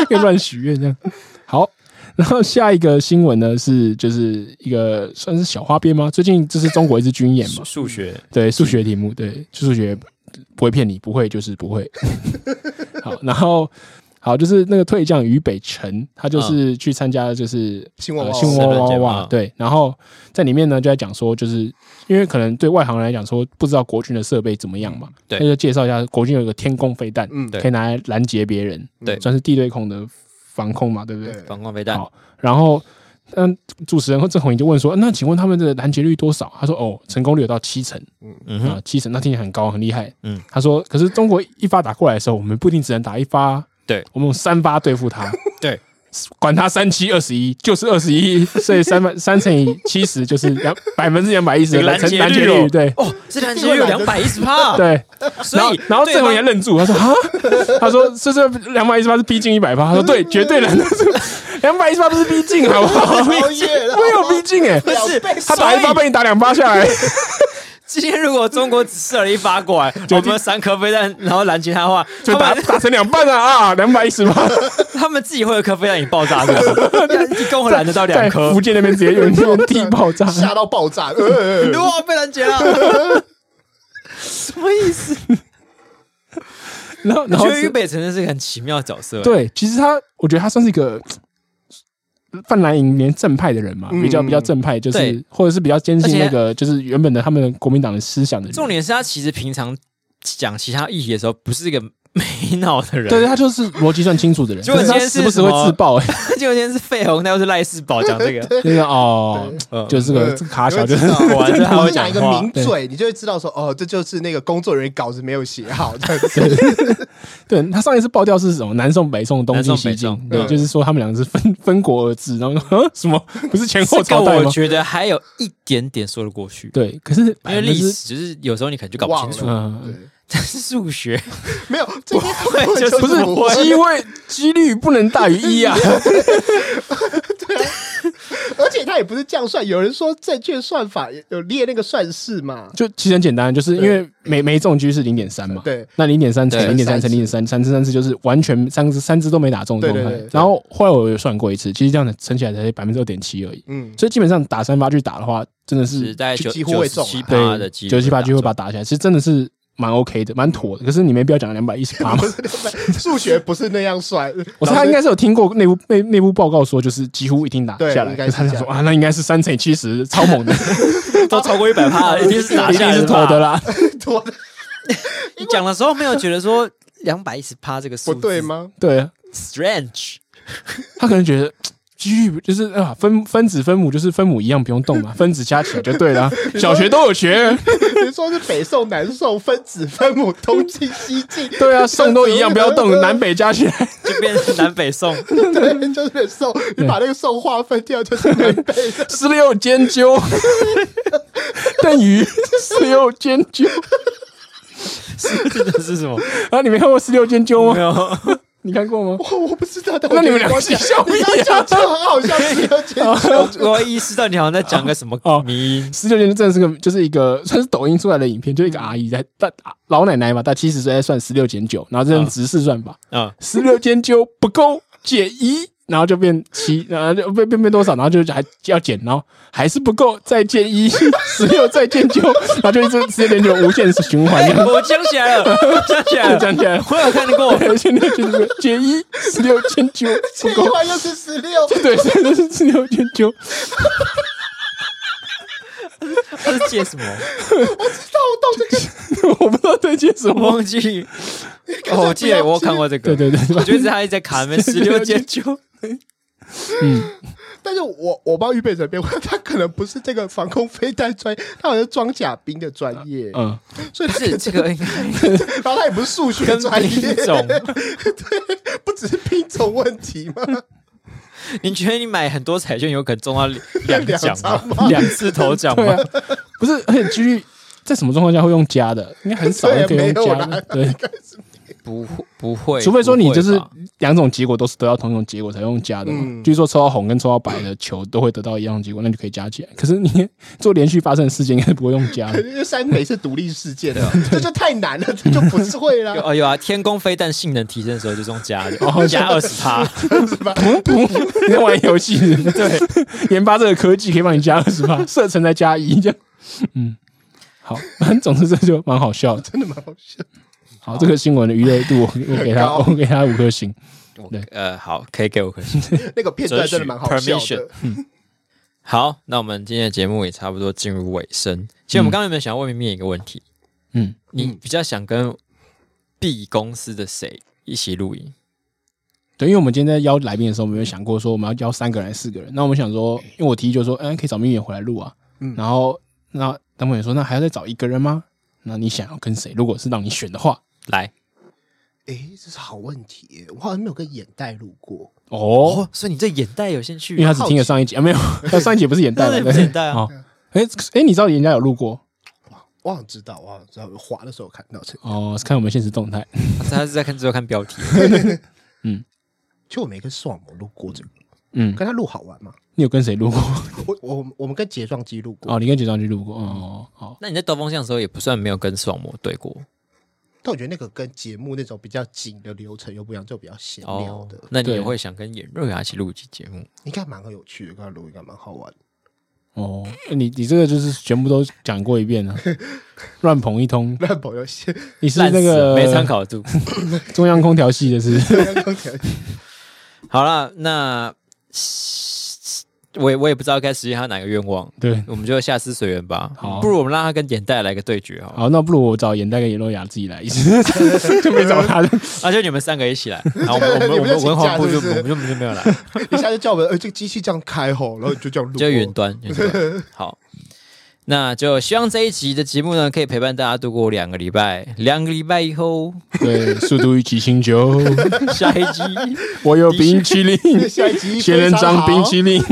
Speaker 2: 可以乱许愿这样。好，然后下一个新闻呢是就是一个算是小花边吗？最近就是中国一支军演嘛，
Speaker 1: 数学
Speaker 2: 对数学题目，对数学不会骗你，不会就是不 *laughs* 会。好，然后好就是那个退将于北辰，他就是去参加就是
Speaker 3: 新闻 *laughs*
Speaker 2: 呃，
Speaker 3: 网
Speaker 2: 新闻
Speaker 1: 网
Speaker 2: 哇
Speaker 1: 网
Speaker 2: 哇
Speaker 1: 网
Speaker 2: 哇，对，然后在里面呢就在讲说，就是因为可能对外行人来讲说不知道国军的设备怎么样嘛，
Speaker 1: 嗯对
Speaker 2: 他就介绍一下国军有一个天宫飞弹，
Speaker 3: 嗯，
Speaker 1: 对嗯
Speaker 2: 可以拿来拦截别人，
Speaker 1: 对
Speaker 2: 算是地对空的防空嘛，对不对？
Speaker 3: 对，
Speaker 1: 反光飞弹
Speaker 2: 好然后。嗯，主持人郑红怡就问说：“那请问他们的拦截率多少？”他说：“哦，成功率有到七成
Speaker 1: 嗯
Speaker 2: 啊、
Speaker 1: 哼，
Speaker 2: 七成，那听起来很高，很厉害。”
Speaker 1: 嗯，
Speaker 2: 他说：“可是中国一发打过来的时候，我们不一定只能打一发啊，
Speaker 1: 对
Speaker 2: 我们用三发对付他。”
Speaker 1: 对，
Speaker 2: 管他三七二十一，就是二十一，所以三百三乘以七十就是两百分之两百一十
Speaker 1: 有 *laughs*
Speaker 2: 的
Speaker 1: 拦
Speaker 2: 拦
Speaker 1: 截
Speaker 2: 截拦截
Speaker 1: 率
Speaker 2: 率，对
Speaker 1: 哦，这拦截率有两百一十趴，，
Speaker 2: 对。
Speaker 1: 所
Speaker 2: 然后
Speaker 1: 以
Speaker 2: 然后
Speaker 1: 对
Speaker 2: 郑
Speaker 1: 方
Speaker 2: 文也愣住，他说啊， *laughs* 他说这这两百一十八是逼近一百八，他
Speaker 1: *laughs*
Speaker 2: 说对，绝对拦得住，两百一十八不是逼近，好不好？
Speaker 3: 超越了，
Speaker 2: 没有逼近
Speaker 1: *laughs*
Speaker 2: 哎、
Speaker 3: 不
Speaker 1: 是
Speaker 2: 他打一发被你打两哎发下来，
Speaker 1: 今天如果中国只射了一发过来，我
Speaker 2: 就
Speaker 1: 们有三颗飞弹，然后拦截他的话，
Speaker 2: 就打
Speaker 1: 他们
Speaker 2: 打成两半啊啊，两百一十八，
Speaker 1: *laughs* 他们自己会有一颗飞弹引爆炸
Speaker 2: *laughs*
Speaker 1: 的，一共会拦得到两
Speaker 2: 在
Speaker 1: 颗
Speaker 2: 福。建那边直接
Speaker 1: *laughs*
Speaker 2: 用用地爆炸，
Speaker 3: 吓到爆炸。呃呃呃
Speaker 1: 哇，被拦截了，什么意思？
Speaker 2: 然后然
Speaker 1: 我
Speaker 2: 后
Speaker 1: 觉得
Speaker 2: 是
Speaker 1: 俞北辰真的是个很奇妙的角色，欸
Speaker 2: 对，其实他，我觉得他算是一个呃泛蓝营里面正派的人嘛，比较
Speaker 3: 嗯
Speaker 2: 比较正派，就是
Speaker 1: 对
Speaker 2: 或者是比较坚
Speaker 1: 而
Speaker 2: 信
Speaker 1: 且
Speaker 2: 那个就是原本的他们国民党的思想的人。
Speaker 1: 重点是他其实平常讲其他议题的时候，不是一个没脑的人，
Speaker 2: 对，他就是逻辑算清楚的人，
Speaker 1: 结果
Speaker 2: 可是
Speaker 1: 今
Speaker 2: 他
Speaker 1: 天是
Speaker 2: 时不时会
Speaker 1: 什么
Speaker 2: 自
Speaker 1: *laughs*
Speaker 2: 爆、欸，
Speaker 1: 结果今天是费鸿泰又是赖世宝讲这个，
Speaker 2: 就是哦，
Speaker 1: 嗯 *laughs*
Speaker 2: 就是这个
Speaker 3: 嗯
Speaker 2: 这个卡小就是
Speaker 3: 你会知道
Speaker 1: 果然是他
Speaker 3: 我
Speaker 1: 会
Speaker 3: 是哪
Speaker 1: 讲
Speaker 3: 一个
Speaker 1: 话
Speaker 3: 名嘴，你就会知道说，哦，这就是那个工作人员稿子没有写好这
Speaker 1: *laughs*
Speaker 3: 样子。
Speaker 2: *laughs* 对他上一次爆掉是什么？南宋、北宋、东晋、
Speaker 1: 南宋北
Speaker 2: 西
Speaker 1: 宋
Speaker 2: 晋，对，
Speaker 3: 嗯
Speaker 2: 就是说他们两个是分 *laughs* 分国而治，然后 *laughs* 说啊什么不 *laughs* 是前后
Speaker 1: 这个
Speaker 2: 朝代
Speaker 1: 我
Speaker 2: 吗？
Speaker 1: 觉得还有一点点说得过去，
Speaker 2: 对，可是
Speaker 1: 因为历史就是有时候你可能就搞不清
Speaker 3: 忘
Speaker 1: 楚，
Speaker 2: 嗯，
Speaker 1: 但是数学
Speaker 3: 没有，这个
Speaker 1: 会
Speaker 3: 我
Speaker 1: 就是
Speaker 2: 不是
Speaker 3: 不会
Speaker 2: 机会几率不能大于
Speaker 1: *laughs*
Speaker 2: 一啊，
Speaker 3: 而且他也不是这样算，有人说正确算法有列那个算式嘛，
Speaker 2: 就其实很简单，就是因为每每一中狙是零点三嘛，
Speaker 3: 对，
Speaker 2: 那零点三乘
Speaker 1: 对
Speaker 2: 零点三乘零
Speaker 3: 三
Speaker 2: 点三，三次三次就是完全三只三只都没打中的
Speaker 3: 对
Speaker 2: 状
Speaker 3: 对
Speaker 2: 态
Speaker 3: 对对。
Speaker 2: 然后后来我有算过一次，其实这样子乘起来才百分之二点七而已，
Speaker 3: 嗯，
Speaker 2: 所以基本上打三发去打的话，真的
Speaker 1: 是
Speaker 2: 是
Speaker 1: 大概
Speaker 3: 就
Speaker 1: 九
Speaker 3: 几乎会中啊
Speaker 1: 七趴的
Speaker 2: 对
Speaker 1: 几率，
Speaker 2: 九七八就会
Speaker 1: 把
Speaker 2: 把它打下来，其实真的是蛮 OK 的，蛮妥的。可是你没必要讲两百一十八嘛
Speaker 3: 不。是六百，数学不是那样算， *laughs*
Speaker 2: 我猜他应该是有听过内部内内部报告说，就是几乎一定打
Speaker 3: 对
Speaker 2: 下来。
Speaker 3: 应该
Speaker 2: 可
Speaker 3: 是
Speaker 2: 是他想
Speaker 3: 这
Speaker 2: 说
Speaker 3: 样
Speaker 2: 啊，那应该是三乘以七十，超
Speaker 1: *laughs*
Speaker 2: 猛的，
Speaker 1: 都超过一百 *laughs* 趴，啊一定是打
Speaker 2: *laughs* 一
Speaker 1: 下
Speaker 2: 定
Speaker 1: 来
Speaker 2: 是
Speaker 1: 吧
Speaker 2: 妥的。啦。
Speaker 3: 多的
Speaker 1: *laughs* 你讲的时候没有觉得说两百一十趴这个数
Speaker 3: 不
Speaker 1: 字
Speaker 3: 对吗？
Speaker 2: 对，
Speaker 1: ？Strange，
Speaker 2: 他可能觉得。几率就是啊，分分子分母就是分母一样，不用动
Speaker 3: *laughs*
Speaker 2: 嘛，分子加起来就对了啊。小学都有学，
Speaker 3: 你说是北宋、南宋分子分母、东晋、西晋，
Speaker 2: 对啊，宋都一样，不要
Speaker 3: *laughs*
Speaker 2: 动，南北加起来。
Speaker 1: 就变成南北宋。
Speaker 3: 对，就是宋，你把那个宋划分掉就是南北的
Speaker 2: 十六尖
Speaker 3: *laughs*
Speaker 2: 灸，等于十六尖灸。
Speaker 1: 这个 *laughs* 是什么？
Speaker 2: 啊，你没看过《十六间鸠》
Speaker 1: 没
Speaker 2: 吗？
Speaker 1: 有，
Speaker 2: 你看过吗？
Speaker 3: 我我不知道，但
Speaker 2: 那你们两
Speaker 3: 两
Speaker 2: 个哦自己笑
Speaker 3: 你
Speaker 2: 屁啊
Speaker 3: 刚刚
Speaker 2: 呀
Speaker 3: 讲就很好笑，是要剪
Speaker 1: 我我意识到你好像在讲个什么
Speaker 2: 哦
Speaker 1: 迷音。
Speaker 2: 十九年真的是个，就是一个算是抖音出来的影片，就一
Speaker 3: 嗯
Speaker 2: 个阿姨在大老奶奶嘛，大七十岁在算十六减九，然后
Speaker 3: 嗯
Speaker 2: 这用直式算法，
Speaker 1: 啊，
Speaker 2: 十六减九不够，减一，然后就变七，然后就变变变多少，然后就还要减，然后还是不够，再减一，十六再减九，然后就一直十六减九无限循环
Speaker 1: 哎，
Speaker 2: 这样。
Speaker 1: 我想起来了，我想起 *laughs* 来了，
Speaker 2: 讲起来，
Speaker 1: 我有看过，
Speaker 2: 现在就是减一，十六减九不
Speaker 3: 这句
Speaker 2: 够，
Speaker 3: 话又是十
Speaker 2: *laughs*
Speaker 3: 六，
Speaker 2: 对，真的是十六减九。
Speaker 1: 他是借什么？
Speaker 3: 躁动这个
Speaker 2: 我不知道在接什
Speaker 1: 我
Speaker 2: 么。
Speaker 1: 忘
Speaker 3: *laughs*
Speaker 1: 记。哦，我记得我有看过这个，
Speaker 2: 对对对，
Speaker 1: 我觉得他一直在卡
Speaker 3: *laughs*
Speaker 1: 门十六减九，
Speaker 3: 但是我我帮预备准备，他可能不是这个防空飞弹专业，他好像是装甲兵的专业，
Speaker 2: 嗯，
Speaker 3: 所以他
Speaker 1: 是这个应该
Speaker 3: 然后他也不是数学
Speaker 1: 跟
Speaker 3: 专业
Speaker 1: 兵，
Speaker 3: *laughs*
Speaker 1: 种。
Speaker 3: 不只是兵种问题吗？
Speaker 1: 你觉得你买很多彩券有可能中到两
Speaker 3: 两
Speaker 1: 奖
Speaker 3: 张
Speaker 1: 吗？两次头奖
Speaker 2: 对
Speaker 1: 吗
Speaker 2: 啊？，不是，而且几率在什么状况下会用加的？应该很少人可以用
Speaker 3: *laughs* 对没有
Speaker 2: 加
Speaker 3: 啦
Speaker 2: 的，对，
Speaker 1: 不会不会，
Speaker 2: 除非说你就是
Speaker 1: 不会吧
Speaker 2: 两种结果都是得到同一种结果才用加的嘛。
Speaker 3: 嗯
Speaker 2: 就是说抽到红跟抽到白的球都会得到一样的结果，那你就可以加起来。可是你做连续发生的事件应该不会用加
Speaker 1: 嗯
Speaker 3: 可 *laughs*
Speaker 2: 的。
Speaker 3: 能因为三美是独立事
Speaker 1: *laughs*
Speaker 3: 件的，这就太难了，这就不是会
Speaker 1: 有
Speaker 3: 啦，
Speaker 1: 啊有啊，天宫飞弹性能提升的时候就中加的，*laughs*
Speaker 2: 哦
Speaker 1: 加二十趴，
Speaker 3: 是吧？
Speaker 1: 嗯
Speaker 2: 你在玩游戏是不是，对，研发这个科技可以帮你加二十八，射程再加一，这样，嗯，好，反正总之这就蛮好笑的。
Speaker 3: 真的蛮好笑。
Speaker 2: 好，这个新闻的娱乐度，我我给他，
Speaker 3: *laughs* 很高
Speaker 2: 我给他五颗星。
Speaker 1: 我
Speaker 2: *laughs* 对
Speaker 1: 呃好，可以给我颗星。
Speaker 3: 那个片段真的蛮好笑
Speaker 1: 准许
Speaker 3: 的
Speaker 1: permission。好，那我们今天的节目也差不多进入尾声。其实我们刚刚有没有想要问明明一个问题？
Speaker 2: 嗯，
Speaker 1: 你比较想跟 B 公司的谁一起录音？
Speaker 2: 对，因为我们今天在邀来宾的时候，我们有想过说我们要邀三个人、还是四个人。那我们想说，因为我提议就说，嗯，可以找明远回来录啊。
Speaker 3: 嗯
Speaker 2: 然后那他们也说，那还要再找一个人吗？那你想要跟谁？如果是让你选的话，
Speaker 1: 来
Speaker 3: 诶，这是好问题耶，我好像没有跟眼袋录过。
Speaker 2: 哦，
Speaker 1: 哦，所以你对眼袋有兴趣？
Speaker 2: 因为他只听了上一集啊，没有，他上一集不是眼袋
Speaker 1: *laughs* 那
Speaker 2: 了，
Speaker 1: 不是眼袋啊
Speaker 2: 好，哎哎，你知道人家有录过
Speaker 3: 我好像知道，我好像知道，滑的时候看到这个，
Speaker 2: 哦？是看我们现实动态，
Speaker 1: 他是在看只有看标题，
Speaker 3: 就我没跟视网膜录过这个，
Speaker 2: 嗯，
Speaker 3: 跟他录好玩吗？
Speaker 2: 你有跟谁录过？
Speaker 3: 我我我们跟睫状肌录过，
Speaker 2: 哦，你跟九章去录过哦，好，
Speaker 1: 那你在兜风向的时候也不算没有跟视网膜对过
Speaker 3: 但我觉得那个跟节目那种比较紧的流程又不一样，就比较闲聊
Speaker 1: 哦
Speaker 3: 的，。
Speaker 1: 那你
Speaker 2: 对
Speaker 1: 也会想跟演瑞雅一起录一期节目？
Speaker 3: 应该蛮有趣的，跟他录应该蛮好玩的。
Speaker 2: 哦，你你这个就是全部都讲过一遍
Speaker 1: *laughs*
Speaker 2: 了，乱捧一通，
Speaker 3: 那 *laughs* 朋友先 *laughs*
Speaker 2: 你是
Speaker 1: 烂
Speaker 2: 那
Speaker 1: 死了
Speaker 2: 个
Speaker 1: 没参考度。 *laughs*
Speaker 2: 中央空调系的是不是？
Speaker 3: 刚起来，
Speaker 1: 好了，那我也我也不知道该实现他哪个愿望，
Speaker 2: 对，
Speaker 1: 我们就下次随缘吧。
Speaker 2: 好
Speaker 1: 不如我们让他跟眼袋来个对决好了，
Speaker 2: 好，那不如我找眼袋跟眼露雅自己来一次， *laughs* 就没找他。
Speaker 1: 啊，就你们三个一起
Speaker 3: *laughs*
Speaker 1: 来，然后我们我们
Speaker 3: 你
Speaker 1: 我
Speaker 3: 们就
Speaker 1: 们文化部就
Speaker 3: 请
Speaker 1: 我
Speaker 3: 假是
Speaker 1: 们
Speaker 3: 不
Speaker 1: 就我们就没有
Speaker 3: *laughs*
Speaker 1: 来，
Speaker 3: 一下就叫我们，哎、这个机器这样开吼，然后你就这样录，哦
Speaker 1: 就远端。远端好，那就希望这一集的节目呢，可以陪伴大家度过两个礼拜。两个礼拜以后，
Speaker 2: 对，速度与激情九，
Speaker 1: 下一集 *laughs*
Speaker 2: 我有冰淇淋， *laughs*
Speaker 3: *laughs* 下一集
Speaker 2: 仙人掌冰淇淋。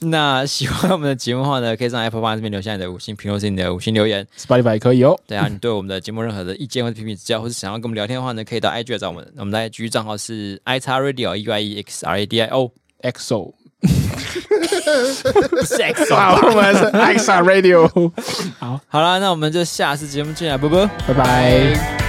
Speaker 1: 那喜欢我们的节目的话呢，可以上 Apple Podcast 这边留下你的五星评论，是你的五星留言。
Speaker 2: Spotify 可以哦，
Speaker 1: *laughs* 对啊，你对我们的节目任何的意见或者批评指教，或是想要跟我们聊天的话呢，可以到 IG 来找我们。我们的 IG 账号是 i x radio e y e x r a d i o，
Speaker 2: EXO，
Speaker 1: *laughs* 不是 x
Speaker 2: 哇，我们是 EXA Radio，
Speaker 1: 啊好啦，那我们就下次节目见啦，拜拜。
Speaker 2: 拜拜。